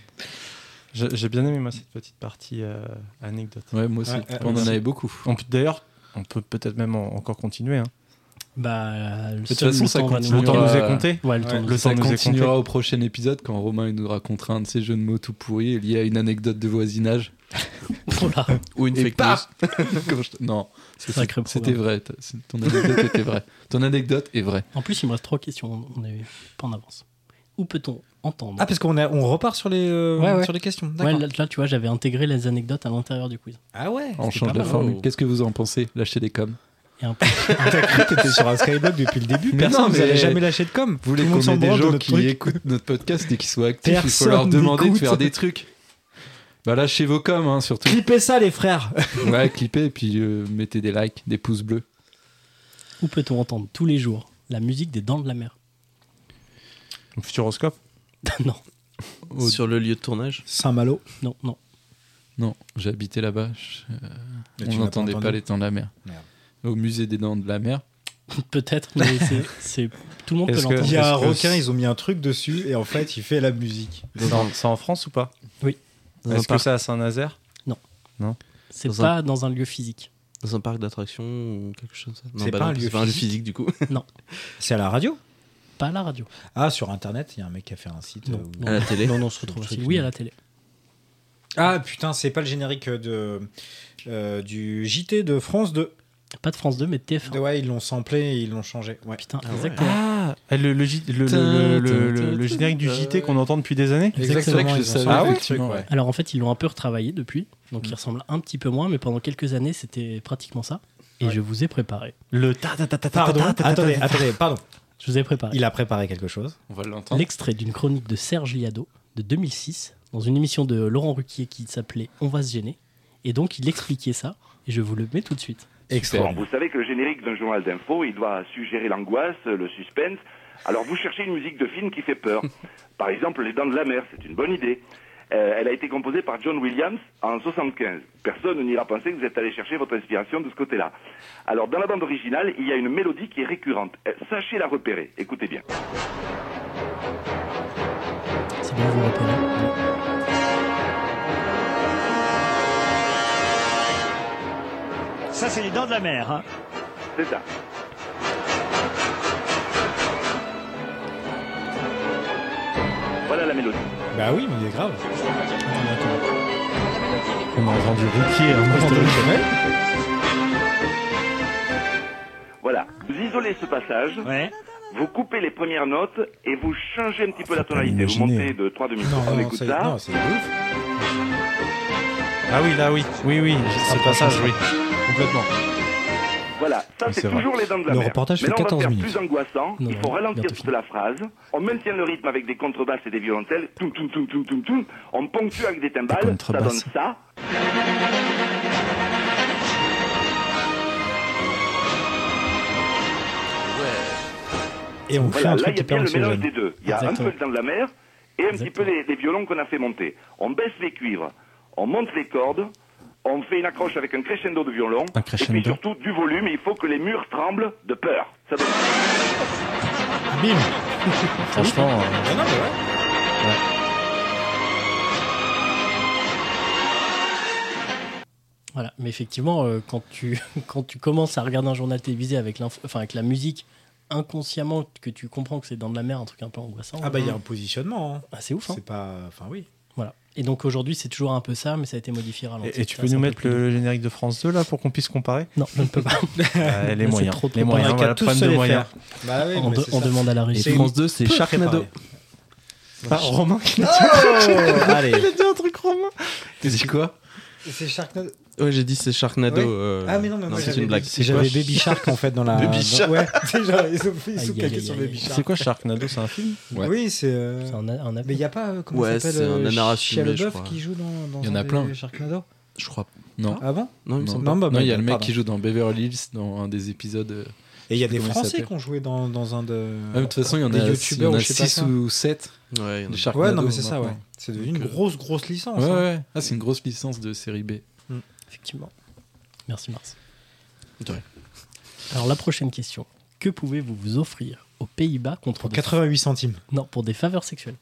Speaker 2: J'ai j'ai bien aimé, moi, cette petite partie euh, anecdote.
Speaker 1: Ouais, moi aussi.
Speaker 4: Ouais, ouais,
Speaker 1: on en
Speaker 4: merci.
Speaker 1: avait beaucoup.
Speaker 2: On peut- D'ailleurs, on peut peut-être même en- encore continuer. hein.
Speaker 3: Bah, le
Speaker 1: De toute
Speaker 3: seul-
Speaker 1: façon,
Speaker 3: le
Speaker 1: ça
Speaker 3: temps va nous-
Speaker 1: continuera.
Speaker 2: Le temps nous est
Speaker 1: euh,
Speaker 2: compté.
Speaker 3: Ouais, le temps
Speaker 4: Ouais.
Speaker 3: nous-
Speaker 2: Le
Speaker 1: ça
Speaker 2: temps nous est compté.
Speaker 1: continuera au prochain épisode quand Romain il nous racontera un de ses jeux de mots tout pourris lié à une anecdote de voisinage.
Speaker 3: Voilà.
Speaker 5: Ou une
Speaker 1: Et
Speaker 5: fake news.
Speaker 1: paf Comme je- Non, c'est-
Speaker 3: Sacré
Speaker 1: c'était vrai. t- c'est- Ton anecdote était vraie. Ton anecdote est vraie.
Speaker 3: En plus, il me reste trois questions. On on est pas en avance. Où peut-on entendre
Speaker 4: Ah, parce qu'on a- on repart sur les, euh,
Speaker 3: Ouais, ouais.
Speaker 4: Sur les questions.
Speaker 3: Ouais,
Speaker 4: D'accord.
Speaker 3: là, là, tu vois, j'avais intégré les anecdotes à l'intérieur du quiz.
Speaker 4: Ah ouais.
Speaker 1: On
Speaker 4: c'est
Speaker 1: change
Speaker 4: pas
Speaker 1: la
Speaker 4: mal.
Speaker 1: formule.
Speaker 5: Oh.
Speaker 1: Qu'est-ce que vous en pensez Lâchez des coms.
Speaker 3: Et un peu-
Speaker 4: T'as cru que t'étais sur un skyblock depuis le début.
Speaker 1: Mais
Speaker 4: Personne
Speaker 1: non,
Speaker 4: vous
Speaker 1: mais-
Speaker 4: avez jamais lâché de com.
Speaker 1: Vous voulez
Speaker 4: Tout le monde
Speaker 1: qu'on
Speaker 4: s'en
Speaker 1: ait des
Speaker 4: branle de
Speaker 1: gens
Speaker 4: notre
Speaker 1: qui
Speaker 4: truc.
Speaker 1: écoutent notre podcast et qui soient actifs, il faut
Speaker 4: Personne
Speaker 1: leur demander de
Speaker 4: n'écoute.
Speaker 1: faire des trucs. Bah lâchez vos coms hein, surtout.
Speaker 4: Clippez ça, les frères.
Speaker 1: Ouais, clippez et puis euh, mettez des likes, des pouces bleus.
Speaker 3: Où peut-on entendre tous les jours la musique des Dents de la Mer
Speaker 2: Futuroscope.
Speaker 3: Non,
Speaker 1: Au-
Speaker 5: Sur le lieu de tournage.
Speaker 4: Saint-Malo.
Speaker 3: non, non.
Speaker 1: Non, j'habitais là-bas, je- on n'entendait pas, les temps de la mer.
Speaker 4: Merde.
Speaker 1: Au musée des dents de la mer.
Speaker 3: Peut-être, mais c'est- c'est tout le monde peut
Speaker 2: Est-ce que-
Speaker 3: l'entendre.
Speaker 4: Il y a un
Speaker 2: Parce que
Speaker 4: requin,
Speaker 2: c'est-
Speaker 4: ils ont mis un truc dessus et en fait, il fait la musique.
Speaker 2: C'est en, c'est en France ou pas
Speaker 3: Oui.
Speaker 5: Dans un
Speaker 2: Est-ce que
Speaker 5: parc.
Speaker 2: c'est à Saint-Nazaire
Speaker 3: C'est
Speaker 5: Dans un-
Speaker 3: pas dans un lieu physique.
Speaker 5: Dans un parc d'attractions ou quelque chose comme ça. Non,
Speaker 4: C'est
Speaker 5: bah
Speaker 4: pas
Speaker 5: non,
Speaker 4: un lieu
Speaker 5: c'est pas un lieu
Speaker 4: physique.
Speaker 5: physique du coup.
Speaker 4: C'est à la radio
Speaker 3: Pas à la radio.
Speaker 4: Ah, sur internet, il y a un mec qui a fait un site.
Speaker 3: Non.
Speaker 4: euh, où-
Speaker 5: À la télé.
Speaker 3: Non, non, on se retrouve
Speaker 4: Truc,
Speaker 3: aussi. Oui,
Speaker 4: non.
Speaker 3: à la télé.
Speaker 4: Ah putain, c'est pas le générique de, euh, du JT de France 2.
Speaker 3: Pas de France 2, mais de TF1.
Speaker 4: Ouais, ils l'ont samplé et ils l'ont changé. Ouais.
Speaker 3: Putain,
Speaker 5: Ah ouais.
Speaker 3: exactement.
Speaker 2: Ah, le, le, J- le- le- le- le- le générique du JT qu'on entend depuis des années
Speaker 3: Exactement,
Speaker 1: C'est vrai que je
Speaker 4: ils ont
Speaker 1: savais,
Speaker 4: samplé
Speaker 2: Ah ouais
Speaker 4: le truc,
Speaker 1: effectivement, ouais.
Speaker 3: Alors en fait, ils l'ont un peu retravaillé depuis, donc il ressemble un petit peu moins, mais pendant quelques années, c'était pratiquement ça. Et je vous ai préparé.
Speaker 2: Le ta ta ta ta ta
Speaker 4: Pardon, hein,
Speaker 2: ta ta ta
Speaker 4: attendez,
Speaker 2: ta ta.
Speaker 4: attendez, pardon.
Speaker 3: Je vous ai préparé.
Speaker 4: Il a préparé quelque chose.
Speaker 1: On va
Speaker 4: Hein
Speaker 1: l'entendre.
Speaker 3: L'extrait d'une chronique de Serge Liado de 2006 dans une émission de Laurent Ruquier qui s'appelait On va se gêner. Et donc il expliquait ça et je vous le mets tout de suite.
Speaker 4: Excellent.
Speaker 6: Vous savez que le générique d'un journal d'info, il doit suggérer l'angoisse, le suspense. Alors vous cherchez une musique de film qui fait peur. Par exemple, Les Dents de la Mer, c'est une bonne idée. Euh, elle a été composée par John Williams en 75. Personne n'ira penser que vous êtes allé chercher votre inspiration de ce côté-là. Alors dans la bande originale, il y a une mélodie qui est récurrente. Euh, Sachez la repérer. Écoutez bien.
Speaker 3: C'est bien vous repérez.
Speaker 7: Ça, c'est les dents de la mer. hein.
Speaker 6: C'est ça. Voilà la mélodie.
Speaker 4: Bah oui, mais il est grave.
Speaker 2: On a entendu Ruquier,
Speaker 4: hein,
Speaker 2: un moment donné.
Speaker 6: Voilà. Vous isolez ce passage.
Speaker 7: Ouais.
Speaker 6: Vous coupez les premières notes et vous changez un petit peu la tonalité. Vous
Speaker 2: imaginer.
Speaker 6: montez de 3 demi
Speaker 4: Non,
Speaker 6: On
Speaker 4: non,
Speaker 6: écoute
Speaker 4: c'est-
Speaker 6: ça.
Speaker 4: non, c'est ouf.
Speaker 2: Ah oui, là oui, oui, oui, ce passage, oui, complètement.
Speaker 6: Voilà, ça
Speaker 2: Oui,
Speaker 6: c'est
Speaker 2: c'est vrai.
Speaker 6: toujours les dents de la
Speaker 4: Le
Speaker 6: mer.
Speaker 4: reportage
Speaker 6: Mais
Speaker 4: fait
Speaker 6: là, on
Speaker 4: 14
Speaker 6: va faire
Speaker 4: minutes.
Speaker 6: plus angoissant.
Speaker 3: Non,
Speaker 6: Il faut
Speaker 3: non,
Speaker 6: ralentir
Speaker 3: bientôt
Speaker 6: toute la phrase. On maintient le rythme avec des contrebasses et des violoncelles. Toum, toum, toum, toum, toum, toum. On ponctue avec des
Speaker 2: Des
Speaker 6: timbales. Ça donne
Speaker 2: contrebasses.
Speaker 6: ça.
Speaker 4: Et on fait
Speaker 6: Voilà,
Speaker 4: un
Speaker 6: là
Speaker 4: truc
Speaker 6: il y a
Speaker 4: hyper
Speaker 6: bien le mélange
Speaker 4: anxiogène.
Speaker 6: des deux. Il y a un
Speaker 3: Exactement.
Speaker 6: peu le dents de la mer et un petit peu
Speaker 3: Exactement.
Speaker 6: les, les violons qu'on a fait monter. On baisse les cuivres, on monte les cordes, on fait une accroche avec un crescendo de violon.
Speaker 2: Un
Speaker 6: Et
Speaker 2: crescendo.
Speaker 6: puis surtout du volume. Il faut que les murs tremblent de peur. Ça donne ça.
Speaker 4: Bim
Speaker 2: Franchement, euh,
Speaker 4: Ah non, mais ouais.
Speaker 3: Voilà, mais effectivement, euh, quand, tu, quand tu commences à regarder un journal télévisé avec, l'info- enfin, avec la musique inconsciemment que tu comprends que c'est dans de la mer, un truc un peu angoissant,
Speaker 4: Ah bah il y a un positionnement. hein.
Speaker 3: bah, c'est ouf. hein.
Speaker 4: C'est pas... Enfin oui.
Speaker 3: Voilà. Et donc aujourd'hui, c'est toujours un peu ça, mais ça a été modifié à ralenti.
Speaker 2: et, et tu
Speaker 3: Ça,
Speaker 2: peux
Speaker 3: c'est
Speaker 2: nous
Speaker 3: un peu
Speaker 2: mettre
Speaker 3: plus
Speaker 2: le, le générique de France 2 là pour qu'on puisse comparer
Speaker 3: doux. Non, je ne peux pas.
Speaker 2: Euh, Les
Speaker 3: c'est
Speaker 2: moyens,
Speaker 3: trop, trop
Speaker 2: les
Speaker 3: bon.
Speaker 2: moyens,
Speaker 4: On a
Speaker 2: voilà,
Speaker 4: qu'à tous
Speaker 2: problème
Speaker 4: se
Speaker 2: de
Speaker 4: les
Speaker 2: moyens.
Speaker 4: faire. Bah oui,
Speaker 3: on,
Speaker 4: mais
Speaker 3: de-
Speaker 4: c'est
Speaker 3: on
Speaker 4: ça.
Speaker 3: demande à la
Speaker 5: Et
Speaker 3: régie.
Speaker 4: C'est-
Speaker 5: France 2, c'est
Speaker 4: Peu
Speaker 5: Sharknado.
Speaker 4: préparé.
Speaker 2: Pas Romain qui l'a
Speaker 4: Oh, Allez.
Speaker 2: dit un truc Romain.
Speaker 1: T'as dit quoi
Speaker 4: C'est Sharknado.
Speaker 5: Ouais, j'ai dit c'est Sharknado.
Speaker 4: Ouais.
Speaker 5: euh,
Speaker 4: Ah mais non, mais moi
Speaker 5: c'est
Speaker 4: j'avais
Speaker 5: une blague.
Speaker 4: Baby- J'avais Baby Shark en fait dans la.
Speaker 5: Baby
Speaker 4: dans-
Speaker 5: Shark.
Speaker 4: Ouais, déjà, ils ont ils
Speaker 3: Aïe,
Speaker 4: sont
Speaker 3: aïe,
Speaker 4: calqués
Speaker 3: aïe,
Speaker 4: sur
Speaker 3: aïe,
Speaker 4: Baby
Speaker 3: aïe.
Speaker 4: Shark.
Speaker 2: C'est quoi Sharknado C'est un film
Speaker 1: Ouais.
Speaker 4: Oui, c'est. euh,
Speaker 3: C'est un, un appel.
Speaker 4: Mais il n'y a pas. euh, Comment
Speaker 5: Ouais,
Speaker 4: ça
Speaker 5: c'est
Speaker 4: s'appelle
Speaker 5: un
Speaker 4: euh,
Speaker 5: nanar
Speaker 4: Shia
Speaker 5: assumé, je
Speaker 4: LaBeouf
Speaker 5: crois.
Speaker 4: qui joue dans, dans
Speaker 1: Il y en
Speaker 4: un
Speaker 1: a
Speaker 4: des
Speaker 1: plein.
Speaker 4: Sharknado
Speaker 5: Je crois.
Speaker 1: Non.
Speaker 4: Ah bon
Speaker 5: Non, il me
Speaker 1: Non.
Speaker 5: semble.
Speaker 4: Non, bah,
Speaker 1: Non,
Speaker 4: bah,
Speaker 1: il y a le mec
Speaker 4: pardon.
Speaker 1: qui joue dans Beverly Hills dans un des épisodes. euh,
Speaker 4: Et il y a des
Speaker 1: Comment il
Speaker 4: Français
Speaker 1: s'appelle
Speaker 4: qui ont joué dans, dans un de.
Speaker 1: Ah, mais de toute façon, il y en
Speaker 4: Des
Speaker 1: a
Speaker 4: youtubeurs ou je sais pas
Speaker 1: 6
Speaker 4: quoi.
Speaker 1: ou 7
Speaker 5: pas. Ouais, il y en a-
Speaker 1: de Sharknado.
Speaker 4: Ouais, non, mais c'est ça, ouais.
Speaker 1: maintenant.
Speaker 4: C'est devenu une
Speaker 1: Donc, euh,
Speaker 4: grosse, grosse licence.
Speaker 1: Ouais,
Speaker 4: hein.
Speaker 1: ouais. Ah, c'est une grosse licence de série B.
Speaker 3: Effectivement. Merci Mars.
Speaker 5: De rien.
Speaker 3: Alors la prochaine question. Que pouvez-vous vous offrir aux Pays-Bas contre
Speaker 4: Pour
Speaker 3: des...
Speaker 4: 88 centimes.
Speaker 3: Non, pour des faveurs sexuelles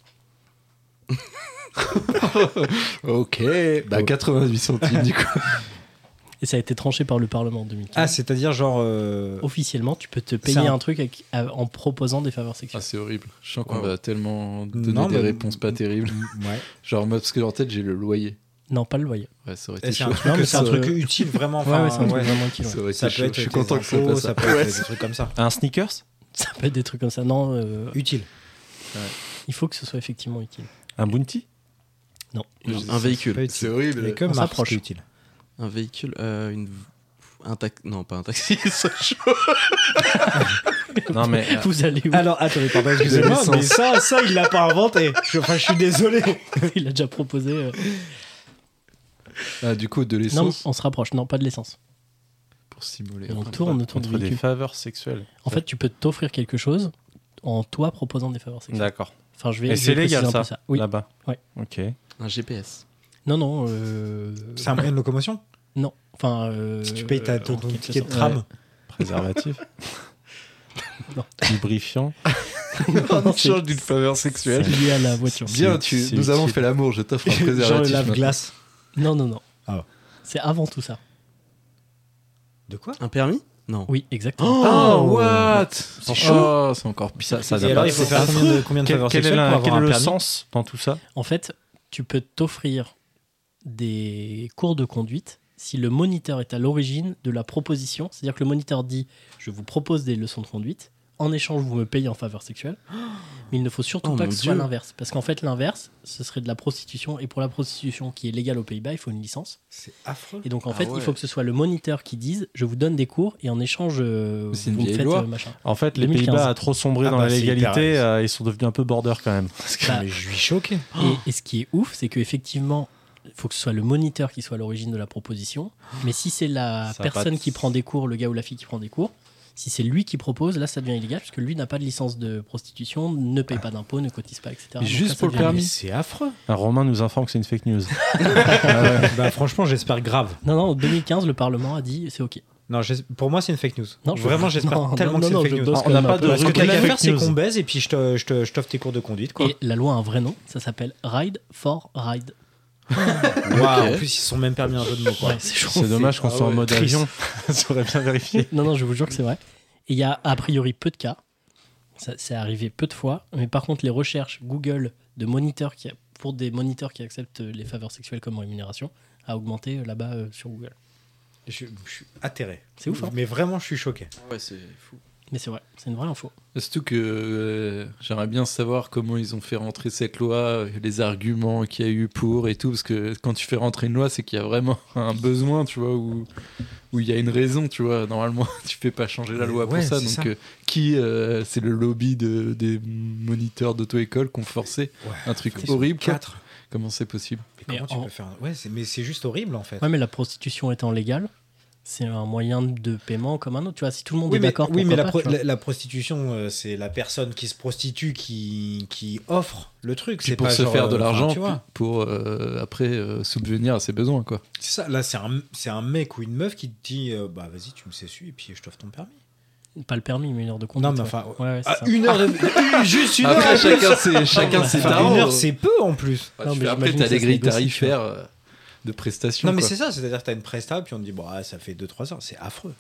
Speaker 1: Ok, bah 88 centimes du coup.
Speaker 3: Et ça a été tranché par le Parlement en 2015.
Speaker 4: Ah, c'est-à-dire genre. euh,
Speaker 3: Officiellement, tu peux te
Speaker 4: C'est
Speaker 3: payer
Speaker 4: un-
Speaker 3: un truc avec- à- en proposant des faveurs
Speaker 1: Ah,
Speaker 3: sexuelles.
Speaker 1: c'est horrible. Je sens qu'on
Speaker 5: Wow.
Speaker 1: va tellement donner
Speaker 4: Non,
Speaker 1: des
Speaker 4: mais-
Speaker 1: réponses pas terribles.
Speaker 4: Ouais.
Speaker 1: Genre, moi, parce que en tête, j'ai le loyer.
Speaker 3: non, pas le loyer.
Speaker 1: Ouais, ça aurait
Speaker 4: Et
Speaker 1: été
Speaker 4: C'est
Speaker 1: chaud.
Speaker 4: un truc,
Speaker 3: Non, mais
Speaker 4: c'est un
Speaker 3: ça,
Speaker 4: truc
Speaker 3: euh,
Speaker 4: utile vraiment.
Speaker 3: ouais,
Speaker 4: enfin,
Speaker 3: ouais, c'est un truc
Speaker 4: Ah, ouais.
Speaker 3: vraiment qui- ouais.
Speaker 1: Ça aurait été
Speaker 4: Ça peut
Speaker 1: chaud.
Speaker 4: être.
Speaker 1: Je suis
Speaker 4: tes
Speaker 1: content que ça
Speaker 4: impôts,
Speaker 1: soit
Speaker 4: Ça
Speaker 1: ça.
Speaker 4: peut être des trucs comme ça.
Speaker 2: Un sneakers
Speaker 3: Ça peut être des trucs comme ça. Non, euh,
Speaker 4: Utile.
Speaker 3: il faut que ce soit effectivement utile.
Speaker 2: Un bounty
Speaker 5: Un véhicule.
Speaker 4: Pas
Speaker 1: C'est
Speaker 4: utile. Mais
Speaker 1: horrible.
Speaker 4: comme
Speaker 3: On
Speaker 4: Marc,
Speaker 3: s'approche.
Speaker 4: c'est utile.
Speaker 5: Un véhicule. euh, une- Un taxi. Non, pas un taxi. ça, je-
Speaker 2: Non mais euh,
Speaker 3: Vous allez où
Speaker 4: Alors, attendez, pardon, excusez-moi, mais ça, ça, il l'a pas inventé. Je- Enfin, je suis désolé.
Speaker 3: Il a déjà proposé. euh,
Speaker 1: Ah, du coup, de
Speaker 3: Non,
Speaker 1: l'essence
Speaker 3: on se rapproche. Non, pas de l'essence.
Speaker 1: pour simuler.
Speaker 3: Et on tourne autour du
Speaker 2: contre des
Speaker 3: véhicule.
Speaker 2: faveurs sexuelles.
Speaker 3: En fait, tu peux t'offrir quelque chose en toi proposant des faveurs sexuelles.
Speaker 2: D'accord.
Speaker 3: Enfin, je vais.
Speaker 2: Et
Speaker 3: je
Speaker 2: c'est
Speaker 3: vais préciser
Speaker 2: légal
Speaker 3: un
Speaker 2: ça,
Speaker 3: peu Oui.
Speaker 2: là-bas.
Speaker 3: Ouais.
Speaker 2: Ok.
Speaker 5: Un GPS.
Speaker 3: Non, non. euh,
Speaker 4: C'est un moyen de locomotion
Speaker 3: Non. Enfin. euh,
Speaker 4: Si tu payes ta, ton,
Speaker 3: en
Speaker 4: ton
Speaker 3: quelque
Speaker 4: ticket de
Speaker 3: sorte.
Speaker 4: tram.
Speaker 3: Ouais.
Speaker 2: Préservatif.
Speaker 3: Non.
Speaker 2: Lubrifiant.
Speaker 3: Non, c'est
Speaker 1: d'une faveur sexuelle.
Speaker 3: lié à la voiture.
Speaker 1: Bien,
Speaker 2: C'est-
Speaker 1: tu,
Speaker 2: c'est
Speaker 1: nous avons
Speaker 2: utile.
Speaker 1: fait l'amour, je t'offre un
Speaker 4: Genre le
Speaker 1: préservatif. maintenant.
Speaker 4: lave-glace.
Speaker 3: Non, non, non.
Speaker 4: Ah.
Speaker 3: C'est avant tout ça.
Speaker 4: De quoi
Speaker 5: Un permis Non.
Speaker 3: Oui, exactement.
Speaker 1: Oh, what
Speaker 4: Oh,
Speaker 1: C'est
Speaker 5: chaud.
Speaker 1: chaud Oh, C'est encore pire.
Speaker 2: Ça, ça
Speaker 4: Et
Speaker 2: n'a
Speaker 4: alors,
Speaker 2: pas
Speaker 4: il faut
Speaker 2: de
Speaker 4: faire
Speaker 2: sens.
Speaker 4: combien de, combien de
Speaker 2: bah, Quel,
Speaker 4: faveurs
Speaker 2: quel est,
Speaker 4: sexuelles
Speaker 2: la-
Speaker 4: pour avoir
Speaker 2: quel est
Speaker 4: un
Speaker 2: le
Speaker 4: permis
Speaker 2: sens dans tout ça
Speaker 3: En fait, tu peux t'offrir des cours de conduite si le moniteur est à l'origine de la proposition. C'est-à-dire que le moniteur dit Je vous propose des leçons de conduite. En échange, vous me payez en faveur sexuelle. Mais il ne faut surtout
Speaker 5: Oh,
Speaker 3: pas
Speaker 5: mon
Speaker 3: que ce soit
Speaker 5: Dieu.
Speaker 3: l'inverse. Parce qu'en fait, l'inverse, ce serait de la prostitution. Et pour la prostitution qui est légale aux Pays-Bas, il faut une licence.
Speaker 4: C'est affreux.
Speaker 3: Et donc, en
Speaker 5: Ah
Speaker 3: fait,
Speaker 5: ouais.
Speaker 3: il faut que ce soit le moniteur qui dise Je vous donne des cours et en échange, euh,
Speaker 1: Mais c'est
Speaker 3: vous
Speaker 1: une
Speaker 3: me
Speaker 1: vieille
Speaker 3: faites
Speaker 1: loi.
Speaker 3: euh, machin.
Speaker 2: En fait, les
Speaker 3: 2015.
Speaker 2: Pays-Bas a trop sombré
Speaker 4: Ah
Speaker 2: dans
Speaker 4: bah,
Speaker 2: la
Speaker 4: c'est hyper
Speaker 2: légalité,
Speaker 4: réaliste.
Speaker 2: euh, ils sont devenus un peu border quand même. Parce que-
Speaker 3: Bah,
Speaker 4: Mais je suis choqué.
Speaker 3: Et, et ce qui est ouf, c'est qu'effectivement, il faut que ce soit le moniteur qui soit à l'origine de la proposition. Mais si c'est la
Speaker 2: Ça a pas
Speaker 3: personne
Speaker 2: de-
Speaker 3: qui prend des cours, le gars ou la fille qui prend des cours, si c'est lui qui propose, là, ça devient illégal, puisque lui n'a pas de licence de prostitution, ne paye pas d'impôts, ne cotise pas, etc. Donc
Speaker 1: juste
Speaker 3: là, ça
Speaker 1: pour le
Speaker 3: devient-
Speaker 1: permis.
Speaker 4: C'est affreux.
Speaker 2: Un Romain nous informe que c'est une fake news.
Speaker 4: bah, franchement, j'espère grave.
Speaker 3: Non, non, en 2015, le Parlement a dit c'est OK.
Speaker 4: Non, j'es- pour moi, c'est une fake news.
Speaker 3: Non, je-
Speaker 4: Vraiment, j'espère
Speaker 3: non, non,
Speaker 4: tellement que c'est
Speaker 3: non,
Speaker 4: une
Speaker 3: je
Speaker 4: fake news.
Speaker 3: bosse
Speaker 2: Ah, on
Speaker 3: quand
Speaker 2: n'a
Speaker 3: même
Speaker 2: pas
Speaker 3: un
Speaker 2: de
Speaker 3: peu.
Speaker 2: Parce
Speaker 4: Ce que t'as
Speaker 2: Aucune
Speaker 4: qu'à faire, c'est
Speaker 2: fake news.
Speaker 4: qu'on baise et puis je te- je te- je t'offre tes cours de conduite. Quoi.
Speaker 3: Et la loi a un vrai nom, ça s'appelle Ride for Ride.
Speaker 4: Waouh,
Speaker 5: Ok.
Speaker 4: En plus, ils se sont même permis un jeu de mots. Quoi.
Speaker 3: Ouais, c'est chaud.
Speaker 2: C'est dommage qu'on
Speaker 4: Ah
Speaker 2: soit en
Speaker 4: ouais,
Speaker 2: mode
Speaker 4: triste.
Speaker 2: avion. Ça aurait bien vérifié.
Speaker 3: Non, non, je vous jure que c'est vrai. Et il y a a priori peu de cas. Ça, c'est arrivé peu de fois. Mais par contre, les recherches Google de moniteurs qui, pour des moniteurs qui acceptent les faveurs sexuelles comme rémunération a augmenté euh, là-bas euh, sur Google.
Speaker 4: Je, je suis atterré.
Speaker 3: C'est ouf, hein.
Speaker 4: Mais vraiment, je suis choqué.
Speaker 5: Ouais, c'est fou.
Speaker 3: Mais c'est vrai, c'est une vraie info.
Speaker 1: Surtout que euh, j'aimerais bien savoir comment ils ont fait rentrer cette loi, euh, les arguments qu'il y a eu pour et tout, parce que quand tu fais rentrer une loi, c'est qu'il y a vraiment un besoin, tu vois, ou où il y a une raison, tu vois. Normalement, tu fais pas changer la loi
Speaker 4: Ouais,
Speaker 1: pour ça.
Speaker 4: c'est
Speaker 1: Donc,
Speaker 4: ça.
Speaker 1: euh, qui euh, C'est le lobby de, des moniteurs d'auto-école qui ont forcé
Speaker 4: Ouais,
Speaker 1: un truc
Speaker 4: Ils
Speaker 1: horrible.
Speaker 4: sont
Speaker 1: quoi.
Speaker 4: Quatre.
Speaker 1: Comment c'est possible
Speaker 4: Mais
Speaker 3: Mais
Speaker 4: comment tu
Speaker 3: en-
Speaker 4: peux faire un- ouais, c'est- Mais c'est juste horrible en fait.
Speaker 3: Ouais, mais la prostitution étant légale, c'est un moyen de paiement comme un autre. Tu vois, si tout le monde
Speaker 4: Oui,
Speaker 3: est
Speaker 4: mais,
Speaker 3: d'accord,
Speaker 4: oui, mais la,
Speaker 3: pourquoi pas,
Speaker 4: pro-
Speaker 3: tu vois.
Speaker 4: la- la prostitution, euh, c'est la personne qui se prostitue qui, qui offre le truc.
Speaker 1: Puis
Speaker 4: C'est
Speaker 1: pour
Speaker 4: pas
Speaker 1: se
Speaker 4: genre,
Speaker 1: faire de
Speaker 4: euh, enfin,
Speaker 1: l'argent,
Speaker 4: tu vois.
Speaker 1: puis pour euh, après euh, subvenir à ses besoins, quoi.
Speaker 4: C'est ça. Là, c'est un, c'est un mec ou une meuf qui te dit euh, Bah vas-y, tu me sésuies et puis je t'offre ton permis.
Speaker 3: Pas le permis, mais une heure de conduite.
Speaker 4: Non, mais
Speaker 3: ouais.
Speaker 4: enfin,
Speaker 3: Ouais, ouais, c'est
Speaker 4: Ah,
Speaker 3: ça.
Speaker 4: une heure de. une- juste une heure
Speaker 1: Après,
Speaker 4: à
Speaker 1: chacun ses, chacun ses euh.
Speaker 4: Enfin,
Speaker 1: tarots.
Speaker 4: Une heure, c'est peu en plus.
Speaker 1: Ouais,
Speaker 3: Non,
Speaker 1: Bah, tu
Speaker 3: mais
Speaker 1: fais- après,
Speaker 3: j'imagine
Speaker 1: t'as
Speaker 3: que
Speaker 1: des
Speaker 3: ça se
Speaker 1: grilles
Speaker 3: négocie, tu vois.
Speaker 1: tarifaires euh, de prestations.
Speaker 4: Non, mais
Speaker 1: quoi.
Speaker 4: c'est ça, c'est-à-dire que t'as une presta, puis on te dit, bon, ah, ça fait 2-3 heures, c'est affreux.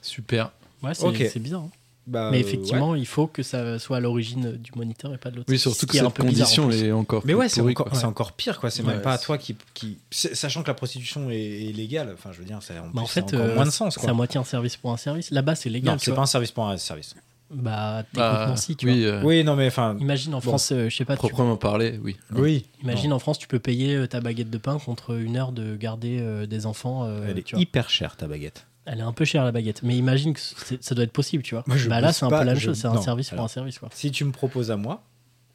Speaker 1: Super.
Speaker 3: Ouais, c'est
Speaker 4: Ok.
Speaker 3: c'est bizarre. hein.
Speaker 4: Bah,
Speaker 3: mais
Speaker 4: euh,
Speaker 3: effectivement,
Speaker 4: ouais.
Speaker 3: il faut que ça soit à l'origine du moniteur et pas de l'autre.
Speaker 1: Oui,
Speaker 3: Ce
Speaker 1: surtout
Speaker 3: qui
Speaker 1: que
Speaker 3: est un
Speaker 1: cette
Speaker 3: peu bizarre, en
Speaker 1: condition
Speaker 3: plus.
Speaker 1: est encore
Speaker 4: Mais
Speaker 1: plus
Speaker 4: ouais, c'est
Speaker 1: pourrie,
Speaker 4: encore,
Speaker 1: quoi.
Speaker 4: c'est encore pire, quoi. C'est
Speaker 1: Ouais,
Speaker 4: même pas à
Speaker 1: c'est-
Speaker 4: toi qui. qui... c'est- Sachant que la prostitution est, est légale, enfin, je veux dire, ça, en
Speaker 3: Bah,
Speaker 4: plus,
Speaker 3: en
Speaker 4: ça a
Speaker 3: fait,
Speaker 4: encore
Speaker 3: euh,
Speaker 4: moins de sens,
Speaker 3: C'est à
Speaker 4: quoi.
Speaker 3: moitié un service pour un service. Là-bas, c'est légal.
Speaker 4: Non,
Speaker 3: tu
Speaker 4: c'est
Speaker 3: vois.
Speaker 4: pas un service pour un service.
Speaker 3: Bah, techniquement,
Speaker 1: Bah,
Speaker 3: si, tu
Speaker 1: oui,
Speaker 3: vois.
Speaker 1: euh,
Speaker 4: Oui, non, mais enfin.
Speaker 3: Imagine en
Speaker 4: Bon.
Speaker 3: France, euh, je sais pas, tu-
Speaker 1: proprement parlé, oui.
Speaker 4: Oui.
Speaker 3: imagine en France, tu peux payer euh, ta baguette de pain contre une heure de garder euh, des enfants. euh,
Speaker 4: Elle
Speaker 3: tu
Speaker 4: est
Speaker 3: vois.
Speaker 4: hyper chère, ta baguette.
Speaker 3: Elle est un peu chère, la baguette. Mais imagine que c'est- ça doit être possible, tu vois.
Speaker 4: Moi, je
Speaker 3: bah, là,
Speaker 4: bosse
Speaker 3: c'est un
Speaker 4: pas,
Speaker 3: peu la même
Speaker 4: je-
Speaker 3: chose. C'est un
Speaker 4: non,
Speaker 3: service pour
Speaker 4: alors.
Speaker 3: un service, quoi.
Speaker 4: Si tu me proposes à moi,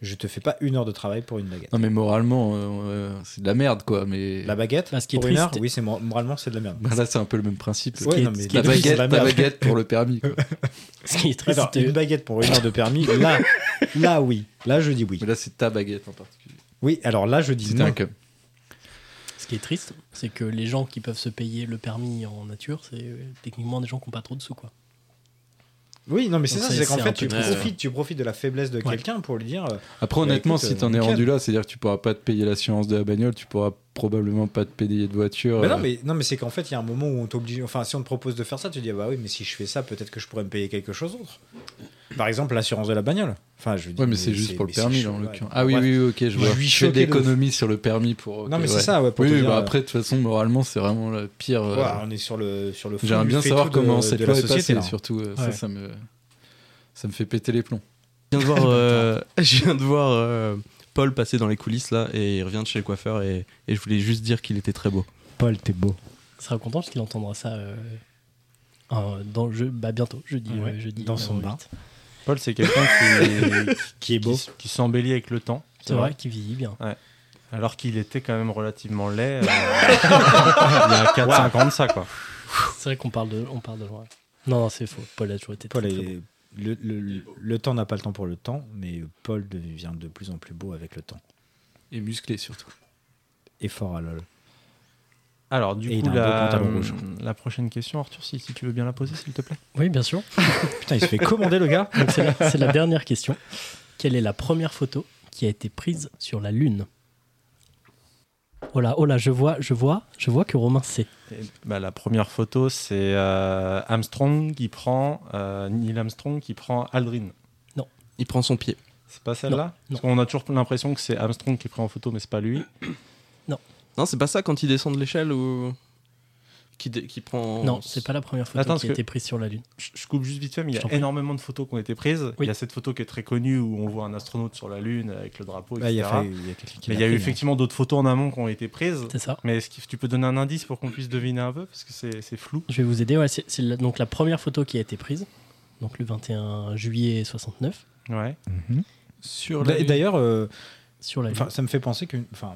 Speaker 4: je te fais pas une heure de travail pour une baguette.
Speaker 1: Non, mais moralement, euh, euh, c'est de la merde, quoi. Mais
Speaker 4: La baguette,
Speaker 3: Là, ce qui est
Speaker 4: pour une heure,
Speaker 3: triste-
Speaker 4: oui, c'est mor- moralement, c'est de la merde.
Speaker 1: Bah, là, c'est un peu le même principe.
Speaker 4: Ouais,
Speaker 3: qui est-
Speaker 4: non, mais
Speaker 3: ce qui
Speaker 1: La
Speaker 3: est triste,
Speaker 1: baguette,
Speaker 4: c'est
Speaker 1: la
Speaker 4: de la merde.
Speaker 1: baguette pour le permis. quoi.
Speaker 3: Ce qui est triste,
Speaker 4: Attends,
Speaker 3: euh,
Speaker 4: une baguette pour une heure de permis, là, là oui, là je dis oui.
Speaker 1: Mais là, c'est ta baguette en particulier.
Speaker 4: Oui, alors là je dis
Speaker 1: C'était
Speaker 4: non.
Speaker 1: un cum.
Speaker 3: ce qui est triste, c'est que les gens qui peuvent se payer le permis en nature, c'est euh, techniquement des gens qui n'ont pas trop de sous, quoi.
Speaker 4: Oui, non mais c'est
Speaker 3: Donc
Speaker 4: ça,
Speaker 3: c'est-
Speaker 4: c'est qu'en
Speaker 3: c'est un
Speaker 4: fait
Speaker 3: peu
Speaker 4: tu
Speaker 5: triste,
Speaker 4: profites, tu profites de la faiblesse de
Speaker 3: Ouais.
Speaker 4: quelqu'un pour lui dire. euh,
Speaker 1: Après,
Speaker 4: Bah,
Speaker 1: honnêtement,
Speaker 4: écoute,
Speaker 1: si
Speaker 4: euh,
Speaker 1: t'en es
Speaker 4: nickel.
Speaker 1: rendu là, c'est-à-dire que tu pourras pas te payer l'assurance de la bagnole, tu pourras probablement pas te payer de voiture.
Speaker 4: Mais
Speaker 1: euh,
Speaker 4: non mais non mais c'est qu'en fait il y a un moment où on t'oblige, enfin si on te propose de faire ça, tu dis ah bah oui mais si je fais ça peut-être que je pourrais me payer quelque chose d'autre. Par exemple l'assurance de la bagnole. Enfin je veux dire.
Speaker 1: Ouais, mais c'est juste pour le
Speaker 4: mais c'est
Speaker 1: permis, là,
Speaker 4: chaud,
Speaker 1: en
Speaker 4: ouais.
Speaker 1: l'occurrence. Ah oui,
Speaker 4: Bref.
Speaker 1: oui, oui, ok, je
Speaker 4: Je
Speaker 1: vois.
Speaker 4: suis
Speaker 1: Je fais de
Speaker 4: choqué de ouf.
Speaker 1: l'économie sur le permis pour. ok,
Speaker 4: Non mais c'est
Speaker 1: ouais.
Speaker 4: ça, ouais. Pour
Speaker 1: Oui,
Speaker 4: te
Speaker 1: oui,
Speaker 4: dire,
Speaker 1: bah
Speaker 4: euh,
Speaker 1: après, de toute façon, moralement, c'est vraiment le pire. euh,
Speaker 4: ouah, on est sur le sur le. fond
Speaker 1: J'aimerais
Speaker 4: du
Speaker 1: bien savoir
Speaker 4: fais-tout de-
Speaker 1: comment cette
Speaker 4: de la
Speaker 1: loi est
Speaker 4: société,
Speaker 1: passée,
Speaker 4: là.
Speaker 1: surtout. euh,
Speaker 3: Ouais.
Speaker 1: Ça, ça me, ça me fait péter les plombs.
Speaker 5: Je viens de voir, euh, je viens de voir euh, Paul passer dans les coulisses là et il revient de chez le coiffeur et, et je voulais juste dire qu'il était très beau.
Speaker 4: Paul t'es beau.
Speaker 3: Il sera content parce qu'il entendra ça euh, en- dans le jeu, bah, bientôt, jeudi.
Speaker 4: Ouais,
Speaker 3: euh, jeudi
Speaker 4: dans
Speaker 3: euh,
Speaker 4: son
Speaker 3: huit.
Speaker 4: bain.
Speaker 2: Paul, c'est quelqu'un qui,
Speaker 4: Qui est beau.
Speaker 2: qui, qui s'embellit avec le temps.
Speaker 3: C'est vrai qu'il vieillit bien.
Speaker 2: Alors qu'il était quand même relativement laid. euh, il y a 4-5 ans de ça, quoi.
Speaker 3: C'est vrai qu'on parle de, on parle de loin. Non, non, c'est faux. Paul a toujours été
Speaker 4: Paul
Speaker 3: très,
Speaker 4: est-
Speaker 3: très beau.
Speaker 4: le, le- le- le temps n'a pas le temps pour le temps, mais Paul devient de plus en plus beau avec le temps.
Speaker 1: Et musclé, surtout.
Speaker 4: Et fort à LOL.
Speaker 2: Alors, du
Speaker 4: Et il
Speaker 2: coup,
Speaker 4: a un beau
Speaker 2: la,
Speaker 4: pantalon rouge.
Speaker 2: la prochaine question, Arthur, si, si tu veux bien la poser, s'il te plaît.
Speaker 3: Oui, bien sûr.
Speaker 4: Putain, il se fait commander le gars
Speaker 3: Donc, C'est la, c'est la dernière question. Quelle est la première photo qui a été prise sur la Lune Oh là, oh là, je vois, je vois, je vois que Romain sait.
Speaker 2: Et, bah, la première photo, c'est euh, Armstrong qui prend euh, Neil Armstrong qui prend Aldrin.
Speaker 5: Il prend son pied.
Speaker 2: C'est pas celle-là
Speaker 3: non.
Speaker 2: Parce qu'on a toujours l'impression que c'est Armstrong qui est pris en photo, mais c'est pas lui.
Speaker 5: Non, c'est pas ça quand il descend de l'échelle ou qui, dé- qui prend.
Speaker 3: Non, c'est pas la première photo
Speaker 2: Attends, parce
Speaker 3: qui a
Speaker 2: que-
Speaker 3: été prise sur la Lune.
Speaker 2: Je je coupe juste vite fait, mais il y
Speaker 3: Je t'en
Speaker 2: a
Speaker 3: prie.
Speaker 2: énormément de photos qui ont été prises.
Speaker 3: Oui.
Speaker 2: Il y a cette photo qui est très connue où on voit un astronaute sur la Lune avec le drapeau,
Speaker 4: Bah,
Speaker 2: etc.
Speaker 4: il y a, fallu- il y a quelqu'un qui
Speaker 2: mais il
Speaker 4: l'a
Speaker 2: y a eu
Speaker 4: pris, hein.
Speaker 2: effectivement d'autres photos en amont qui ont été prises.
Speaker 3: C'est ça.
Speaker 2: Mais est-ce que tu peux donner un indice pour qu'on puisse deviner un peu Parce que c'est c'est flou.
Speaker 3: Je vais vous aider. Ouais, c'est c'est la- donc la première photo qui a été prise, donc le 21 juillet 69,
Speaker 2: Ouais.
Speaker 4: hein. Mhm.
Speaker 5: Sur
Speaker 3: Bah,
Speaker 4: D'a- D'ailleurs, euh,
Speaker 3: sur la Lune.
Speaker 4: Enfin, ça me fait penser que, enfin,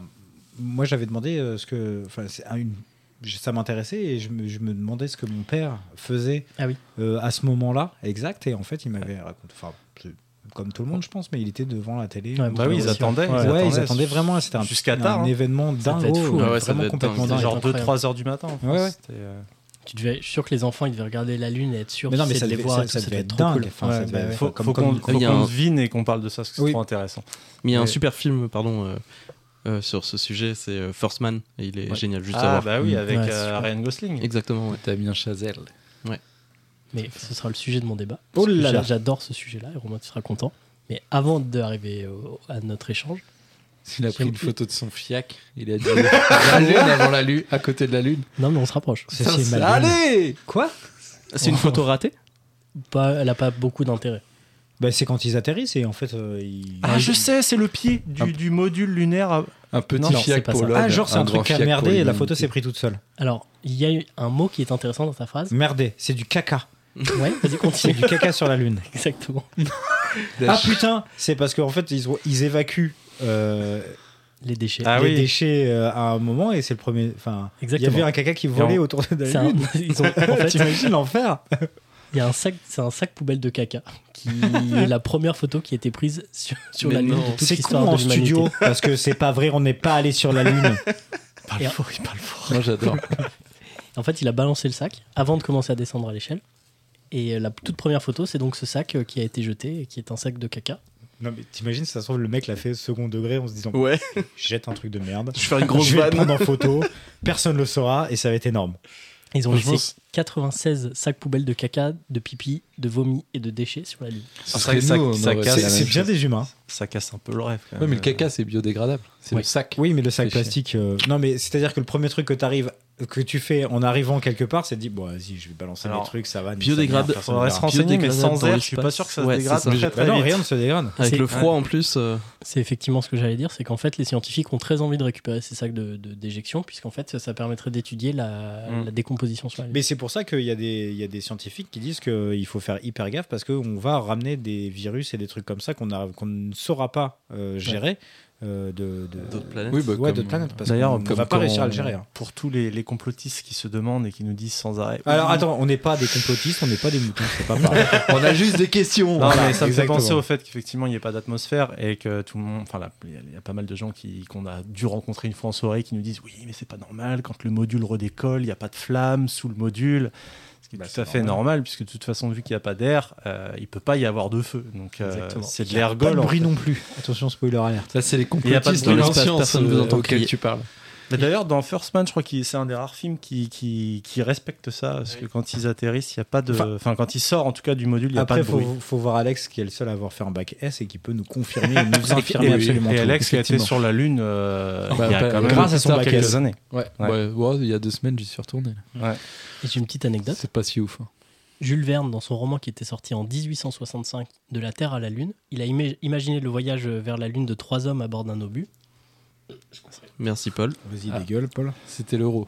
Speaker 4: moi j'avais demandé euh, ce que, enfin, c'est un- une- je- ça m'intéressait et je me, je me demandais ce que mon père faisait
Speaker 3: Ah oui.
Speaker 4: euh, à ce moment-là, exact. Et en fait, il m'avait raconté, enfin, c'est comme tout le monde, je pense, mais il était devant la télé.
Speaker 3: Ouais,
Speaker 2: Bah oui, ils
Speaker 3: Ouais,
Speaker 2: attendaient.
Speaker 4: Ouais, ils attendaient, vraiment. C'était un,
Speaker 2: Jusqu'à
Speaker 4: un
Speaker 2: tard. hein.
Speaker 4: événement dingue,
Speaker 3: devait être fou, ouais.
Speaker 5: Ouais, ça devait
Speaker 4: vraiment
Speaker 5: être
Speaker 4: complètement
Speaker 3: dingue.
Speaker 5: dingue.
Speaker 4: dingue.
Speaker 2: genre
Speaker 3: incroyable.
Speaker 2: 2-3 heures du matin. en France.
Speaker 4: ouais.
Speaker 2: C'était, euh,
Speaker 3: Tu devais, je suis sûr que les enfants ils devaient regarder la Lune et être sûrs
Speaker 4: Mais non, mais
Speaker 3: qu'ils
Speaker 4: ça
Speaker 3: allaient
Speaker 4: devait,
Speaker 3: voir
Speaker 4: ça-
Speaker 3: et tout,
Speaker 4: ça devait
Speaker 3: être
Speaker 4: être
Speaker 3: trop
Speaker 4: dingue.
Speaker 3: cool.
Speaker 4: Enfin, Ouais, ça devait- bah ouais.
Speaker 2: Faut,
Speaker 4: comme-
Speaker 2: faut qu'on
Speaker 4: comme-
Speaker 2: faut
Speaker 5: Il y a
Speaker 2: qu'on
Speaker 5: un-
Speaker 2: devine et qu'on parle de ça, parce que c'est
Speaker 4: Oui.
Speaker 2: trop intéressant.
Speaker 5: Mais il y a un
Speaker 2: Mais-
Speaker 5: super film, pardon, euh, euh, sur ce sujet, c'est euh, First Man. Et il est génial, juste à
Speaker 2: ah
Speaker 5: voir.
Speaker 2: bah oui,
Speaker 3: Mm.
Speaker 2: avec
Speaker 3: Ouais, c'est
Speaker 2: euh,
Speaker 3: super.
Speaker 2: Ryan Gosling.
Speaker 5: Exactement, ouais.
Speaker 1: Damien Chazelle.
Speaker 3: Mais ce sera le sujet de mon débat.
Speaker 4: Oh
Speaker 3: parce que
Speaker 4: là
Speaker 3: j'a-
Speaker 4: là.
Speaker 3: J'adore ce sujet-là et Romain tu seras content. Mais avant d'arriver au- à notre échange,
Speaker 1: Il a pris
Speaker 3: J'aime-
Speaker 1: une photo de son fiac. Il a dit la lune avant la lune, à côté de la lune.
Speaker 3: non mais on se rapproche.
Speaker 4: Ça,
Speaker 1: Ça,
Speaker 4: c'est
Speaker 1: c'est-
Speaker 4: mal donné.
Speaker 1: Allez
Speaker 4: Quoi
Speaker 5: C'est une photo ratée
Speaker 3: Pas, elle a pas beaucoup d'intérêt.
Speaker 4: Bah, c'est quand ils atterrissent et en fait, euh, ils-
Speaker 2: Ah je sais, c'est le pied du, du module lunaire. à-
Speaker 1: Un petit
Speaker 3: Non, non, c'est
Speaker 1: fiac
Speaker 3: pas
Speaker 1: pour
Speaker 3: ça.
Speaker 1: l'homme.
Speaker 4: Ah, genre c'est un,
Speaker 1: grand
Speaker 4: truc qui a
Speaker 1: fiac pour
Speaker 4: merdé et la
Speaker 1: l'humanité.
Speaker 4: photo s'est prise toute seule.
Speaker 3: Alors il y a eu un mot qui est intéressant dans ta phrase.
Speaker 4: Merdé, c'est du caca.
Speaker 3: Ouais, vas-y
Speaker 4: C'est
Speaker 3: continue.
Speaker 4: du caca sur la lune.
Speaker 3: Exactement.
Speaker 4: Ah putain, c'est parce qu'en fait ils, ont- ils évacuent euh,
Speaker 3: Les déchets.
Speaker 2: Ah
Speaker 4: les
Speaker 2: oui.
Speaker 4: déchets euh, à un moment et c'est le premier. Enfin, il y
Speaker 3: Exactement.
Speaker 4: avait un caca qui volait
Speaker 2: Et on-
Speaker 4: autour de
Speaker 3: C'est
Speaker 4: la
Speaker 3: un-
Speaker 4: lune.
Speaker 3: ils ont- en fait,
Speaker 4: T'imagines l'enfer
Speaker 3: Il y a un sac, c'est un sac poubelle de caca qui est la première photo qui a été prise sur, sur
Speaker 5: Mais
Speaker 3: la lune
Speaker 5: non.
Speaker 3: de toute
Speaker 4: C'est con
Speaker 3: l'histoire
Speaker 4: en
Speaker 3: de l'humanité.
Speaker 4: studio parce que c'est pas vrai, on n'est pas allé sur la lune.
Speaker 3: Et-
Speaker 1: Moi j'adore.
Speaker 3: En fait, il a balancé le sac avant de commencer à descendre à l'échelle. Et la toute première photo, c'est donc ce sac euh, qui a été jeté, et qui est un sac de caca.
Speaker 4: Non mais t'imagines si ça se trouve le mec l'a fait second degré en se disant
Speaker 5: Ouais,
Speaker 4: jette un truc de merde.
Speaker 5: je vais faire une grosse
Speaker 4: je vais le
Speaker 5: vanne.
Speaker 4: prendre en photo, personne le saura et ça va être énorme.
Speaker 3: Ils ont
Speaker 1: Je
Speaker 3: laissé
Speaker 1: pense-
Speaker 3: 96 sacs poubelles de caca, de pipi, de vomi et de déchets sur la Lune.
Speaker 1: Ce
Speaker 2: serait que ça-
Speaker 1: nous, on
Speaker 2: ça
Speaker 1: aurait
Speaker 2: casse-
Speaker 1: fait
Speaker 4: C'est
Speaker 1: la
Speaker 4: c'est
Speaker 1: même
Speaker 4: bien
Speaker 1: chose.
Speaker 4: des humains.
Speaker 2: Ça casse un peu le rêve. quand
Speaker 1: Ouais, mais
Speaker 2: même.
Speaker 1: le caca c'est biodégradable. C'est
Speaker 3: Ouais.
Speaker 1: le sac.
Speaker 4: Oui, mais le
Speaker 1: Fait
Speaker 4: sac
Speaker 1: chier.
Speaker 4: plastique. euh, Non, mais c'est-à-dire que le premier truc que t'arrives, que tu fais en arrivant quelque part, c'est de dire bon, vas-y, je vais balancer
Speaker 2: Alors,
Speaker 4: mes trucs, ça va. ni
Speaker 5: biodégrade-
Speaker 4: ça, ni rien, personne
Speaker 2: Faudrait
Speaker 4: ne
Speaker 2: se
Speaker 4: verra.
Speaker 2: renseigner, mais
Speaker 5: Biodégradable
Speaker 2: sans
Speaker 5: dans
Speaker 2: air, je suis
Speaker 5: l'espace.
Speaker 2: pas sûr que ça
Speaker 5: Ouais,
Speaker 2: se dégrade
Speaker 5: c'est ça.
Speaker 2: très très
Speaker 4: Bah non,
Speaker 2: vite.
Speaker 4: rien ne se dégrade.
Speaker 5: Avec
Speaker 3: C'est-
Speaker 5: le froid en plus. euh,
Speaker 3: C'est effectivement ce que j'allais dire, c'est qu'en fait, les scientifiques ont très envie de récupérer ces sacs de de- déjection, puisqu'en fait, ça, ça permettrait d'étudier la,
Speaker 2: Mm.
Speaker 3: la décomposition sur la Lune.
Speaker 4: Mais c'est pour ça qu'il y, a des- il y a des scientifiques qui disent qu'il faut faire hyper gaffe parce qu'on va ramener des virus et des trucs comme ça qu'on a- qu'on ne saura pas euh, gérer euh, de, de-
Speaker 5: D'autres planètes.
Speaker 1: Oui, bah,
Speaker 4: ouais,
Speaker 1: comme-
Speaker 4: d'autres planètes. Parce
Speaker 2: D'ailleurs,
Speaker 4: qu'on ne
Speaker 2: comme
Speaker 4: va pas
Speaker 2: quand-
Speaker 4: réussir à le gérer. hein.
Speaker 2: Pour tous les, les complotistes qui se demandent et qui nous disent sans arrêt.
Speaker 4: Alors
Speaker 2: Oui.
Speaker 4: attends, on n'est pas des complotistes, on n'est pas des moutons, c'est pas pareil.
Speaker 1: On a juste des questions.
Speaker 2: Non,
Speaker 4: Voilà,
Speaker 2: mais ça me fait
Speaker 4: exactement.
Speaker 2: penser au fait qu'effectivement il n'y ait pas d'atmosphère et que tout le monde, enfin là, il y a- il y a pas mal de gens qui qu'on a dû rencontrer une fois en soirée qui nous disent oui mais c'est pas normal quand le module redécolle il n'y a pas de flamme sous le module, ce qui est
Speaker 4: Bah,
Speaker 2: tout
Speaker 4: c'est
Speaker 2: à fait normal.
Speaker 4: normal.
Speaker 2: puisque de toute façon vu qu'il n'y a pas d'air euh, il peut pas y avoir de feu donc euh,
Speaker 4: Exactement.
Speaker 2: c'est de
Speaker 4: Pas
Speaker 2: l'ergol.
Speaker 4: de
Speaker 2: en
Speaker 4: bruit
Speaker 2: fait.
Speaker 4: non plus. Attention, spoiler alert.
Speaker 1: Ça c'est les
Speaker 2: Il y a pas de-
Speaker 1: complotistes
Speaker 2: dans
Speaker 1: de
Speaker 2: l'espace,
Speaker 1: l'inscience
Speaker 5: personne ne vous entend
Speaker 1: auquel
Speaker 5: crier.
Speaker 1: tu parles.
Speaker 2: Mais d'ailleurs dans First Man je crois que c'est un des rares films qui qui, qui respecte ça parce que quand ils atterrissent il y a pas de,
Speaker 4: Enfin-
Speaker 2: enfin quand ils sortent en tout cas du module il y a pas
Speaker 4: Après,
Speaker 2: de bruit.
Speaker 4: faut, faut voir Alex qui est le seul à avoir fait un bac S et qui peut nous confirmer et nous infirmer
Speaker 2: Et,
Speaker 4: absolument
Speaker 2: et
Speaker 4: tout,
Speaker 2: Alex qui a été
Speaker 4: effectivement.
Speaker 2: sur la lune euh,
Speaker 1: Bah,
Speaker 2: il y a
Speaker 1: bah,
Speaker 2: quand même
Speaker 4: grâce à son
Speaker 2: plus tard,
Speaker 4: bac
Speaker 2: quelques
Speaker 4: S.
Speaker 2: années.
Speaker 1: Ouais.
Speaker 2: Ouais.
Speaker 1: Ouais, ouais, il y a deux semaines j'y suis retourné. là.
Speaker 3: Et j'ai une petite anecdote.
Speaker 1: C'est pas si ouf. hein.
Speaker 3: Jules Verne, dans son roman qui était sorti en 1865, De la Terre à la Lune, il a ima- imaginé le voyage vers la Lune de trois hommes à bord d'un obus.
Speaker 5: Merci Paul.
Speaker 4: Vas-y,
Speaker 1: Ah.
Speaker 4: dégueule, Paul.
Speaker 1: C'était l'euro.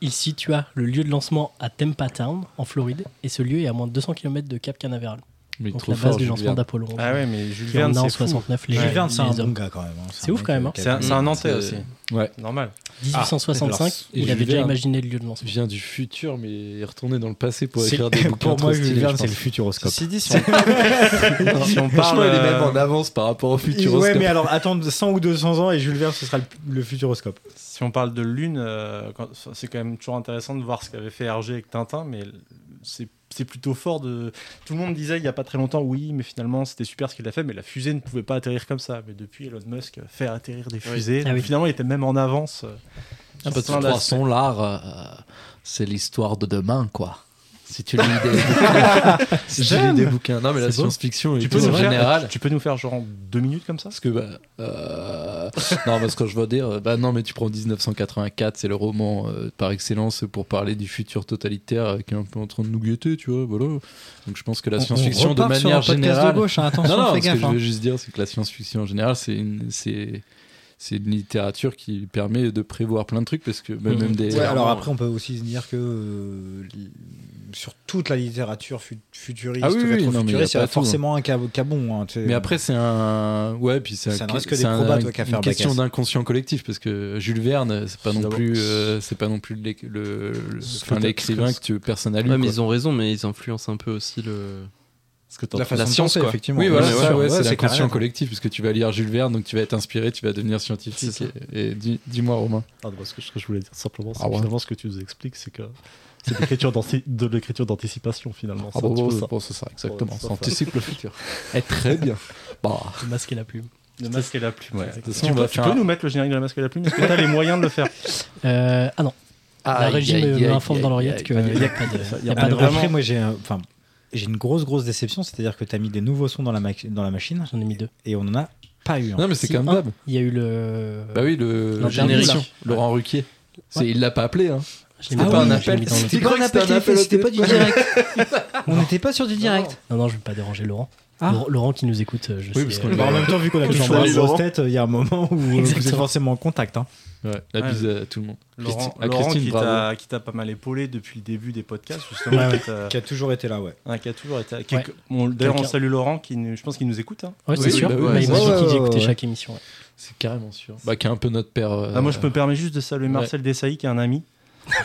Speaker 3: Il situa le lieu de lancement à Tampa Town, en Floride, et ce lieu est à moins de 200 km de Cap Canaveral,
Speaker 1: Mais
Speaker 3: donc
Speaker 1: trop
Speaker 3: la base
Speaker 1: fort.
Speaker 3: du
Speaker 1: Jules
Speaker 3: lancement
Speaker 1: Verne.
Speaker 3: d'Apollo.
Speaker 2: Ah ouais mais Jules
Speaker 3: Qui en
Speaker 2: Verne
Speaker 3: a en
Speaker 2: c'est fou.
Speaker 3: 69 les,
Speaker 4: Jules Verne, c'est un
Speaker 3: les
Speaker 4: bon
Speaker 3: hommes.
Speaker 4: gars quand même. hein.
Speaker 3: C'est
Speaker 4: un
Speaker 3: ouf,
Speaker 4: mec,
Speaker 3: quand même,
Speaker 4: euh,
Speaker 3: hein.
Speaker 4: qui a-
Speaker 2: C'est un, c'est un Nantais
Speaker 5: Euh,
Speaker 2: aussi.
Speaker 1: Ouais.
Speaker 2: Normal.
Speaker 3: 1865,
Speaker 1: Ah, et
Speaker 3: il avait
Speaker 1: Jules
Speaker 3: déjà
Speaker 1: Verne.
Speaker 3: imaginé le lieu de lancement.
Speaker 1: Il vient du futur mais il est retourné dans le passé pour
Speaker 4: C'est-
Speaker 1: écrire des bouquins.
Speaker 4: Pour moi,
Speaker 1: trop
Speaker 4: Jules
Speaker 1: stylés,
Speaker 4: Verne,
Speaker 1: je
Speaker 4: c'est le
Speaker 1: pense.
Speaker 4: futuroscope.
Speaker 2: Ceci dit, si on, si on
Speaker 1: Franchement,
Speaker 2: parle.
Speaker 1: il est même
Speaker 2: euh,
Speaker 1: en avance par rapport au futuroscope.
Speaker 4: Ouais, mais alors, attendre 100 ou 200 ans et Jules Verne, ce sera le, le futuroscope.
Speaker 2: Si on parle de Lune, euh, quand- c'est quand même toujours intéressant de voir ce qu'avait fait Hergé avec Tintin, mais c'est c'est plutôt fort de. Tout le monde disait il n'y a pas très longtemps, oui, mais finalement c'était super ce qu'il a fait, mais la fusée ne pouvait pas atterrir comme ça. Mais depuis Elon Musk fait atterrir des fusées,
Speaker 3: Ah
Speaker 2: donc
Speaker 3: oui.
Speaker 2: finalement il était même en avance. euh,
Speaker 1: Ah, bah,
Speaker 2: sur
Speaker 1: de toute
Speaker 2: plein d'aspects.
Speaker 1: façon, l'art, euh, c'est l'histoire de demain, quoi. Si tu lis des, si tu lis des bouquins. Non, mais la
Speaker 2: C'est beau.
Speaker 1: science-fiction
Speaker 2: Tu
Speaker 1: et
Speaker 2: peux,
Speaker 1: tout
Speaker 2: nous
Speaker 1: en
Speaker 2: faire,
Speaker 1: général.
Speaker 2: tu peux nous faire genre deux minutes comme ça
Speaker 1: Parce que, bah, euh, non, parce que je veux dire, bah non, mais tu prends 1984, c'est le roman euh, par excellence pour parler du futur totalitaire euh, qui est un peu en train de nous guetter, tu vois, voilà. Donc je pense que la science-fiction, de
Speaker 8: repart sur un
Speaker 1: manière
Speaker 8: podcast
Speaker 1: générale.
Speaker 8: de gauche, hein, attention,
Speaker 1: non, non,
Speaker 8: fais
Speaker 1: ce que
Speaker 8: gaffe.
Speaker 1: je
Speaker 8: hein.
Speaker 1: veux juste dire, c'est que la science-fiction en général, c'est une, c'est, c'est une littérature qui permet de prévoir plein de trucs, parce que bah,
Speaker 3: Mhm.
Speaker 1: même des.
Speaker 4: Ouais, alors
Speaker 5: Clairement,
Speaker 4: après, on peut aussi se dire que euh, li- sur toute la littérature fu- futuriste,
Speaker 1: Ah oui, oui,
Speaker 4: rétrofuturiste,
Speaker 1: non, mais y a
Speaker 4: il y a
Speaker 1: pas tout,
Speaker 4: forcément un cas, cas bon. hein, tu sais.
Speaker 1: Mais après, c'est un. Ouais, puis c'est
Speaker 4: Ça
Speaker 1: un...
Speaker 4: ne reste que
Speaker 1: c'est
Speaker 4: des
Speaker 1: un-
Speaker 4: probas, toi, qu'à
Speaker 1: une
Speaker 4: faire
Speaker 1: question
Speaker 4: Bacchus.
Speaker 1: d'inconscient collectif, parce que Jules Verne, c'est pas non
Speaker 2: D'abord.
Speaker 1: plus, euh, c'est pas non plus l'éc- le, le-
Speaker 2: Ce
Speaker 1: enfin,
Speaker 2: que t'as-
Speaker 1: l'écrivain
Speaker 2: ce
Speaker 1: que tu personne à lui.
Speaker 5: Ouais, mais
Speaker 1: quoi.
Speaker 5: ils ont raison, mais ils influencent un peu aussi le.
Speaker 2: Parce que t'as-
Speaker 4: la façon de
Speaker 5: science,
Speaker 4: penser,
Speaker 5: quoi.
Speaker 4: effectivement.
Speaker 1: Oui, voilà,
Speaker 5: Ouais,
Speaker 1: c'est
Speaker 5: ouais,
Speaker 1: ça,
Speaker 5: ouais,
Speaker 1: ouais, c'est
Speaker 4: la
Speaker 1: l'inconscient collectif, puisque tu vas lire Jules Verne, donc tu vas être inspiré, tu vas devenir scientifique.
Speaker 5: C'est ça.
Speaker 1: Et, et dis- dis-moi, Romain.
Speaker 2: Ah, non, ce que je, je voulais dire simplement, c'est
Speaker 1: Ah ouais.
Speaker 2: finalement ce que tu nous expliques, c'est que c'est de l'écriture d'anti- de l'écriture d'anticipation finalement.
Speaker 1: Ah
Speaker 2: C'est un
Speaker 1: bon,
Speaker 2: petit peu
Speaker 1: bon,
Speaker 2: ça.
Speaker 1: bon, c'est ça, exactement.
Speaker 2: Ouais, c'est
Speaker 1: ça
Speaker 2: ça.
Speaker 1: anticipe le futur. Eh, très bien. Bah,
Speaker 3: Le masque et la plume.
Speaker 2: Le masque et la plume.
Speaker 1: Ouais.
Speaker 2: Exactement.
Speaker 1: De toute façon,
Speaker 2: tu
Speaker 1: on va
Speaker 2: peux, tu
Speaker 1: faire
Speaker 2: peux
Speaker 1: un-
Speaker 2: nous mettre le générique de la masque et la plume Est-ce que t'as les moyens de le faire
Speaker 3: Euh, ah non, la régie me- m'informe dans l'oreillette qu'il n'y a, pas de-
Speaker 1: Ah,
Speaker 3: y a pas de
Speaker 4: Alors,
Speaker 3: refrain.
Speaker 4: après, moi, j'ai un- enfin, j'ai une grosse, grosse déception, c'est-à-dire que tu as mis des nouveaux sons dans la, ma- dans la machine
Speaker 3: J'en ai mis deux.
Speaker 4: et on n'en a pas eu. un.
Speaker 1: Non, hein. mais c'est
Speaker 3: Si,
Speaker 1: comme
Speaker 3: un,
Speaker 1: d'hab.
Speaker 3: Il y a eu le.
Speaker 1: Bah oui, le,
Speaker 3: Non,
Speaker 1: générique.
Speaker 3: dernier,
Speaker 1: Laurent Ruquier. C'est-
Speaker 3: Ouais.
Speaker 1: Il l'a pas appelé, hein.
Speaker 3: Je l'ai
Speaker 1: C'était
Speaker 3: mis
Speaker 1: pas
Speaker 3: dans
Speaker 1: un
Speaker 3: le- je l'ai
Speaker 1: appel.
Speaker 3: mis dans le-
Speaker 1: Tu crois que
Speaker 4: C'était pas un appel, c'était pas du direct. on n'était pas sur du direct.
Speaker 3: Non, non, je ne vais pas déranger Laurent.
Speaker 4: Ah.
Speaker 3: Laurent, Laurent qui nous écoute, euh, je
Speaker 1: Oui,
Speaker 3: sais.
Speaker 1: parce qu'on
Speaker 3: euh,
Speaker 1: est-
Speaker 4: Bah, en même temps, vu qu'on a
Speaker 1: Salut,
Speaker 4: toujours des grosses
Speaker 1: Laurent.
Speaker 4: têtes, il y a un moment où euh, vous êtes
Speaker 3: Exactement.
Speaker 4: forcément en contact. hein.
Speaker 1: Ouais, la
Speaker 2: Ouais.
Speaker 1: bise à tout le monde.
Speaker 2: Laurent,
Speaker 1: Christi- à
Speaker 2: Laurent
Speaker 1: Christine,
Speaker 2: qui
Speaker 1: bravo.
Speaker 2: t'a- qui t'a pas mal épaulé depuis le début des podcasts, justement,
Speaker 3: Ouais,
Speaker 2: qui t'a-
Speaker 4: Qui a toujours été là, ouais.
Speaker 2: hein, qui a toujours été. qui-
Speaker 3: Ouais.
Speaker 2: que- on- D'ailleurs, on
Speaker 3: Quelqu'un.
Speaker 2: salue Laurent, qui nous- je pense qu'il nous écoute. hein.
Speaker 3: Ouais, c'est
Speaker 1: Oui,
Speaker 3: sûr.
Speaker 1: bah oui,
Speaker 3: Bah,
Speaker 1: ouais,
Speaker 3: il m'a
Speaker 1: ouais,
Speaker 3: dit qu'il
Speaker 4: ouais,
Speaker 3: écoutait
Speaker 4: ouais.
Speaker 3: chaque émission. ouais.
Speaker 1: C'est carrément sûr. Bah, qui est un peu notre père. euh,
Speaker 2: Ah, moi, je me permets juste de saluer Marcel Dessailly, qui est un ami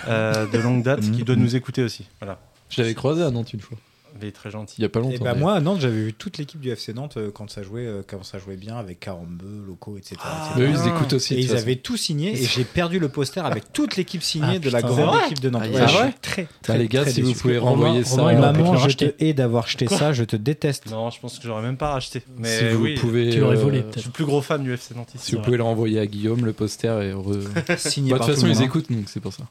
Speaker 2: euh, de longue date, qui
Speaker 1: Mm-hmm.
Speaker 2: doit nous écouter aussi. Voilà.
Speaker 1: euh, Je l'avais croisé à Nantes une fois.
Speaker 2: Il est très gentil.
Speaker 1: Il y a pas longtemps.
Speaker 4: Et bah
Speaker 1: d'ailleurs.
Speaker 4: moi à Nantes j'avais vu toute l'équipe du FC Nantes euh, quand ça jouait euh, quand ça jouait bien avec Carambeu, Loco, etc.
Speaker 2: Ah,
Speaker 1: Bah,
Speaker 4: etc.
Speaker 1: eux, ils
Speaker 2: Ah.
Speaker 1: écoutent aussi.
Speaker 4: et
Speaker 1: de
Speaker 4: ils
Speaker 1: toute façon.
Speaker 4: avaient tout signé et j'ai perdu le poster avec toute l'équipe signée
Speaker 3: Ah,
Speaker 4: de la
Speaker 3: putain.
Speaker 4: grande
Speaker 3: C'est vrai
Speaker 4: équipe de Nantes.
Speaker 5: Ah,
Speaker 4: Ouais,
Speaker 5: yeah.
Speaker 4: je
Speaker 2: Ah
Speaker 4: suis
Speaker 2: ouais
Speaker 4: très,
Speaker 1: Bah,
Speaker 4: très,
Speaker 1: les gars,
Speaker 4: très
Speaker 1: si vous
Speaker 4: déçu.
Speaker 1: pouvez
Speaker 3: Romain-
Speaker 1: renvoyer
Speaker 3: Romain,
Speaker 1: ça.
Speaker 3: il m'a-
Speaker 1: euh,
Speaker 3: pu
Speaker 4: Maman,
Speaker 3: le
Speaker 4: je
Speaker 3: racheter.
Speaker 4: te hais d'avoir jeté ça, je te déteste.
Speaker 2: Non, je pense que j'aurais même pas racheté. Mais
Speaker 1: Si vous
Speaker 2: oui,
Speaker 1: pouvez.
Speaker 3: Tu l'aurais
Speaker 1: euh,
Speaker 3: volé,
Speaker 2: Je
Speaker 3: peut-être.
Speaker 2: suis le plus gros fan du FC Nantes.
Speaker 1: Si vous pouvez le renvoyer à Guillaume, le poster. Et re- Bah, De
Speaker 4: Signé
Speaker 1: toute
Speaker 4: par tout
Speaker 1: façon,
Speaker 4: le
Speaker 1: ils
Speaker 4: monde, hein.
Speaker 1: écoutent, donc c'est pour ça.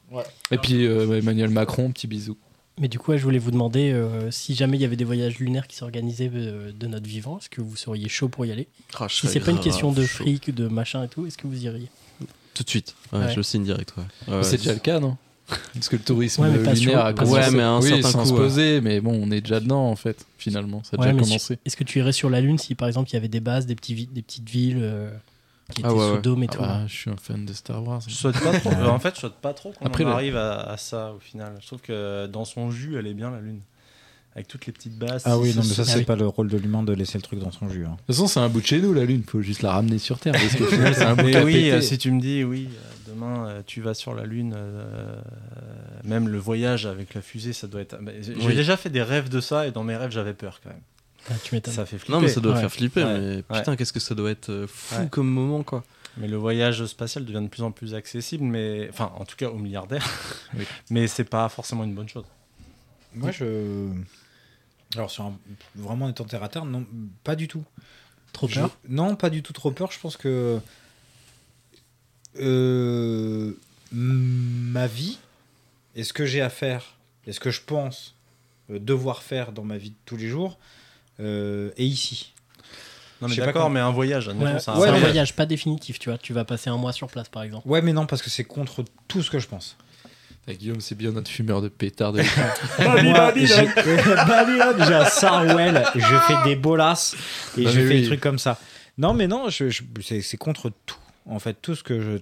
Speaker 1: Et puis euh, Emmanuel Macron, petit bisou.
Speaker 3: Mais du coup, ouais, je voulais vous demander euh, si jamais il y avait des voyages lunaires qui s'organisaient euh, de notre vivant, est-ce que vous seriez chaud pour y aller
Speaker 5: Ah, je
Speaker 3: Si
Speaker 5: serais
Speaker 3: c'est pas une
Speaker 5: grave
Speaker 3: question de
Speaker 5: chaud.
Speaker 3: fric, de machin et tout, est-ce que vous iriez
Speaker 5: Tout de suite. Ouais,
Speaker 3: Ouais.
Speaker 5: Je le signe direct. Ouais, Ouais,
Speaker 1: c'est déjà le cas, non Parce que le tourisme
Speaker 3: Ouais, mais pas sur-
Speaker 1: lunaire a
Speaker 3: pas
Speaker 1: commencé.
Speaker 5: sur- Ouais, mais à un
Speaker 1: oui,
Speaker 5: certain
Speaker 1: sans
Speaker 5: coup,
Speaker 1: se
Speaker 5: ouais.
Speaker 1: poser, mais bon, on est déjà dedans en fait. Finalement, ça a
Speaker 3: Ouais,
Speaker 1: déjà
Speaker 3: mais
Speaker 1: commencé.
Speaker 3: si- Est-ce que tu irais sur la Lune si par exemple il y avait des bases, des, petits vi- des petites villes euh, qui étaient
Speaker 5: Ah ouais,
Speaker 3: sous
Speaker 5: ouais.
Speaker 3: dôme et
Speaker 1: Ah
Speaker 3: tout
Speaker 1: bah, je suis un fan de Star Wars.
Speaker 2: Je souhaite pas trop. Euh, en fait, je souhaite pas trop qu'on
Speaker 1: Après,
Speaker 2: en
Speaker 1: le-
Speaker 2: arrive à, à ça au final. Je trouve que dans son jus, elle est bien la lune, avec toutes les petites basses.
Speaker 4: Ah oui,
Speaker 2: si,
Speaker 4: non, mais
Speaker 2: si,
Speaker 4: ça,
Speaker 2: si.
Speaker 3: Ah
Speaker 4: c'est
Speaker 3: oui.
Speaker 4: pas le rôle de l'humain de laisser le truc dans son jus. hein.
Speaker 1: De toute façon, c'est un bout de chez nous, la Lune. Faut juste la ramener sur Terre. Parce que final, c'est un bout
Speaker 2: Mais
Speaker 1: à
Speaker 2: oui,
Speaker 1: péter.
Speaker 2: euh, si tu me dis, oui, euh, demain euh, tu vas sur la Lune, euh, même le voyage avec la fusée, ça doit être. bah, J'ai j'ai
Speaker 5: Oui.
Speaker 2: déjà fait des rêves de ça et dans mes rêves, j'avais peur quand même.
Speaker 3: Ah, Tu m'étonnes.
Speaker 2: Ça fait flipper.
Speaker 5: Non, mais ça doit
Speaker 3: Ouais.
Speaker 5: faire flipper.
Speaker 2: Ouais.
Speaker 5: Mais
Speaker 2: Ouais.
Speaker 5: putain, qu'est-ce que ça doit être euh, fou
Speaker 2: Ouais.
Speaker 5: comme moment, quoi.
Speaker 2: Mais le voyage spatial devient de plus en plus accessible, mais enfin, en tout cas aux milliardaires.
Speaker 1: Oui.
Speaker 2: Mais c'est pas forcément une bonne chose.
Speaker 4: Moi, je. Alors, sur un- vraiment étant terre à terre, non, pas du tout.
Speaker 3: Trop
Speaker 4: Je-
Speaker 3: peur
Speaker 4: Non, pas du tout trop peur. Je pense que. euh, Ma vie, et ce que j'ai à faire, et ce que je pense euh, devoir faire dans ma vie de tous les jours, euh, est ici.
Speaker 2: Non,
Speaker 4: Je
Speaker 2: mais
Speaker 4: sais pas
Speaker 2: d'accord,
Speaker 4: comment-
Speaker 2: mais un voyage, admettons,
Speaker 3: Ouais,
Speaker 2: c'est
Speaker 3: C'est
Speaker 2: un
Speaker 4: ouais,
Speaker 3: un
Speaker 4: mais-
Speaker 2: voyage.
Speaker 3: voyage pas définitif, tu vois. Tu vas passer un mois sur place par exemple.
Speaker 4: Ouais, mais non, parce que c'est contre tout ce que je pense.
Speaker 1: Ah, Guillaume, c'est bien notre fumeur de pétard. De...
Speaker 4: Moi, j'ai Babylone, j'ai un Sarwell, je fais des bolasses et
Speaker 1: Bah
Speaker 4: je
Speaker 1: oui,
Speaker 4: fais
Speaker 1: oui.
Speaker 4: des trucs comme ça. Non, mais non, je, je- c'est, c'est contre tout. En fait, tout ce que je,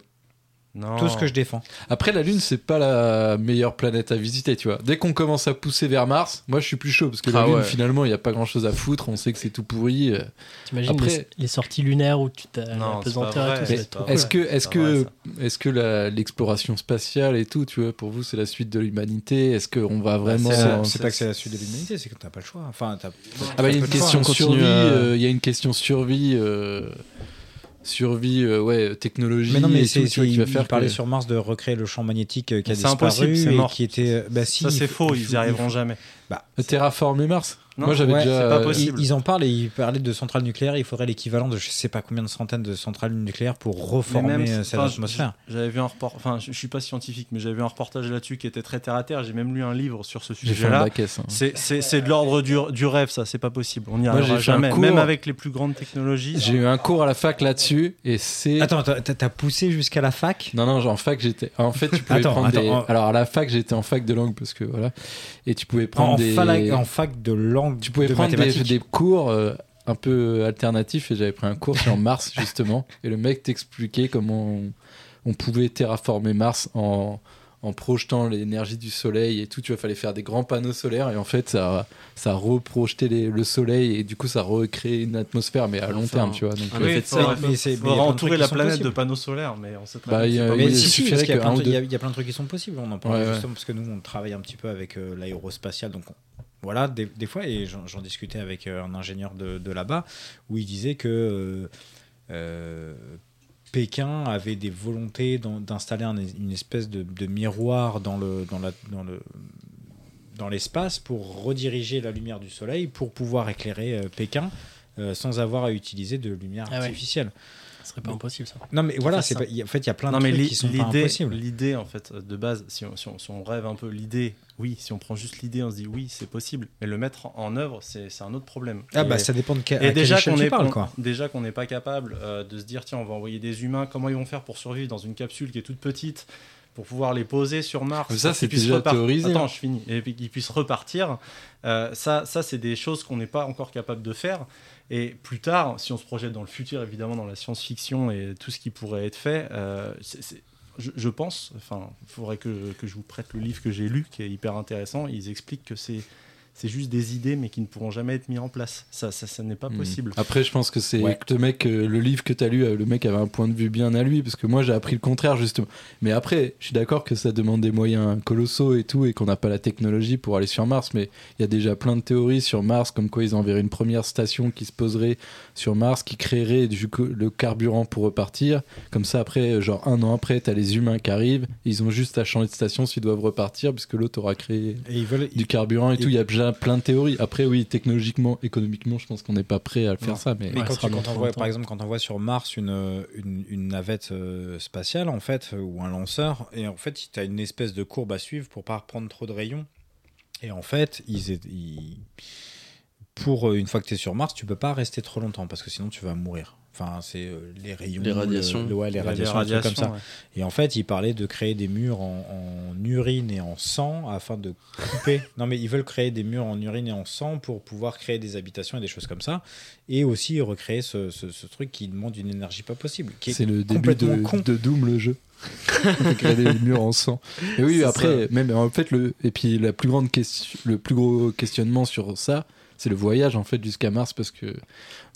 Speaker 2: Non.
Speaker 4: tout ce que je défends.
Speaker 1: Après, la Lune, c'est pas la meilleure planète à visiter, tu vois. Dès qu'on commence à pousser vers Mars, moi, je suis plus chaud parce que la
Speaker 5: Ah
Speaker 1: Lune,
Speaker 5: ouais.
Speaker 1: finalement, il y a pas grand-chose à foutre. On sait que c'est tout pourri. euh.
Speaker 3: T'imagines
Speaker 1: Après-
Speaker 3: les, les sorties lunaires où tu t'as la
Speaker 2: Non, c'est pas
Speaker 3: pesanteur et
Speaker 2: vrai.
Speaker 3: tout. ça doit être trop
Speaker 2: Ah ouais,
Speaker 1: Est-ce que, est-ce
Speaker 2: c'est
Speaker 1: que,
Speaker 2: vrai,
Speaker 1: est-ce que la- l'exploration spatiale et tout, tu vois, pour vous, c'est la suite de l'humanité Est-ce qu'on va vraiment
Speaker 2: c'est la-
Speaker 1: euh,
Speaker 4: c'est,
Speaker 2: c'est-
Speaker 4: pas que c'est la suite de l'humanité, c'est que t'as pas le choix. Enfin, t'as-
Speaker 1: Ah bah, il y a
Speaker 4: t'as
Speaker 1: une
Speaker 4: peu de
Speaker 1: question
Speaker 5: choix, on
Speaker 1: survie,
Speaker 5: continue à-
Speaker 1: euh, il y a une question survie, euh, survie, euh, ouais, technologie.
Speaker 4: Mais non, mais
Speaker 1: et
Speaker 4: c'est,
Speaker 1: tout, tu vois,
Speaker 4: il,
Speaker 1: qui va faire
Speaker 4: parlait
Speaker 1: que-
Speaker 4: sur Mars de recréer le champ magnétique euh, qui a
Speaker 2: C'est
Speaker 4: disparu
Speaker 2: impossible, c'est
Speaker 4: et
Speaker 2: mort.
Speaker 4: qui était. Bah, si,
Speaker 2: Ça,
Speaker 4: il
Speaker 2: c'est
Speaker 4: faut-
Speaker 2: faux,
Speaker 4: il
Speaker 2: ils
Speaker 4: faut-
Speaker 2: y arriveront jamais.
Speaker 1: Terraformer Mars.
Speaker 2: Non,
Speaker 1: Moi, j'avais
Speaker 4: Ouais,
Speaker 1: déjà.
Speaker 2: c'est pas
Speaker 1: euh,
Speaker 2: possible.
Speaker 4: Ils, ils en parlent et ils parlaient de centrales nucléaires. Il faudrait l'équivalent de je sais pas combien de centaines de centrales nucléaires pour
Speaker 2: Mais
Speaker 4: reformer
Speaker 2: même,
Speaker 4: euh,
Speaker 2: c'est-
Speaker 4: cette
Speaker 2: enfin,
Speaker 4: atmosphère.
Speaker 2: j- J'avais vu un report, enfin, je, je suis pas scientifique, mais j'avais vu un reportage là-dessus qui était très terre à terre. J'ai même lu un livre sur ce
Speaker 1: J'ai fait un
Speaker 2: sujet-là.
Speaker 1: bac S. hein.
Speaker 2: C'est- C'est c'est de l'ordre du, du rêve, ça, c'est pas possible. On n'y
Speaker 1: Moi, j'ai
Speaker 2: arrivera
Speaker 1: fait un
Speaker 2: jamais.
Speaker 1: cours.
Speaker 2: Même avec les plus grandes technologies.
Speaker 1: J'ai eu un cours à la fac là-dessus et c'est.
Speaker 4: Attends, t'as- t'as t'as poussé jusqu'à la fac
Speaker 1: Non, non, en fac, j'étais. En fait, tu pouvais
Speaker 4: Attends,
Speaker 1: prendre des.
Speaker 4: attends, en-
Speaker 1: Alors, à la fac, j'étais en fac de langue parce que voilà. Et tu pouvais prendre
Speaker 4: en,
Speaker 1: des.
Speaker 4: phala- en fac de langue
Speaker 1: Tu pouvais
Speaker 4: de
Speaker 1: prendre des,
Speaker 4: mathématiques.
Speaker 1: des cours euh, un peu alternatifs et j'avais pris un cours sur Mars justement et le mec t'expliquait comment on, on pouvait terraformer Mars en, en projetant l'énergie du soleil et tout. Tu vois, fallait faire des grands panneaux solaires et en fait ça ça reprojetait les- le soleil et du coup ça recréait une atmosphère mais à long
Speaker 5: Enfin,
Speaker 1: terme, tu vois. Donc,
Speaker 5: un
Speaker 1: euh,
Speaker 5: effet de
Speaker 2: faut-
Speaker 5: serre.
Speaker 4: Mais c'est- mais
Speaker 2: faut
Speaker 4: il y a plein de
Speaker 2: entourer
Speaker 4: trucs
Speaker 2: la
Speaker 4: qui sont
Speaker 2: planète de
Speaker 4: possibles.
Speaker 2: panneaux solaires, mais on sait très
Speaker 1: Bah,
Speaker 2: bien. que c'est
Speaker 1: euh,
Speaker 2: pas
Speaker 1: oui,
Speaker 4: Mais
Speaker 1: il
Speaker 4: si, si,
Speaker 1: suffirait
Speaker 4: parce qu'il y a
Speaker 1: que
Speaker 4: plein
Speaker 1: un
Speaker 4: de-
Speaker 1: ou
Speaker 4: il y, a-
Speaker 1: deux.
Speaker 4: il y a plein de trucs qui sont possibles. On en parle
Speaker 1: Ouais, ouais.
Speaker 4: justement parce que nous, on travaille un petit peu avec euh, l'aérospatial. Donc, on- voilà, des, des fois, et j'en j'en discutais avec euh, un ingénieur de, de là-bas, où il disait que euh, euh, Pékin avait des volontés d'en- d'installer un- une espèce de, de miroir dans le, dans la, dans le dans l'espace pour rediriger la lumière du soleil pour pouvoir éclairer euh, Pékin euh, sans avoir à utiliser de lumière
Speaker 3: Ah ouais.
Speaker 4: artificielle.
Speaker 3: Ce serait pas impossible ça.
Speaker 4: Non mais voilà,
Speaker 3: fasse
Speaker 4: c'est
Speaker 3: ça.
Speaker 4: pas- il y a- en fait il y a plein
Speaker 2: Non,
Speaker 4: de
Speaker 2: mais
Speaker 4: trucs
Speaker 2: l'i-
Speaker 4: qui sont pas
Speaker 2: l'idée,
Speaker 4: impossibles.
Speaker 2: l'idée en fait de base, si on, si on- si on rêve un peu l'idée, oui, si on prend juste l'idée, on se dit oui, c'est possible. Mais le mettre en- en œuvre, c'est c'est un autre problème.
Speaker 4: Ah
Speaker 2: Et-
Speaker 4: bah ça dépend de quel,
Speaker 2: Et déjà qu'on
Speaker 4: tu
Speaker 2: est
Speaker 4: parles
Speaker 2: qu'on-
Speaker 4: quoi.
Speaker 2: déjà qu'on n'est pas capable euh, de se dire tiens on va envoyer des humains comment ils vont faire pour survivre dans une capsule qui est toute petite pour pouvoir les poser sur Mars
Speaker 1: Mais ça,
Speaker 2: pour qu'ils
Speaker 1: c'est
Speaker 2: puissent
Speaker 1: déjà
Speaker 2: repart-
Speaker 1: théorisé,
Speaker 2: Attends
Speaker 1: hein.
Speaker 2: je finis et puis qu'ils puissent repartir Euh, ça ça c'est des choses qu'on n'est pas encore capable de faire et plus tard si on se projette dans le futur évidemment dans la science-fiction et tout ce qui pourrait être fait euh, c'est- c'est- je, je pense, enfin, il faudrait que, que je vous prête le livre que j'ai lu, qui est hyper intéressant. Ils expliquent que c'est c'est juste des idées, mais qui ne pourront jamais être mises en place. Ça, ça, ça n'est pas
Speaker 1: Hmm.
Speaker 2: possible.
Speaker 1: Après, je pense que c'est
Speaker 4: Ouais.
Speaker 1: que le mec, euh, le livre que t'as lu, euh, le mec avait un point de vue bien à lui, parce que moi j'ai appris le contraire justement. Mais après, je suis d'accord que ça demande des moyens colossaux et tout, et qu'on n'a pas la technologie pour aller sur Mars, mais il y a déjà plein de théories sur Mars, comme quoi ils enverraient une première station qui se poserait sur Mars, qui créerait du co- le carburant pour repartir. Comme ça, après, euh, genre un an après, t'as les humains qui arrivent, ils ont juste à changer de station s'ils doivent repartir, puisque l'autre aura créé
Speaker 4: Et ils veulent
Speaker 1: du carburant et,
Speaker 4: Et-
Speaker 1: tout, il y a déjà plein de théories. Après, oui, technologiquement, économiquement, je pense qu'on n'est pas prêt à le faire
Speaker 2: Non.
Speaker 1: ça, mais.
Speaker 4: Mais
Speaker 3: Ouais,
Speaker 4: quand,
Speaker 3: ça sera
Speaker 4: tu-
Speaker 3: dans
Speaker 4: quand on voit,
Speaker 3: 30 ans.
Speaker 4: par exemple, quand on voit sur Mars une, euh, une, une navette euh, spatiale, en fait, euh, ou un lanceur, et en fait, tu as une espèce de courbe à suivre pour pas prendre trop de rayons. Et en fait, ils, est- ils- pour euh, une fois que tu es sur Mars, tu peux pas rester trop longtemps parce que sinon tu vas mourir. Enfin, c'est euh, les rayons,
Speaker 5: Les radiations.
Speaker 4: le- le- ouais, les
Speaker 2: Il y a des
Speaker 4: radiations, des trucs comme ça.
Speaker 2: radiations, ouais.
Speaker 4: Et en fait, ils parlaient de créer des murs en, en urine et en sang afin de couper. non, mais ils veulent créer des murs en urine et en sang pour pouvoir créer des habitations et des choses comme ça. Et aussi recréer ce, ce- ce truc qui demande une énergie pas possible. Qui est-
Speaker 1: C'est le début
Speaker 4: complètement
Speaker 1: de,
Speaker 4: con.
Speaker 1: de Doom, le jeu. De créer des murs en sang. Et oui,
Speaker 5: C'est
Speaker 1: après, même en fait, le, et puis la plus grande question, le plus gros questionnement sur ça, c'est le voyage en fait jusqu'à Mars parce que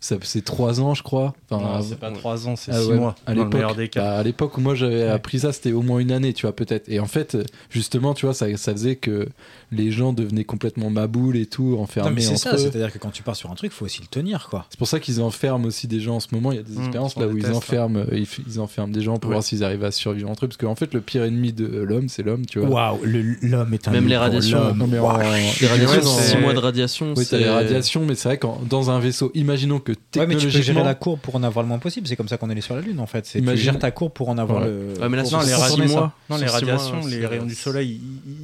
Speaker 1: ça, c'est trois ans, je crois. Enfin,
Speaker 2: Non,
Speaker 1: av-
Speaker 2: c'est pas 3 ans, c'est
Speaker 1: Ah
Speaker 2: 6
Speaker 1: ouais,
Speaker 2: mois.
Speaker 1: à
Speaker 2: dans le
Speaker 1: l'époque,
Speaker 2: meilleur des cas.
Speaker 1: bah, à l'époque où moi j'avais appris ça, c'était au moins une année, tu vois, peut-être. Et en fait, justement, tu vois, ça, ça faisait que les gens devenaient complètement maboules et tout,
Speaker 4: Non, mais
Speaker 1: enfermés
Speaker 4: c'est
Speaker 1: entre
Speaker 4: ça.
Speaker 1: eux.
Speaker 4: C'est-à-dire que quand tu pars sur un truc, faut aussi le tenir, quoi.
Speaker 1: C'est pour ça qu'ils enferment aussi des gens en ce moment. Il y a des
Speaker 2: Mmh,
Speaker 1: expériences
Speaker 2: sur
Speaker 1: là
Speaker 2: des
Speaker 1: où ils
Speaker 4: hein.
Speaker 2: tests,
Speaker 1: enferment, euh, ils, f- ils enferment des gens pour
Speaker 2: Ouais.
Speaker 1: voir s'ils arrivent à survivre entre eux. Parce qu'en fait, le pire ennemi de euh, l'homme, c'est l'homme, tu vois.
Speaker 4: Waouh, le- l'homme est un.
Speaker 5: Même les
Speaker 4: loup pour
Speaker 5: radiations.
Speaker 4: l'homme.
Speaker 1: Non, mais en-
Speaker 5: Les radiations,
Speaker 1: dans-
Speaker 5: 6 mois de radiation,
Speaker 1: Oui, t'as
Speaker 5: c'est
Speaker 1: les radiations, mais c'est vrai qu'en dans un vaisseau, imaginons que
Speaker 4: Ouais, mais tu peux gérer
Speaker 1: technologiquement,
Speaker 4: la courbe pour en avoir le moins possible. C'est comme ça qu'on est allé sur la Lune, en fait. C'est tu
Speaker 1: Imagine-
Speaker 4: gères ta courbe pour en avoir
Speaker 1: Ouais.
Speaker 4: le.
Speaker 5: Ouais, mais là,
Speaker 4: pour
Speaker 5: sur
Speaker 2: les
Speaker 4: contourner
Speaker 5: radiations,
Speaker 4: ça.
Speaker 5: mois.
Speaker 2: Non, les
Speaker 5: Sur six mois,
Speaker 2: radiations, les
Speaker 5: c'est-
Speaker 2: rayons du soleil, ils- ils,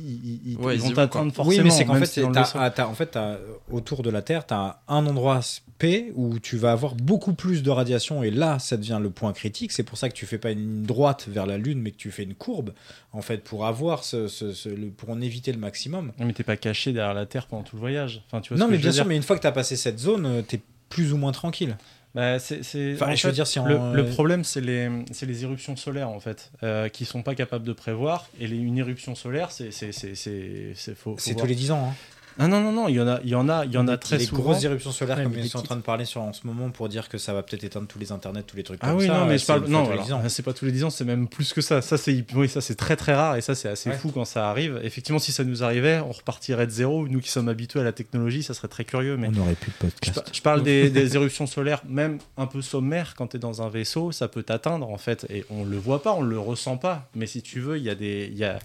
Speaker 2: ils- ils-
Speaker 5: Ouais,
Speaker 2: ils
Speaker 5: ils y
Speaker 2: vont
Speaker 5: vont,
Speaker 2: t'atteindre forcément.
Speaker 4: Oui, mais c'est qu'en
Speaker 2: même
Speaker 4: fait,
Speaker 2: si on le
Speaker 4: t'as-
Speaker 2: sait.
Speaker 4: ah, t'as- en fait, t'as- autour de la Terre, tu as un endroit P où tu vas avoir beaucoup plus de radiation, et là, ça devient le point critique. C'est pour ça que tu fais pas une droite vers la Lune, mais que tu fais une courbe, en fait, pour avoir ce, ce- ce- le- pour en éviter le maximum.
Speaker 2: Non, mais t'es pas caché derrière la Terre pendant tout le voyage. Enfin, tu vois
Speaker 4: Non,
Speaker 2: ce que
Speaker 4: mais
Speaker 2: je
Speaker 4: bien
Speaker 2: veux
Speaker 4: sûr,
Speaker 2: dire
Speaker 4: mais une fois que tu as passé cette zone, tu es plus ou moins tranquille.
Speaker 2: Bah, c'est- c'est-
Speaker 4: Enfin,
Speaker 2: en
Speaker 4: je veux
Speaker 2: fait,
Speaker 4: dire, si euh, en-
Speaker 2: le, le problème, c'est les, c'est les éruptions solaires, en fait, euh, qui sont pas capables de prévoir. Et les- une éruption solaire, c'est. C'est c'est- c'est- c'est- faut- faut
Speaker 4: C'est
Speaker 2: voir.
Speaker 4: tous les 10 ans. hein.
Speaker 2: Ah non, non, non, il y en a, il y en a, il y en a
Speaker 4: Les-
Speaker 2: très
Speaker 4: les
Speaker 2: souvent.
Speaker 4: grosses éruptions solaires,
Speaker 3: Ouais,
Speaker 4: comme
Speaker 3: mais
Speaker 4: ils
Speaker 3: les
Speaker 4: sont en
Speaker 3: petites.
Speaker 4: train de parler sur, en ce moment, pour dire que ça va peut-être éteindre tous les internets, tous les trucs
Speaker 2: Ah
Speaker 4: comme
Speaker 2: oui,
Speaker 4: ça.
Speaker 2: non, mais
Speaker 4: euh,
Speaker 2: je
Speaker 4: c'est
Speaker 2: parle.
Speaker 4: une fois
Speaker 2: Non,
Speaker 4: tous les
Speaker 2: alors,
Speaker 4: 10 ans.
Speaker 2: c'est pas tous les 10 ans, c'est même plus que ça. Ça, c'est oui, ça, c'est très très rare et ça, c'est assez
Speaker 4: Ouais.
Speaker 2: fou quand ça arrive. Effectivement, si ça nous arrivait, on repartirait de zéro. Nous qui sommes habitués à la technologie, ça serait très curieux. Mais
Speaker 4: On n'aurait plus de
Speaker 2: je,
Speaker 4: podcast.
Speaker 2: par- je parle des, des éruptions solaires, même un peu sommaires, quand tu es dans un vaisseau, ça peut t'atteindre en fait. Et on le voit pas, on le ressent pas. Mais si tu veux, il y, a des- il y, a,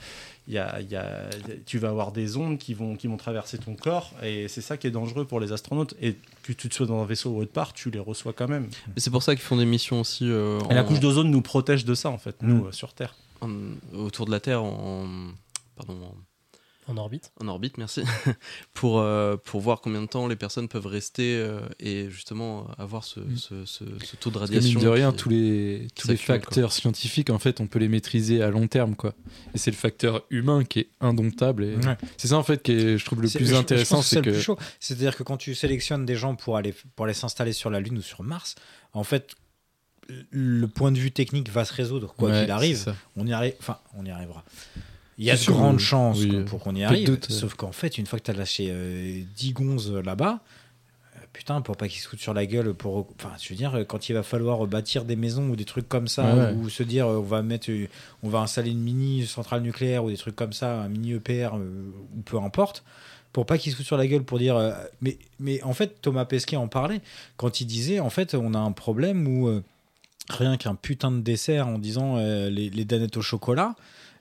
Speaker 2: il y a- il y a- tu vas avoir des ondes qui vont, qui vont traverser ton corps, et c'est ça qui est dangereux pour les astronautes. Et que tu te sois dans un vaisseau ou autre part, tu les reçois quand même.
Speaker 5: Mais c'est pour ça qu'ils font des missions aussi euh,
Speaker 2: Et la
Speaker 5: en-
Speaker 2: couche d'ozone nous protège de ça, en fait, nous, euh, sur Terre.
Speaker 5: en- autour de la Terre en, pardon, en-
Speaker 3: en orbite.
Speaker 5: en orbite, merci, pour, euh, pour voir combien de temps les personnes peuvent rester euh, et justement avoir ce, ce- ce- ce taux de
Speaker 1: Parce que
Speaker 5: radiation.
Speaker 1: mine de rien,
Speaker 5: qui-
Speaker 1: tous les, tous les
Speaker 5: s'accumule, quoi.
Speaker 1: facteurs scientifiques, en fait, on peut les maîtriser à long terme, quoi. Et c'est le facteur humain qui est indomptable. et-
Speaker 4: Ouais.
Speaker 1: C'est ça, en fait, qui est, je trouve le
Speaker 4: C'est-
Speaker 1: plus
Speaker 4: je- je
Speaker 1: intéressant,
Speaker 4: pense
Speaker 1: c'est
Speaker 4: le
Speaker 1: que
Speaker 4: plus chaud. C'est-à-dire que quand tu sélectionnes des gens pour aller, pour aller s'installer sur la Lune ou sur Mars, en fait, le point de vue technique va se résoudre, quoi
Speaker 1: Ouais,
Speaker 4: qu'il arrive.
Speaker 1: c'est ça.
Speaker 4: On y, arrive, enfin, on y arrivera. Il y a
Speaker 1: C'est
Speaker 4: de
Speaker 1: sûr,
Speaker 4: grandes
Speaker 1: oui.
Speaker 4: chances
Speaker 1: Oui,
Speaker 4: qu'on-
Speaker 1: euh,
Speaker 4: pour qu'on y
Speaker 1: de
Speaker 4: arrive.
Speaker 1: doute, euh.
Speaker 4: sauf qu'en fait, une fois que tu as lâché euh, 10 gonzes euh, là-bas, euh, Putain, pour pas qu'ils se foutent sur la gueule, pour. Enfin, je veux dire, euh, quand il va falloir bâtir des maisons ou des trucs comme ça,
Speaker 1: Ouais, ouais.
Speaker 4: ou se dire, euh, on va mettre euh, on va installer une mini centrale nucléaire ou des trucs comme ça, un mini EPR euh, ou peu importe, pour pas qu'ils se foutent sur la gueule pour dire. euh, mais, mais en fait, Thomas Pesquet en parlait quand il disait en fait, on a un problème où euh, rien qu'un putain de dessert en disant euh, les, les danettes au chocolat.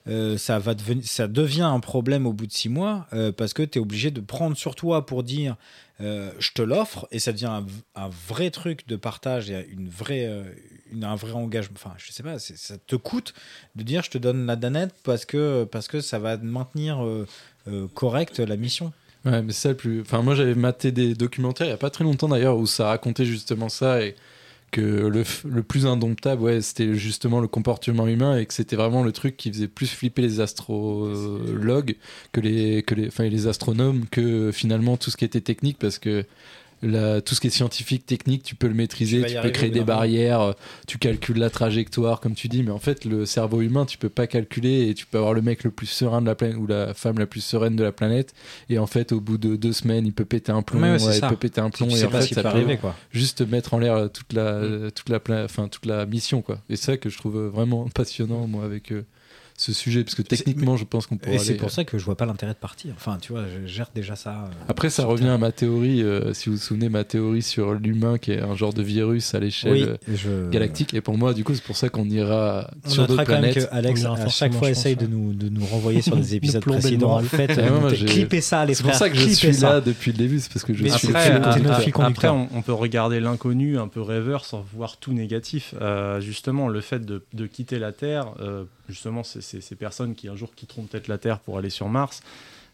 Speaker 4: euh, ça, va devenir, ça devient un problème au bout de six mois euh, parce que tu es obligé de prendre sur toi pour dire euh, je te l'offre et ça devient un, v- un vrai truc de partage et une vraie, euh, une, un vrai engagement. Enfin, je sais pas, c'est- ça te coûte de dire je te donne la danette parce que, parce que ça va maintenir euh, euh, correcte la mission.
Speaker 1: Ouais, mais c'est ça le plus. Enfin, moi, j'avais maté des documentaires il n'y a pas très longtemps d'ailleurs où ça racontait justement ça et que le, f- le plus indomptable, ouais, c'était justement le comportement humain et que c'était vraiment le truc qui faisait plus flipper les astrologues que les, que les, enfin, et les astronomes que finalement tout ce qui était technique parce que. la- tout ce qui est scientifique, technique, tu peux le maîtriser, tu,
Speaker 4: Tu vas y
Speaker 1: peux
Speaker 4: arriver
Speaker 1: créer
Speaker 4: au bout
Speaker 1: des
Speaker 4: d'un moment.
Speaker 1: barrières, euh, tu calcules la trajectoire, comme tu dis, mais en fait, le cerveau humain, tu peux pas calculer et tu peux avoir le mec le plus serein de la planète ou la femme la plus sereine de la planète et en fait, au bout de deux semaines, il peut péter un plomb,
Speaker 4: Ouais, ouais, c'est
Speaker 1: ouais, il
Speaker 4: ça.
Speaker 1: peut péter un plomb,
Speaker 4: tu
Speaker 1: et
Speaker 4: sais
Speaker 1: en
Speaker 4: pas
Speaker 1: fait,
Speaker 4: ce qui
Speaker 1: ça
Speaker 4: peut
Speaker 1: peut
Speaker 4: arriver, Mm. quoi.
Speaker 1: juste mettre en l'air euh, toute la, euh, toute la, pla- enfin, toute la mission, quoi. Et c'est ça que je trouve euh, vraiment passionnant, moi, avec euh, ce sujet, parce que techniquement, je pense qu'on pourrait
Speaker 4: Et c'est
Speaker 1: aller.
Speaker 4: pour
Speaker 1: euh,
Speaker 4: ça que je vois pas l'intérêt de partir. Enfin, tu vois, je gère déjà ça. euh,
Speaker 1: Après, ça
Speaker 4: sur
Speaker 1: revient
Speaker 4: Terre.
Speaker 1: à ma théorie, euh, si vous vous souvenez, ma théorie sur l'humain qui est un genre de virus à l'échelle
Speaker 4: Oui,
Speaker 1: euh,
Speaker 4: je...
Speaker 1: galactique. Et pour moi, du coup, c'est pour ça qu'on ira
Speaker 4: On
Speaker 1: sur
Speaker 4: notera
Speaker 1: d'autres
Speaker 4: quand même
Speaker 1: planètes.
Speaker 4: que Alex,
Speaker 3: On ira
Speaker 4: à chaque
Speaker 3: forcément,
Speaker 4: fois,
Speaker 3: je
Speaker 4: essaye
Speaker 3: pense,
Speaker 4: de nous, de nous renvoyer sur des épisodes
Speaker 3: plomber le
Speaker 4: précédents. En
Speaker 3: moral.
Speaker 4: fait,
Speaker 1: Ouais,
Speaker 4: euh,
Speaker 1: moi,
Speaker 4: notez-
Speaker 1: j'ai-
Speaker 4: clippez ça, les
Speaker 1: C'est pour
Speaker 4: frères.
Speaker 1: ça que je
Speaker 4: clippez
Speaker 1: suis
Speaker 4: ça.
Speaker 1: là depuis le début, c'est parce Ah, que je
Speaker 4: Mais
Speaker 1: suis
Speaker 4: après,
Speaker 1: le fil
Speaker 4: euh,
Speaker 1: conducteur.
Speaker 4: notre fil
Speaker 2: après,
Speaker 4: conducteur.
Speaker 2: on, on peut regarder l'inconnu un peu rêveur sans voir tout négatif. Euh, justement, le fait de, de quitter la Terre, euh, justement, c'est- c'est- ces personnes qui un jour quitteront peut-être la Terre pour aller sur Mars,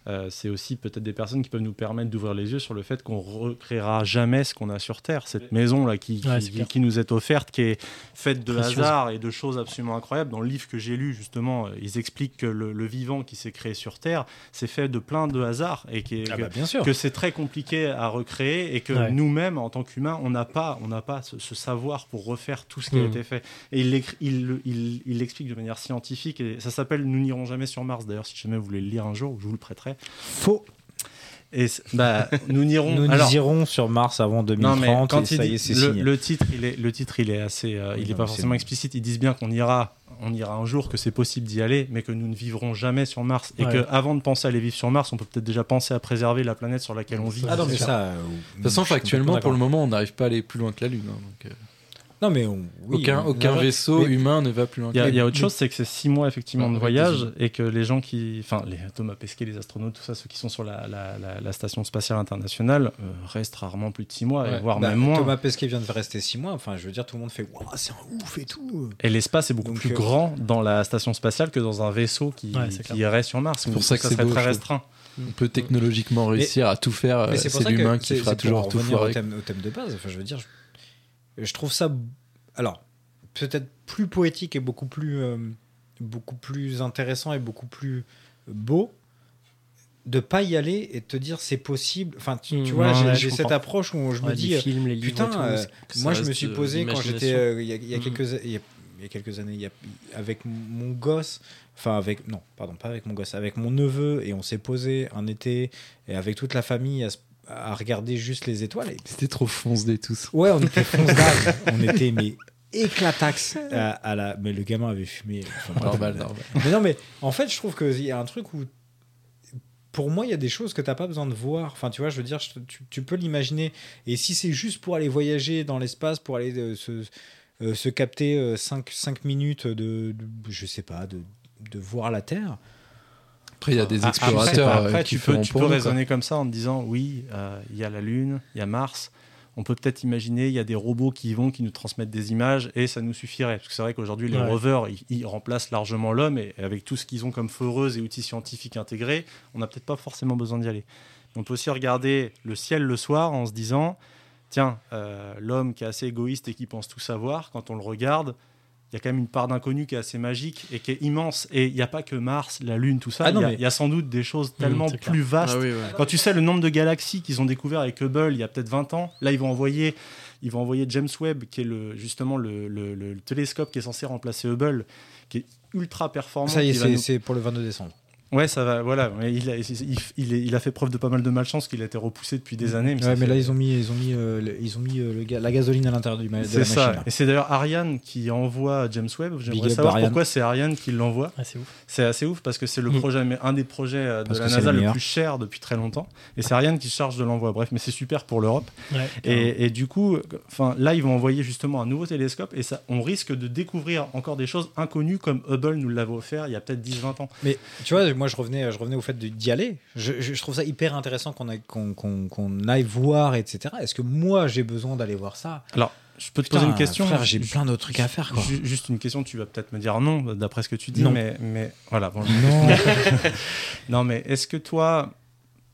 Speaker 2: euh, c'est aussi peut-être des personnes qui peuvent nous permettre d'ouvrir les yeux sur le fait qu'on recréera jamais ce qu'on a sur Terre. Cette maison-là qui, qui-
Speaker 3: Ouais, c'est clair.
Speaker 2: qui nous est offerte, qui est faite de
Speaker 3: Précieuse.
Speaker 2: hasard et de choses absolument incroyables. Dans le livre que j'ai lu, justement, euh, ils expliquent que le, le vivant qui s'est créé sur Terre, c'est fait de plein de hasards et qui est,
Speaker 4: Ah bah, bien sûr.
Speaker 2: que c'est très compliqué à recréer et que
Speaker 3: Ouais.
Speaker 2: nous-mêmes, en tant qu'humains, on n'a pas, on n'a pas ce, ce savoir pour refaire tout ce qui a
Speaker 4: Mm.
Speaker 5: Mhm.
Speaker 2: été fait. Et il l'écrit- il le- il- il l'explique de manière scientifique et ça s'appelle Nous n'irons jamais sur Mars. D'ailleurs, si jamais vous voulez le lire un jour, je vous le prêterai.
Speaker 4: Faux.
Speaker 2: Et c'est- bah, nous n'irons.
Speaker 4: Nous
Speaker 2: alors,
Speaker 4: nous irons sur Mars avant 2030. et ça
Speaker 2: dit-
Speaker 4: y est, c'est
Speaker 2: le,
Speaker 4: signé.
Speaker 2: le titre, il est, le titre, il est assez, euh,
Speaker 4: Oui, non,
Speaker 2: il est pas
Speaker 4: mais c'est
Speaker 2: forcément
Speaker 4: bon.
Speaker 2: explicite. Ils disent bien qu'on ira, on ira un jour, que c'est possible d'y aller, mais que nous ne vivrons jamais sur Mars et
Speaker 3: Ouais.
Speaker 2: que avant de penser à aller vivre sur Mars, on peut peut-être déjà penser à préserver la planète sur laquelle on vit.
Speaker 4: Ah non, mais
Speaker 3: C'est
Speaker 4: ça.
Speaker 1: De toute façon, factuellement, pour le moment, on n'arrive pas à aller plus loin que la Lune. hein, donc, euh,
Speaker 4: Non, mais on- oui,
Speaker 1: aucun
Speaker 4: on-
Speaker 1: aucun
Speaker 4: mais-
Speaker 1: vaisseau
Speaker 4: mais-
Speaker 1: humain ne va plus loin
Speaker 2: Il
Speaker 1: que
Speaker 2: y,
Speaker 1: la
Speaker 2: a-
Speaker 1: Lune.
Speaker 2: il y a autre chose, c'est que c'est six mois effectivement
Speaker 1: Ouais,
Speaker 2: de
Speaker 1: avec
Speaker 2: voyage
Speaker 1: des îles.
Speaker 2: et que les gens qui, enfin les Thomas Pesquet, les astronautes, tout ça, ceux qui sont sur la, la- la- la station spatiale internationale euh, restent rarement plus de six mois, et
Speaker 1: Ouais.
Speaker 2: voire
Speaker 4: Bah,
Speaker 2: même moins.
Speaker 4: Thomas Pesquet vient de rester 6 mois. Enfin, je veux dire, tout le monde fait Waouh, c'est un ouf et tout.
Speaker 2: Et l'espace est beaucoup
Speaker 4: Donc,
Speaker 2: plus
Speaker 4: euh,
Speaker 2: grand dans la station spatiale que dans un vaisseau qui,
Speaker 3: Ouais, c'est
Speaker 2: qui irait sur Mars.
Speaker 1: pour
Speaker 2: où
Speaker 1: ça que c'est
Speaker 2: serait
Speaker 1: beau,
Speaker 2: très
Speaker 1: je
Speaker 2: restreint.
Speaker 1: On peut technologiquement réussir à tout faire. euh,
Speaker 4: Mais pour
Speaker 1: C'est
Speaker 4: ça que
Speaker 1: l'humain qui
Speaker 4: c'est-
Speaker 1: fera
Speaker 4: c'est pour en
Speaker 1: toujours tout
Speaker 4: revenir au
Speaker 1: foirer.
Speaker 4: thème, au thème de base. Enfin, je veux dire, je, je trouve ça. Alors, peut-être plus poétique et beaucoup plus, euh, beaucoup plus intéressant et beaucoup plus beau de pas y aller et de te dire c'est possible. Enfin, tu, tu
Speaker 3: Mmh,
Speaker 4: vois,
Speaker 2: ouais,
Speaker 4: j'ai-
Speaker 2: ouais,
Speaker 4: j'ai
Speaker 3: je
Speaker 4: cette
Speaker 3: comprends.
Speaker 4: approche où je me
Speaker 3: Ouais,
Speaker 4: dis.
Speaker 3: les
Speaker 4: euh,
Speaker 3: films, les livres,
Speaker 4: Putain,
Speaker 3: et tout,
Speaker 4: euh,
Speaker 3: c'est-
Speaker 5: que ça
Speaker 4: moi je me
Speaker 5: reste
Speaker 4: suis
Speaker 5: de
Speaker 4: posé quand j'étais
Speaker 5: l'imagination.
Speaker 4: euh, il y, a- il y a
Speaker 5: Mm.
Speaker 4: quelques il y a- il y a quelques années, il y a- avec mon gosse, enfin avec non, pardon, pas avec mon gosse, avec mon neveu et on s'est posé un été et avec toute la famille à, se- à regarder juste les étoiles. et-
Speaker 1: C'était trop fonce des tous.
Speaker 4: Ouais, on était fonce dalle. on était mais éclataxe à, à la mais le gamin avait fumé. enfin, bref.
Speaker 1: Normal, normal.
Speaker 4: Mais non mais en fait, je trouve qu'il y a un truc où pour moi, il y a des choses que t'as pas besoin de voir. Enfin, tu vois, je veux dire, je- tu, tu peux l'imaginer. Et si c'est juste pour aller voyager dans l'espace, pour aller euh, se, euh, se capter 5, minutes de, de- je sais pas, de, de voir la Terre,
Speaker 1: Après, il y a des
Speaker 2: Ah, je sais
Speaker 1: explorateurs
Speaker 2: pas.
Speaker 1: euh,
Speaker 2: Après,
Speaker 1: qui
Speaker 2: tu peux,
Speaker 1: feront
Speaker 2: tu
Speaker 1: pour
Speaker 2: peux
Speaker 1: nous,
Speaker 2: raisonner comme ça en te disant oui, euh, il y a la Lune, il y a Mars. On peut peut-être imaginer, il y a des robots qui y vont, qui nous transmettent des images et ça nous suffirait. Parce que c'est vrai qu'aujourd'hui, les
Speaker 3: Ouais.
Speaker 2: rovers, ils, ils remplacent largement l'homme et avec tout ce qu'ils ont comme foreuse et outils scientifiques intégrés, on n'a peut-être pas forcément besoin d'y aller. On peut aussi regarder le ciel le soir en se disant tiens, euh, l'homme qui est assez égoïste et qui pense tout savoir, quand on le regarde, il y a quand même une part d'inconnu qui est assez magique et qui est immense. Et il n'y a pas que Mars, la Lune, tout ça.
Speaker 4: Ah
Speaker 2: Il
Speaker 4: non,
Speaker 2: y, a-
Speaker 4: mais- Hmm,
Speaker 2: il y a sans doute des choses tellement
Speaker 3: c'est clair.
Speaker 2: plus vastes.
Speaker 5: Ah oui, ouais.
Speaker 2: Quand tu sais le nombre de galaxies qu'ils ont découvert avec Hubble il y a peut-être 20 ans, là ils vont envoyer, ils vont envoyer James Webb, qui est le, justement le, le- le télescope qui est censé remplacer Hubble, qui est ultra performant.
Speaker 4: Ça y est,
Speaker 2: qui va
Speaker 4: c'est-
Speaker 2: nous-
Speaker 4: c'est pour le 22 décembre.
Speaker 2: Ouais, ça va, voilà. Mais il, a, il, il est- il a fait preuve de pas mal de malchance, qu'il a été repoussé depuis des années.
Speaker 4: Ouais,
Speaker 2: ça
Speaker 4: mais là,
Speaker 2: fait-
Speaker 4: ils ont mis, ils ont mis, euh, le- ils ont mis euh, le ga- la gasoline à l'intérieur du ma- de la
Speaker 2: C'est
Speaker 4: machine.
Speaker 2: ça.
Speaker 4: là.
Speaker 2: Et c'est d'ailleurs Ariane qui envoie James Webb.
Speaker 4: Big
Speaker 2: J'aimerais
Speaker 4: up,
Speaker 2: savoir
Speaker 4: Ariane.
Speaker 2: pourquoi c'est Ariane qui l'envoie.
Speaker 3: Ah, c'est ouf.
Speaker 2: C'est assez ouf parce que c'est le
Speaker 3: Mm.
Speaker 2: projet, mais un des projets euh, de
Speaker 4: Parce
Speaker 2: la
Speaker 4: que c'est
Speaker 2: NASA
Speaker 4: le
Speaker 2: le
Speaker 4: meilleur.
Speaker 2: plus cher depuis très longtemps. Et c'est Ariane qui se charge de l'envoi. Bref, mais c'est super pour l'Europe.
Speaker 3: Ouais.
Speaker 2: Et, et du coup, enfin, là, ils vont envoyer justement un nouveau télescope et ça, on risque de découvrir encore des choses inconnues comme Hubble nous l'avait offert il y a peut-être 10-20 ans.
Speaker 4: Mais tu vois, moi je revenais, je revenais au fait de- d'y aller. Je, je- je trouve ça hyper intéressant qu'on aille, qu'on- qu'on- qu'on aille voir, etc. Est-ce que moi j'ai besoin d'aller voir ça
Speaker 2: Alors, je peux te
Speaker 4: Putain,
Speaker 2: poser une question
Speaker 4: frère, j'ai
Speaker 2: Ju-
Speaker 4: plein d'autres trucs à faire. Quoi.
Speaker 2: ju- Juste une question, tu vas peut-être me dire non, d'après ce que tu dis,
Speaker 4: Non.
Speaker 2: mais, mais voilà. bon,
Speaker 4: Non.
Speaker 2: Non, mais est-ce que toi,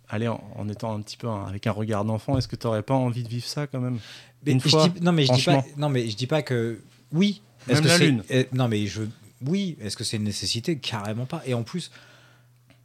Speaker 2: allez, en, en étant un petit peu un- avec un regard d'enfant, est-ce que t'aurais pas envie de vivre ça quand même
Speaker 4: Mais
Speaker 2: Une
Speaker 4: je
Speaker 2: fois,
Speaker 4: dis- non, mais je dis pas,
Speaker 2: franchement.
Speaker 4: non, mais je dis pas que oui. Est-ce
Speaker 2: Même
Speaker 4: que
Speaker 2: la
Speaker 4: c'est-
Speaker 2: Lune.
Speaker 4: euh, non, mais je, oui. Est-ce que c'est une nécessité Carrément pas. Et en plus,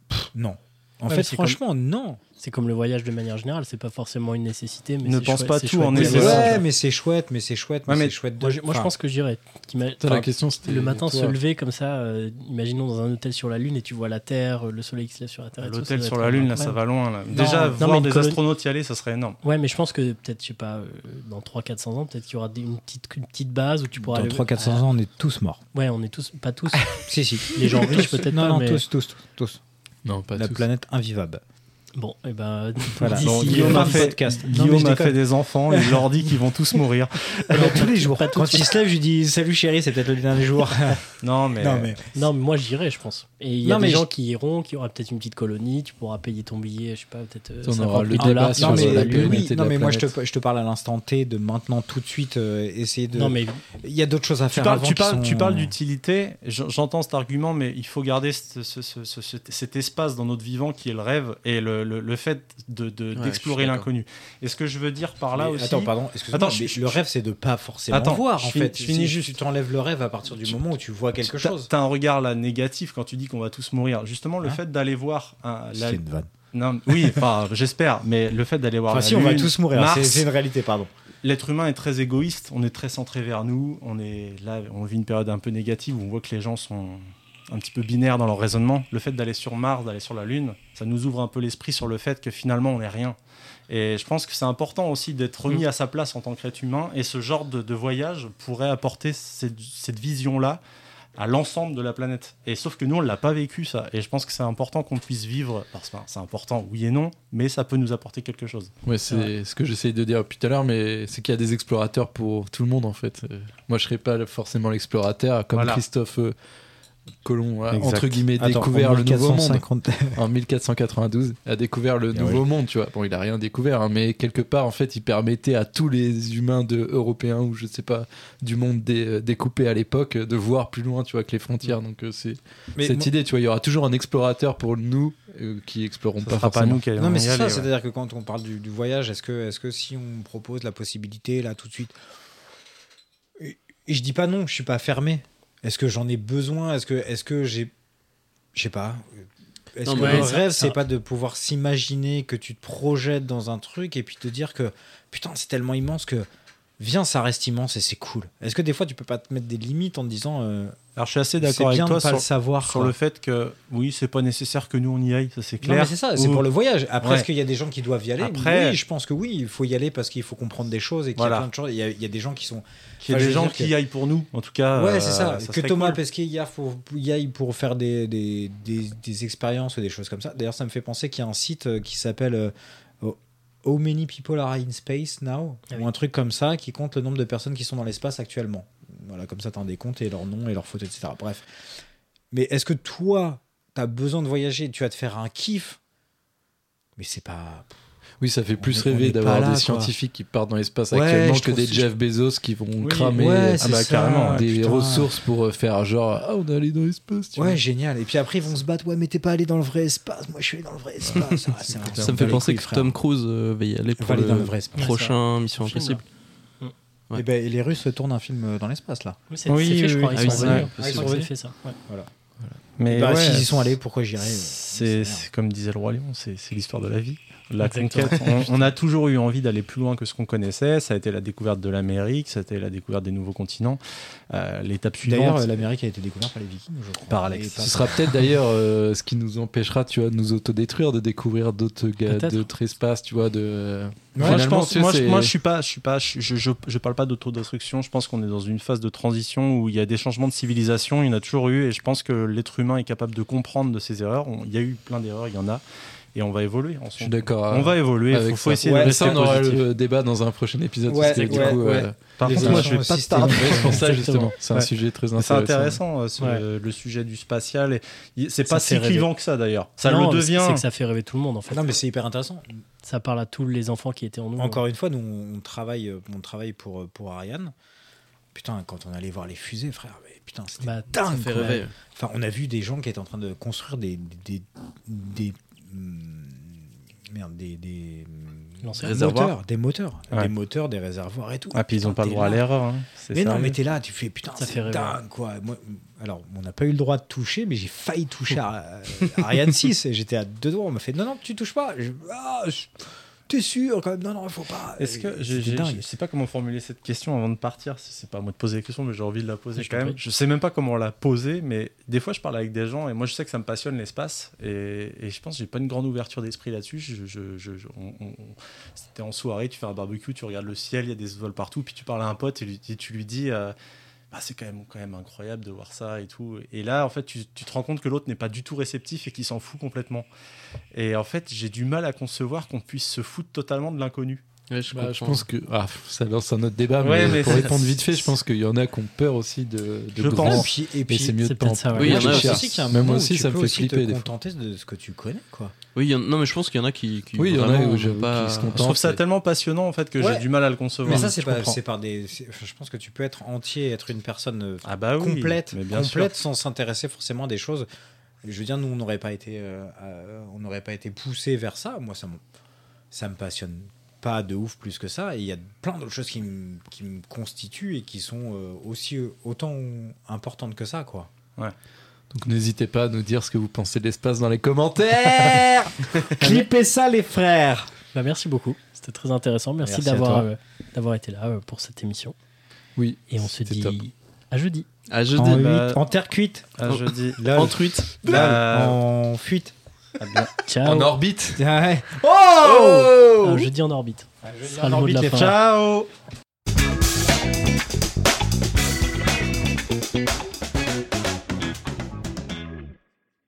Speaker 4: pff, non. En
Speaker 3: Ouais, mais
Speaker 4: fait,
Speaker 3: c'est comme-
Speaker 4: franchement, non.
Speaker 3: C'est comme le voyage de manière générale, c'est pas forcément une nécessité. Mais
Speaker 2: Ne
Speaker 3: c'est
Speaker 2: pense
Speaker 3: chouette-
Speaker 2: pas
Speaker 3: c'est
Speaker 2: tout
Speaker 3: chouette
Speaker 2: en
Speaker 3: de
Speaker 4: Mais
Speaker 2: nécessité.
Speaker 3: voir.
Speaker 4: ouais, mais c'est chouette, mais c'est chouette, mais
Speaker 2: Ouais, mais
Speaker 4: c'est chouette. de-
Speaker 3: Moi, je, moi, je
Speaker 4: enfin,
Speaker 3: pense que j'irais. Qu'ima-
Speaker 1: Putain, la
Speaker 3: enfin,
Speaker 1: question, c'était.
Speaker 3: Le matin,
Speaker 1: toi.
Speaker 3: se lever comme ça, euh, imaginons dans un hôtel sur la Lune et tu vois la Terre, euh, le soleil qui se lève sur la
Speaker 4: Ah,
Speaker 3: Terre. et tout, ça
Speaker 2: L'hôtel
Speaker 3: doit
Speaker 2: sur
Speaker 3: être
Speaker 2: la Lune, là,
Speaker 3: incroyable.
Speaker 2: ça va loin. là.
Speaker 4: Non,
Speaker 2: Déjà,
Speaker 3: non, mais
Speaker 2: voir
Speaker 3: une
Speaker 2: des
Speaker 3: colonie-
Speaker 2: astronautes y aller, ça serait énorme.
Speaker 3: Ouais, mais je pense que peut-être, je sais pas, euh, dans 300-400 ans, peut-être qu'il y aura des- une, petite, une petite base où tu pourras
Speaker 4: Dans
Speaker 3: aller.
Speaker 4: 300-400 ans, on est tous morts.
Speaker 3: Ouais, on est tous, pas tous,
Speaker 4: Si, si.
Speaker 3: les gens riches
Speaker 4: Tous.
Speaker 3: peut-être
Speaker 4: Non,
Speaker 3: pas,
Speaker 4: non,
Speaker 3: mais
Speaker 4: tous, tous, tous, tous.
Speaker 1: Non, pas
Speaker 4: la
Speaker 1: tous.
Speaker 4: planète invivable.
Speaker 3: bon, et ben,
Speaker 4: Voilà.
Speaker 3: d'ici-
Speaker 4: Bon,
Speaker 2: il Guillaume a
Speaker 4: du
Speaker 2: fait-
Speaker 4: podcast. Non, mais
Speaker 2: Guillaume
Speaker 4: je
Speaker 2: a
Speaker 4: déconne.
Speaker 2: fait des enfants, il leur dit qu'ils vont tous mourir.
Speaker 4: Alors, tous les jours.
Speaker 3: pas tout de
Speaker 4: Quand
Speaker 3: suite.
Speaker 4: il se lève, je lui dis Salut chérie, c'est peut-être le dernier jour.
Speaker 2: Non, mais.
Speaker 3: Non, mais moi j'irai, je pense. Et il y a
Speaker 4: Non,
Speaker 3: des
Speaker 4: mais
Speaker 3: gens
Speaker 4: je-
Speaker 3: qui iront, qui aura peut-être une petite colonie, tu pourras payer ton billet, je sais pas, peut-être euh,
Speaker 1: On
Speaker 3: 50
Speaker 1: aura
Speaker 3: 000
Speaker 1: le
Speaker 3: dollars
Speaker 1: débat
Speaker 3: sur
Speaker 1: sur
Speaker 4: Non, mais,
Speaker 1: la
Speaker 4: oui,
Speaker 1: planète et
Speaker 4: non,
Speaker 1: la
Speaker 4: mais moi, je
Speaker 1: planète.
Speaker 4: te, je te parle à l'instant T de maintenant, tout de suite, euh, essayer de.
Speaker 3: Non, mais
Speaker 4: Il y a d'autres choses à
Speaker 2: Tu
Speaker 4: faire.
Speaker 2: parles,
Speaker 4: avant
Speaker 2: tu
Speaker 4: qui
Speaker 2: parles,
Speaker 4: sont-
Speaker 2: tu parles d'utilité, j- j'entends cet argument, mais il faut garder ce- ce- ce- ce- cet- cet espace dans notre vivant qui est le rêve et le, le- le fait de- de-
Speaker 5: Ouais,
Speaker 2: d'explorer
Speaker 5: je suis d'accord.
Speaker 2: l'inconnu. Et ce que je veux dire par là
Speaker 4: Mais
Speaker 2: aussi.
Speaker 4: Attends, pardon, excuse-moi.
Speaker 2: Attends, je-
Speaker 4: mais
Speaker 2: je-
Speaker 4: le rêve, c'est de pas forcément
Speaker 2: Attends,
Speaker 4: voir, en
Speaker 2: je
Speaker 4: fait.
Speaker 2: finis- je finis
Speaker 4: Si
Speaker 2: juste.
Speaker 4: Tu t'enlèves le rêve à partir du
Speaker 2: Tu-
Speaker 4: moment où tu vois quelque
Speaker 2: T'as-
Speaker 4: chose.
Speaker 2: T'as un regard là négatif quand tu dis qu'on va tous mourir. Justement, le
Speaker 4: Hein
Speaker 2: fait d'aller voir un, la-
Speaker 4: C'est une vanne.
Speaker 2: non, oui, enfin, j'espère, mais le fait d'aller voir
Speaker 4: Enfin,
Speaker 2: la
Speaker 4: si, on va
Speaker 2: Lune,
Speaker 4: tous mourir.
Speaker 2: Mars,
Speaker 4: c'est- C'est une réalité, pardon.
Speaker 2: l'être humain est très égoïste. On est très centré vers nous. On est là, on vit une période un peu négative où on voit que les gens sont un petit peu binaires dans leur raisonnement. Le fait d'aller sur Mars, d'aller sur la Lune, ça nous ouvre un peu l'esprit sur le fait que finalement on n'est rien. Et je pense que c'est important aussi d'être
Speaker 4: Mm.
Speaker 2: remis à sa place en tant qu'être humain. Et ce genre de, de voyage pourrait apporter cette, cette vision-là à l'ensemble de la planète. Et sauf que nous, on l'a pas vécu ça. Et je pense que c'est important qu'on puisse vivre. Parce que, enfin, c'est important, oui et non, mais ça peut nous apporter quelque chose.
Speaker 1: Ouais, c'est ce que j'essayais de dire depuis tout à l'heure, mais c'est qu'il y a des explorateurs pour tout le monde en fait. Euh, Moi, je serais pas forcément l'explorateur comme
Speaker 2: Voilà.
Speaker 1: Christophe euh, Colomb a
Speaker 2: Exact.
Speaker 1: entre guillemets
Speaker 4: Attends,
Speaker 1: découvert
Speaker 4: en
Speaker 1: le nouveau monde
Speaker 4: 1450.
Speaker 1: en 1492, a découvert le
Speaker 4: Bien
Speaker 1: nouveau monde, tu vois. Bon, il a rien découvert, hein, mais quelque part en fait, il permettait à tous les humains de européens ou je sais pas du monde dé- euh, découpé à l'époque euh, de voir plus loin, tu vois, que les frontières. Donc euh, c'est
Speaker 4: Mais
Speaker 1: cette
Speaker 4: moi-
Speaker 1: idée, tu vois, il y aura toujours un explorateur pour nous euh, qui exploreront
Speaker 2: Ça
Speaker 1: pas
Speaker 2: sera
Speaker 1: forcément.
Speaker 2: qui allons
Speaker 4: Non, mais
Speaker 2: y
Speaker 4: c'est ça,
Speaker 2: aller, ouais.
Speaker 4: c'est-à-dire que quand on parle du, du voyage, est-ce que, est que si on propose la possibilité, là, tout de suite. Et, et je dis pas non, je suis pas fermé. Est-ce que j'en ai besoin Est-ce que, est que j'ai. Je sais pas. Est-ce
Speaker 5: Non,
Speaker 4: que
Speaker 5: mais
Speaker 4: le
Speaker 3: ça-
Speaker 4: rêve,
Speaker 3: ça-
Speaker 4: c'est pas de pouvoir s'imaginer que tu te projettes dans un truc et puis te dire que putain, c'est tellement immense que viens, ça reste immense et c'est cool. Est-ce que des fois, tu peux pas te mettre des limites en te disant euh,
Speaker 2: Alors je suis assez
Speaker 4: c'est
Speaker 2: d'accord avec
Speaker 4: bien
Speaker 2: toi
Speaker 4: de pas
Speaker 2: sur,
Speaker 4: le savoir
Speaker 2: sur
Speaker 4: quoi.
Speaker 2: le fait que oui, c'est pas nécessaire que nous on y aille, ça c'est
Speaker 4: Non,
Speaker 2: clair.
Speaker 4: mais c'est ça, c'est
Speaker 2: Ou-
Speaker 4: pour le voyage. Après,
Speaker 2: Ouais.
Speaker 4: est-ce qu'il y a des gens qui doivent y aller
Speaker 2: Après-
Speaker 4: Oui, je pense que oui, il faut y aller parce qu'il faut comprendre des choses et qu'il y
Speaker 2: Voilà.
Speaker 4: a plein de choses. Il y a, il y a des gens qui sont.
Speaker 2: qu'il y
Speaker 4: Enfin,
Speaker 2: a
Speaker 4: je veux
Speaker 2: des gens
Speaker 4: dire
Speaker 2: qui
Speaker 4: que-
Speaker 2: y aillent pour nous, en tout cas.
Speaker 4: ouais,
Speaker 2: euh,
Speaker 4: c'est ça.
Speaker 2: ça
Speaker 4: que
Speaker 2: serait
Speaker 4: Thomas
Speaker 2: cool.
Speaker 4: Pesquet y, a- faut- y aille pour faire des, des, des, des expériences ou des choses comme ça. D'ailleurs, ça me fait penser qu'il y a un site euh, qui s'appelle. euh, How many people are in space now
Speaker 3: Ah oui.
Speaker 4: Ou un truc comme ça qui compte le nombre de personnes qui sont dans l'espace actuellement. Voilà, comme ça, t'en des comptes et leur nom et leur photo, etc. Bref. Mais est-ce que toi, t'as besoin de voyager, tu vas te faire un kiff. Mais c'est pas.
Speaker 1: Oui, ça fait plus
Speaker 4: est- on est
Speaker 1: rêver
Speaker 4: pas
Speaker 1: d'avoir
Speaker 4: là,
Speaker 1: des
Speaker 4: quoi.
Speaker 1: scientifiques qui partent dans l'espace
Speaker 4: Ouais,
Speaker 1: actuellement
Speaker 4: je
Speaker 1: que
Speaker 4: trouve
Speaker 1: des
Speaker 4: ça-
Speaker 1: Jeff Bezos qui vont
Speaker 2: Oui,
Speaker 1: cramer
Speaker 4: ouais,
Speaker 1: ah
Speaker 4: c'est
Speaker 1: bah,
Speaker 4: ça,
Speaker 1: carrément, des
Speaker 4: putain.
Speaker 1: ressources pour euh, faire genre ah on est allé dans l'espace. tu vois.
Speaker 4: Ouais, génial. Et puis après, ils vont se battre. Ouais, mais t'es pas allé dans le vrai espace. Moi, je suis allé dans le vrai espace. Ah, c'est un-
Speaker 5: Ça me fait penser que Tom Cruise euh, va y aller
Speaker 4: On
Speaker 5: pour
Speaker 4: va aller
Speaker 5: le
Speaker 4: dans le vrai espace.
Speaker 5: prochain Mission
Speaker 3: Film,
Speaker 5: Impossible. Ouais.
Speaker 4: Et, ben, et les Russes tournent un film euh, dans l'espace, là.
Speaker 3: Oui, c'est
Speaker 2: Oui,
Speaker 3: c'est fait,
Speaker 2: oui,
Speaker 3: je crois.
Speaker 2: oui.
Speaker 3: Ils
Speaker 5: Ah oui,
Speaker 3: sont
Speaker 5: c'est
Speaker 3: revenus.
Speaker 5: vrai,
Speaker 3: Je crois
Speaker 5: c'est
Speaker 3: que
Speaker 4: vrai.
Speaker 3: c'est fait ça. ouais.
Speaker 2: Mais
Speaker 4: bah,
Speaker 2: ouais,
Speaker 4: S'ils y sont allés, pourquoi j'irais euh,
Speaker 2: C'est c'est comme disait le roi Lion, c'est c'est l'histoire de la vie. La
Speaker 3: Exactement.
Speaker 2: conquête. On, on a toujours eu envie d'aller plus loin que ce qu'on connaissait. Ça a été la découverte de l'Amérique, ça a été la découverte des nouveaux continents. Euh, L'étape
Speaker 4: D'ailleurs,
Speaker 2: suivante.
Speaker 4: euh, l'Amérique a été découverte par les Vikings, je crois.
Speaker 2: Par Alex.
Speaker 4: Et
Speaker 1: Ce sera peut-être d'ailleurs euh, ce qui nous empêchera, tu vois, de nous autodétruire, de découvrir d'autres ga-
Speaker 3: Peut-être.
Speaker 1: d'autres espaces, tu vois, de.
Speaker 4: Ouais,
Speaker 2: moi, je
Speaker 1: Finalement,
Speaker 2: pense,
Speaker 1: tu sais,
Speaker 2: moi, je,
Speaker 1: c'est-
Speaker 2: moi, je suis pas, je suis pas, je, je, je, je parle pas d'autodestruction. Je pense qu'on est dans une phase de transition où il y a des changements de civilisation. Il y en a toujours eu, et je pense que l'être humain est capable de comprendre de ses erreurs. On- Il y a eu plein d'erreurs, il y en a, et on va évoluer.
Speaker 1: Je suis d'accord.
Speaker 2: On
Speaker 1: euh,
Speaker 2: va évoluer. Il
Speaker 1: avec
Speaker 2: faut, faut
Speaker 1: ça.
Speaker 2: essayer
Speaker 4: Ouais,
Speaker 2: de rester
Speaker 1: Ça, on aura
Speaker 2: positif.
Speaker 1: le euh, débat dans un prochain épisode.
Speaker 4: Ouais,
Speaker 1: parce que, du
Speaker 4: ouais,
Speaker 1: coup, euh,
Speaker 4: ouais.
Speaker 2: Par
Speaker 4: Les
Speaker 2: contre, moi,
Speaker 4: évolutions
Speaker 2: je vais pas
Speaker 4: systémiques.
Speaker 2: tarder.
Speaker 1: c'est pour ça,
Speaker 3: Exactement.
Speaker 1: justement. C'est un
Speaker 2: Ouais.
Speaker 1: sujet très
Speaker 2: C'est
Speaker 1: intéressant.
Speaker 2: intéressant, euh, ce-
Speaker 3: Ouais.
Speaker 2: le, sujet du spatial. et il- C'est
Speaker 3: Ça
Speaker 2: pas
Speaker 3: fait
Speaker 2: si
Speaker 3: rêver.
Speaker 2: clivant que ça d'ailleurs. Ça
Speaker 3: Non,
Speaker 2: le
Speaker 3: mais
Speaker 2: devient.
Speaker 3: C'est que ça fait rêver tout le monde en fait.
Speaker 4: Non, mais c'est hyper intéressant.
Speaker 3: Ça parle à tous les enfants qui étaient en nous.
Speaker 4: Encore une fois, nous, on travaille, euh, on travaille pour, euh, pour Ariane. Putain, quand on allait voir les fusées, frère, mais putain, c'était
Speaker 3: Bah,
Speaker 4: dingue.
Speaker 5: fait
Speaker 4: quoi.
Speaker 5: rêver.
Speaker 4: Enfin, on a vu des gens qui étaient en train de construire des. des, des, hum, merde, des. des hum,
Speaker 3: Lanceurs.
Speaker 5: Réservoirs.
Speaker 4: moteurs, des moteurs,
Speaker 2: Ouais.
Speaker 4: des moteurs, des réservoirs et tout.
Speaker 2: Ah, puis ils
Speaker 4: Putain,
Speaker 2: ont pas le
Speaker 4: t'es
Speaker 2: droit à
Speaker 4: là.
Speaker 2: l'erreur. hein. C'est
Speaker 4: Mais
Speaker 2: ça.
Speaker 4: non, mais t'es là, tu fais putain,
Speaker 3: Ça fait
Speaker 4: c'est
Speaker 3: rêver.
Speaker 4: dingue quoi. Moi, alors, on n'a pas eu le droit de toucher, mais j'ai failli toucher à, à Ariane 6 et j'étais à deux doigts. On m'a fait non, non, tu touches pas. Je- Ah, je- T'es sûr quand même Non, non, il faut pas.
Speaker 2: Est-ce que
Speaker 4: C'était
Speaker 2: j'ai- j'ai-
Speaker 4: dingue.
Speaker 2: je sais pas comment formuler cette question avant de partir si c'est pas à moi de poser la question mais j'ai envie de la poser
Speaker 3: Je t'en
Speaker 2: quand même.
Speaker 3: prie.
Speaker 2: Je sais même pas comment la poser mais des fois je parle avec des gens et moi je sais que ça me passionne l'espace et, et je pense que j'ai pas une grande ouverture d'esprit là-dessus. Je, je, je- je- on- on- on- C'était en soirée, tu fais un barbecue, tu regardes le ciel, il y a des vols partout, puis tu parles à un pote et, lui- et tu lui dis euh, Bah, c'est quand même quand même incroyable de voir ça et tout. Et là en fait tu, tu te rends compte que l'autre n'est pas du tout réceptif et qu'il s'en fout complètement. Et en fait j'ai du mal à concevoir qu'on puisse se foutre totalement de l'inconnu.
Speaker 5: Ouais, je,
Speaker 1: Bah, je
Speaker 5: comprends.
Speaker 1: pense que ah, ça lance un autre débat,
Speaker 2: Ouais,
Speaker 1: mais,
Speaker 2: mais
Speaker 1: pour
Speaker 2: c'est-
Speaker 1: répondre vite fait, je pense qu'il y en a qui ont peur aussi de, de
Speaker 2: Je
Speaker 1: grand.
Speaker 2: pense.
Speaker 4: Et puis, et
Speaker 1: Mais
Speaker 4: puis
Speaker 1: c'est mieux de
Speaker 3: c'est
Speaker 1: pas en
Speaker 3: peut-être ça, ouais.
Speaker 5: Oui, il y en a
Speaker 1: parler. Moi,
Speaker 5: aussi
Speaker 1: je
Speaker 5: qui-
Speaker 1: cherche.
Speaker 4: qu'il y a un
Speaker 1: Même
Speaker 4: moment
Speaker 1: moi
Speaker 4: où
Speaker 1: aussi,
Speaker 4: oh, tu
Speaker 1: ça me
Speaker 4: peux
Speaker 1: fait
Speaker 4: aussi
Speaker 1: flipper.
Speaker 4: te
Speaker 1: des fois.
Speaker 4: contenter de ce que tu connais, quoi.
Speaker 5: Oui, il y en- non, mais je pense qu'il y en a qui. qui
Speaker 1: Oui, il y en a
Speaker 5: vraiment
Speaker 1: où
Speaker 5: vont
Speaker 1: j'avoue
Speaker 5: pas-
Speaker 1: qu'ils se contentent.
Speaker 2: Je trouve ça
Speaker 1: c'est-
Speaker 2: tellement passionnant en fait que
Speaker 4: Ouais.
Speaker 2: j'ai du mal à le concevoir.
Speaker 4: Mais ça, c'est
Speaker 2: Je
Speaker 4: pas,
Speaker 2: comprends.
Speaker 4: c'est par des. c'est- Je pense que tu peux être entier, être une personne euh,
Speaker 2: Ah bah oui,
Speaker 4: complète,
Speaker 2: mais bien
Speaker 4: complète sans s'intéresser forcément à des choses. Je veux dire, nous, on n'aurait pas été, euh, à- on n'aurait pas été poussé vers ça. Moi, ça me, ça me passionne pas de ouf plus que ça. Et il y a plein d'autres choses qui me, qui me constituent et qui sont euh, aussi euh, autant importantes que ça, quoi.
Speaker 1: Donc n'hésitez pas à nous dire ce que vous pensez de l'espace dans les commentaires.
Speaker 4: Clippez ça, les frères.
Speaker 3: Bah, merci beaucoup. C'était très intéressant. Merci,
Speaker 4: Merci à
Speaker 3: d'avoir
Speaker 4: toi.
Speaker 3: euh, d'avoir été là euh, pour cette émission.
Speaker 1: Oui.
Speaker 3: Et on se
Speaker 1: c'était
Speaker 3: dit
Speaker 1: top.
Speaker 3: à jeudi.
Speaker 5: Ah, je
Speaker 4: En,
Speaker 5: dis.
Speaker 2: bah-
Speaker 4: huit- en terre cuite,
Speaker 2: sûr. Ah, je dis.
Speaker 4: là,
Speaker 5: En truite.
Speaker 2: Bah,
Speaker 4: en fuite.
Speaker 2: ah bien.
Speaker 3: Ciao.
Speaker 1: En orbite.
Speaker 4: Ah ouais.
Speaker 3: Ah, jeudi en orbite. Ce sera le mot de la fin.
Speaker 2: Ciao.